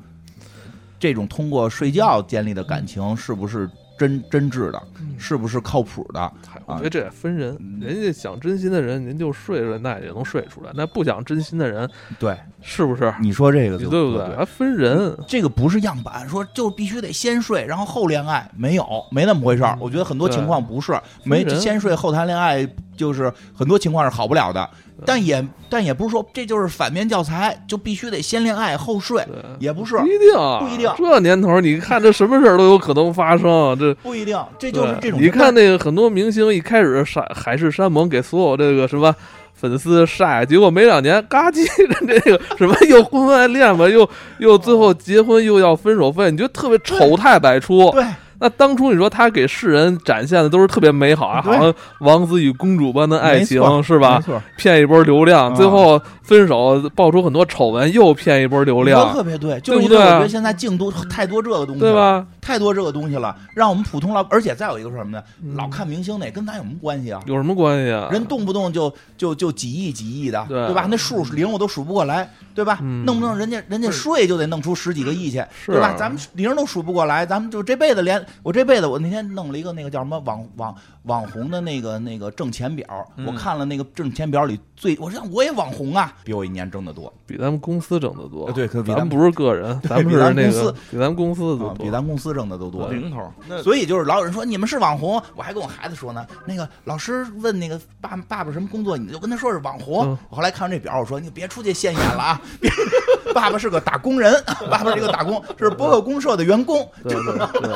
这种通过睡觉建立的感情是不是真真挚的，
嗯
是啊不是靠谱的？
嗨我觉得这也分人，人家想真心的人，您就睡了，那也能睡出来；那不想真心的人，
对，
是不是？
你说这个
你
就
对不
对嗯
对？还分人，
这个不是样板，说就必须得先睡，然后后恋爱，没有，没那么回事儿。我觉得很多情况不是没
分人
先睡后谈恋爱，就是很多情况是好不了的。
对
但也但也不是说这就是反面教材，就必须得先恋爱后睡，
对，
也不是
不，一定啊，
不一定
这年头，你看这什么事儿都有可能发生啊，这
不一定，这就是
对
这种。
你看那个很多明星一开始山海誓山盟给所有这个什么粉丝晒，结果没两年嘎叽，这个什么又婚外恋吧，又又最后结婚又要分手费，你就特别丑态百出。
对，
那当初你说他给世人展现的都是特别美好啊，
对
好像王子与公主般的爱
没
情
错
是
没
吧？
错，
骗一波流量，
啊
最后分手爆出很多丑闻，又骗一波流
你说得
量，
特别对，就是因
对
为
不
我
对啊
觉得现在净多太多这个东西了，
对？吧？
太多这个东西了，让我们普通老，而且再有一个是什么呢？
嗯
老看明星那跟咱有什么关系啊？
有什么关系啊？
人动不动就就就几亿几亿的，
对
对吧？那数零我都数不过来，对吧？
嗯
弄不弄人家人家税就得弄出十几个亿去，
是
对吧？咱们零都数不过来，咱们就这辈子连我这辈子我那天弄了一个那个叫什么网网网红的那个那个挣钱表，
嗯
我看了那个挣钱表里最，我说我也网红啊，比我一年挣得多，
比咱们公司挣得多
呃，对可比
咱
咱们
们不是个人，咱们
比
是那
咱公
个
司
比咱们公司的
啊
多，
比咱公司挣的都多。
零头，嗯那
所以就是老有人说你们是网红，我还跟我孩子说呢。那个老师问那个爸爸爸什么工作，你就跟他说是网红。
嗯
我后来看完这表，我说你别出去现眼了啊，别 爸爸是个打工人，爸爸是一个打工，是博客公社的员工，
对 对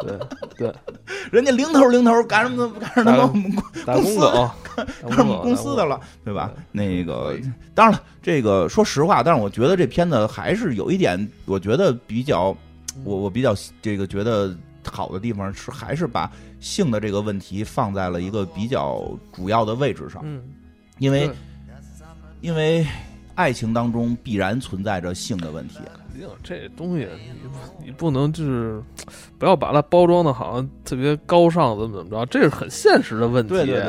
对对，
人家零头零头干什么干什么
打工打
我们公
工
司
狗，
干
嗯
我们公司的了，对吧？那个当然了，这个说实话，但是我觉得这片子还是有一点，我觉得比较，
嗯
我我比较这个觉得好的地方是还是把性的这个问题放在了一个比较主要的位置上，
嗯，
因为
对
因为爱情当中必然存在着性的问题，
肯定这东西你不你不能就是不要把它包装的好像特别高尚怎么怎么着，这是很现实的问题。
对对对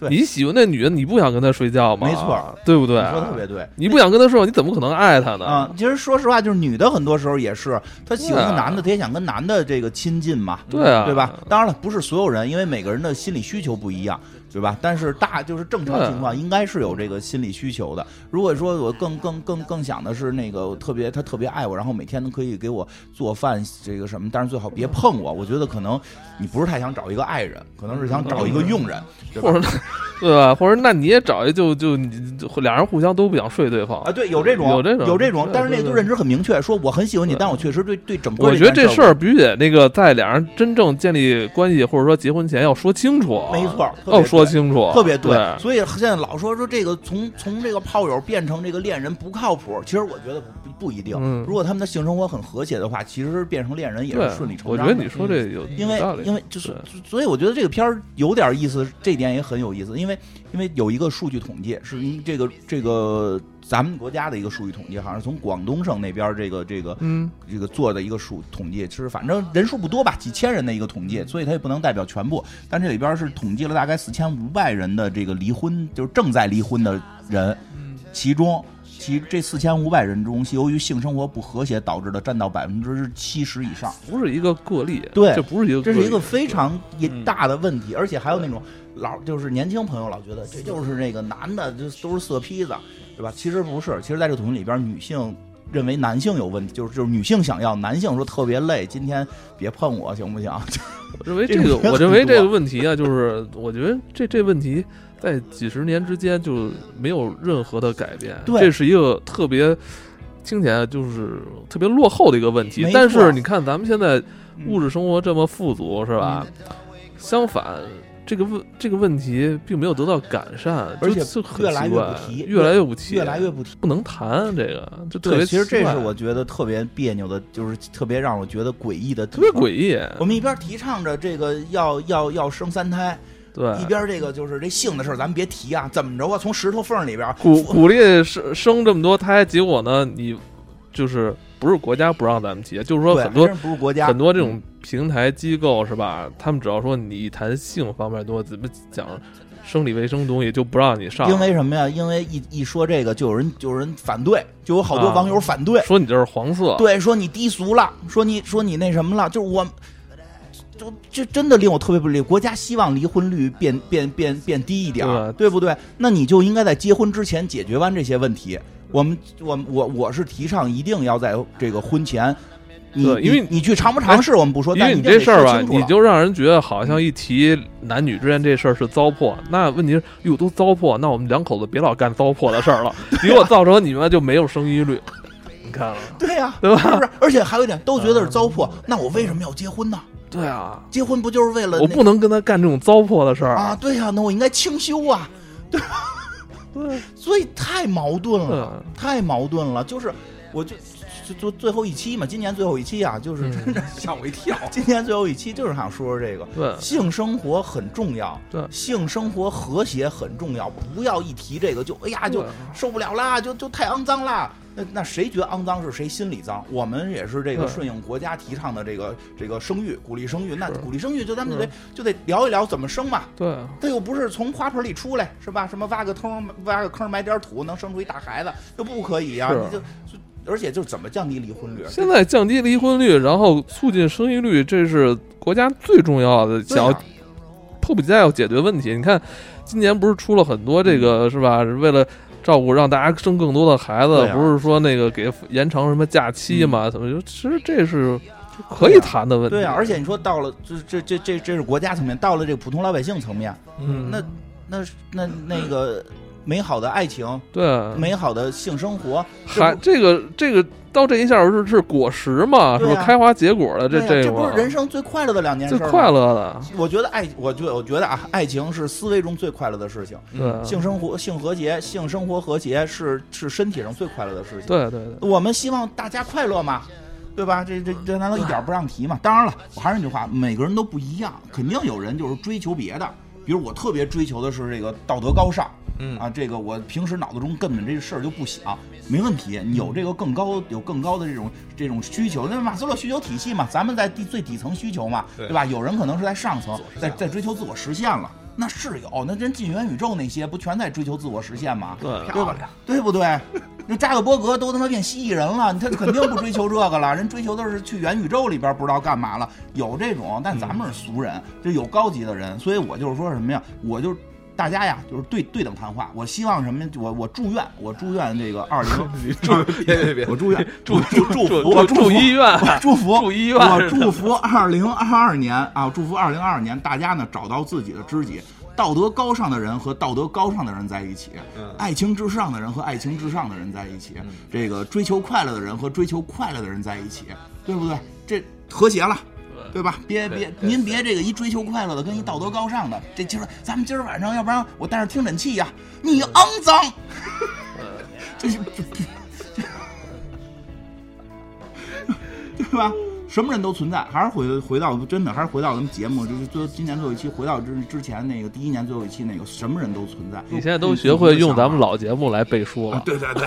对
你喜欢那女的，你不想跟她睡觉吗？
没错，
对不对？啊
你说得特别对。
你不想跟她睡觉，你怎么可能爱她呢？
啊、其实说实话，就是女的很多时候也是，她喜欢
对
个
啊
男的，她也想跟男的这个亲近嘛，
对啊，
对吧？？当然了，不是所有人，因为每个人的心理需求不一样，对吧？但是大就是正常
对
情况应该是有这个心理需求的。如果说我更更更更想的是那个我特别他特别爱我，然后每天都可以给我做饭这个什么，但是最好别碰我。我觉得可能你不是太想找一个爱人，可能是想找一个佣人，对
或
吧？
者， 对吧？或者那你也找一就就你就俩人互相都不想睡对方
啊，对，有这种，
有这种对
但是那
对
个
对
认知很明确，说我很喜欢你，
对
但我确实对对整个
我觉得这
件
事
儿
儿必须得那个在俩人真正建立关系或者说结婚前要说清楚，啊
我没错，特别
要哦说
对
清楚，
特别
对
对。，所以现在老说说这个从从这个炮友变成这个恋人不靠谱，其实我觉得不不一定。
嗯
如果他们的性生活很和谐的话，其实变成恋人也
对
是顺理成
我
章
觉
的。嗯
得你说这有
因为
有道理，
因为就是
对，
所以我觉得这个片儿有点意思，这点也很有意思。因为因为有一个数据统计，是一这个这个咱们国家的一个数据统计，好像是从广东省那边儿这个这个
嗯，
这个做的一个数统计，其实反正人数不多吧，几千人的一个统计，所以它也不能代表全部。但这里边是统计了大概四千五百人的这个离婚，就是正在离婚的人，其中其这四千五百人中，由于性生活不和谐导致的占到百分之七十以上，
不是一个个例，
对
这不是一个，
这是一个非常也
嗯
大的问题。而且还有那种老就是年轻朋友老觉得这就是那个男的就都是色批子，对吧？其实不是，其实在这个统计里边，女性认为男性有问题，就是就是女性想要，男性说特别累，今天别碰我行不 行？
我认为
这
这个
种，人
我认为
很多
这个问题啊，就是我觉得这这问题在几十年之间就没有任何的改变，
对
这是一个特别听起来就是特别落后的一个问题
没。错嗯
但是你看咱们现在物质生活这么富足，是吧？相反。这个问这个问题并没有得到改善，
而且
就就很
越来
奇
越
怪
不提
越来越不提，
越来越不提。
不能谈这个，就特
对，
别
其实这
奇怪
是我觉得特别别扭的，就是特别让我觉得诡异的，
特别诡。异，
我们一边提倡着这个要要要生三胎，
对，
一边这个就是这性的事儿，咱们别提啊，怎么着啊？从石头缝里边
鼓鼓励生生这么多胎，结果呢，你就是不是国家不让咱们提，就是说
对
很多
还真不是国家嗯
很多这种平台机构是吧？他们只要说你谈性方面多，怎么讲生理卫生东西就不让你上，
因为什么呀？因为一一说这个，就有人就有人反对，就有好多
啊
网友反对，
说你这是黄色，
对，说你低俗了，说你说你那什么了，就是我。就就真的令我特别不理解，国家希望离婚率变变变变低一点儿，对不对？那你就应该在结婚之前解决完这些问题。我们我我我是提倡一定要在这个婚前，你
对因为哎
你你去尝不尝试我们不说，
因
但
为
一
你
定
这
得
事儿
说
吧，
清楚
你
了
就让人觉得好像一提男女之间这事儿是糟粕。那问题是，哟，都糟粕，那我们两口子别老干糟粕的事儿了， 结果造成你们就没有生育率。 你看了吗，
对呀、
对吧嗯
是不是？而且还有一点，都觉得是糟粕，那我为什么要结婚呢？
对啊，
结婚不就是为了
我
那
不能跟他干这种糟粕的事儿
啊？对呀、那我应该清修啊，
对，
所以太矛盾了，
嗯
太矛盾了。就是，我就就就最后一期嘛，今年最后一期啊，就是
嗯
真的 吓我一跳。今年最后一期就是想说说这个，
对
性生活很重要，
对
性生活和谐很重要，不要一提这个就哎呀就
对啊
受不了啦，就就太肮脏啦。那那谁觉得肮脏是谁心里脏？我们也是这个
对
顺应国家提倡的这个这个生育，鼓励生育。那
是
鼓励生育就咱们就得
是
就得聊一聊怎么生嘛，
对，
他又不是从花盆里出来，是吧？什么挖个坑，挖个坑埋点土，能生出一大孩子，又不可以啊！
是
你就，就而且就是怎么降低离婚率？
现在降低离婚率，然后促进生育率，这是国家最重要的，
对
想
啊
要迫不及待要解决问题。你看，今年不是出了很多这个是吧？是为了照顾让大家生更多的孩子，
嗯对啊嗯
不是说那个给延长什么假期嘛？怎么就其实这是可以谈的问题。
对啊，而且你说到了，这这这这这是国家层面，到了这个普通老百姓层面，
嗯，
那那那那个美好的爱情、
对，啊
美好的性生活，这
还
不
这个这个到这一下是是果实嘛，是
对啊
吧？开花结果了，这
对呀
这
这不
个
是人生最快乐的两件事
最
吗？
快乐的，
我觉得爱，我觉我觉得啊，爱情是思维中最快乐的事情，
对
性生活、性和谐、性生活和谐是是身体上最快乐的事情。
对对对，
我们希望大家快乐嘛，对吧？这这这难道一点不让提嘛？当然了，我还是那句话，每个人都不一样，肯定有人就是追求别的。比如我特别追求的是这个道德高尚，
嗯
啊，这个我平时脑子中根本这事儿就不想，没问题。你有这个更高有更高的这种这种需求，那马斯洛需求体系嘛，咱们在地最底层需求嘛，
对
对吧？有人可能是在上层，
实
在
现
在追求自我实现了。那是有，那真进元宇宙那些不全在追求自我实现吗？
对
对吧？对不对？那扎克伯格都他妈变蜥蜴人了，他肯定不追求这个了，人追求的是去元宇宙里边不知道干嘛了。有这种，但咱们是俗人，这有高级的人，所以我就是说什么呀，我就。大家呀，就是对对等谈话。我希望什么？我我祝愿，我祝愿这个二 零，
别别别，
我祝愿，
祝
祝祝福，
我
我祝
住
福
医院，
我祝福，
住医院
我
是
祝福二零二二年啊，祝福二零二二年大家呢找到自己的知己，道德高尚的人和道德高尚的人在一起，爱情至上的人和爱情至上的人在一起，这个追求快乐的人和追求快乐的人在一起，对不对？这和谐了。对吧？别别，您别这个一追求快乐的跟一道德高尚的，这今儿咱们今儿晚上，要不然我带上听诊器呀、你肮脏，这是这这对吧？什么人都存在，还是回回到真的，还是回到咱们节目，就是最后今年最后一期，回到之之前那个第一年最后一期那个，什么人都存在。
你现在都学会用咱们老节目来背书了，
啊对对对，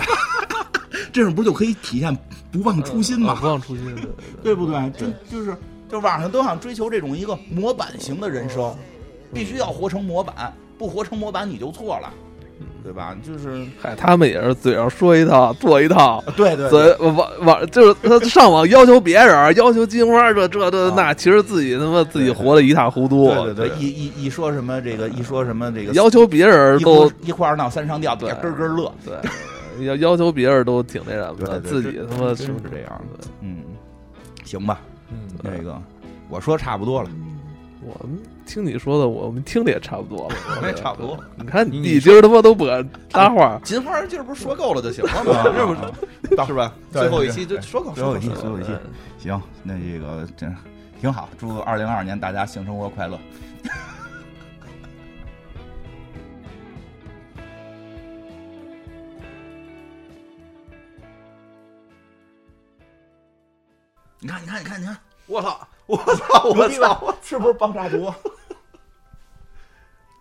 这样不就可以体现不忘初心
啊
吗？
不忘初心，对对
对不对？真就是，就网上都想追求这种一个模板型的人生，必须要活成模板，不活成模板你就错了，对吧？就是
嗨，他们也是嘴上说一套做一套，
对对对
嘴网网就是他上网要求别人，要求金花这这
啊
这那，其实自己他妈自己活得一塌糊涂，
对对对，一一一说什么这个，一说什么这个，
要求别人
一哭
都
一哭二闹三上吊，底下咯咯乐，
对，要要求别人都挺那什么的，
对
自
对
己
真
他妈
真是这样
的。
嗯，行吧，
嗯，
那个我说差不多了，
我们听你说的，我们听的也差不多了，
我 们也差不多。
你看
你
你今儿他妈都不敢搭话，
金花今儿不是说够了就行了
啊
吗？这不
到
是吧？
对
最后一期就说够，
最后一期，
说够
最后一期，行，那这个这挺好，祝二零二二年大家性生活快乐。 你看，你看，你看，你看，
我操！我操！我操！我
是不是爆炸毒？啊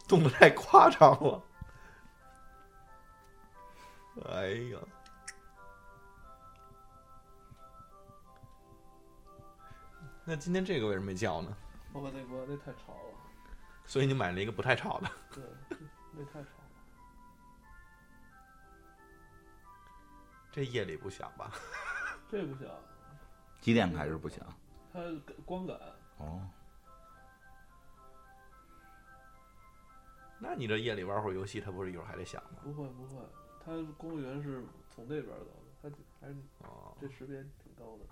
动的太夸张了。哎呀，那今天这个为什么没叫呢？
我那我那太吵了，
所以你买了一个不太吵的。
对，那太吵了。
这夜里不响吧？
这不行，
几点开始不行？
它光感
哦，
那你这夜里玩会儿游戏，它不是一会儿还得响吗？
不会不会，它光源是从那边走的，它还是
哦，
这识别挺高的。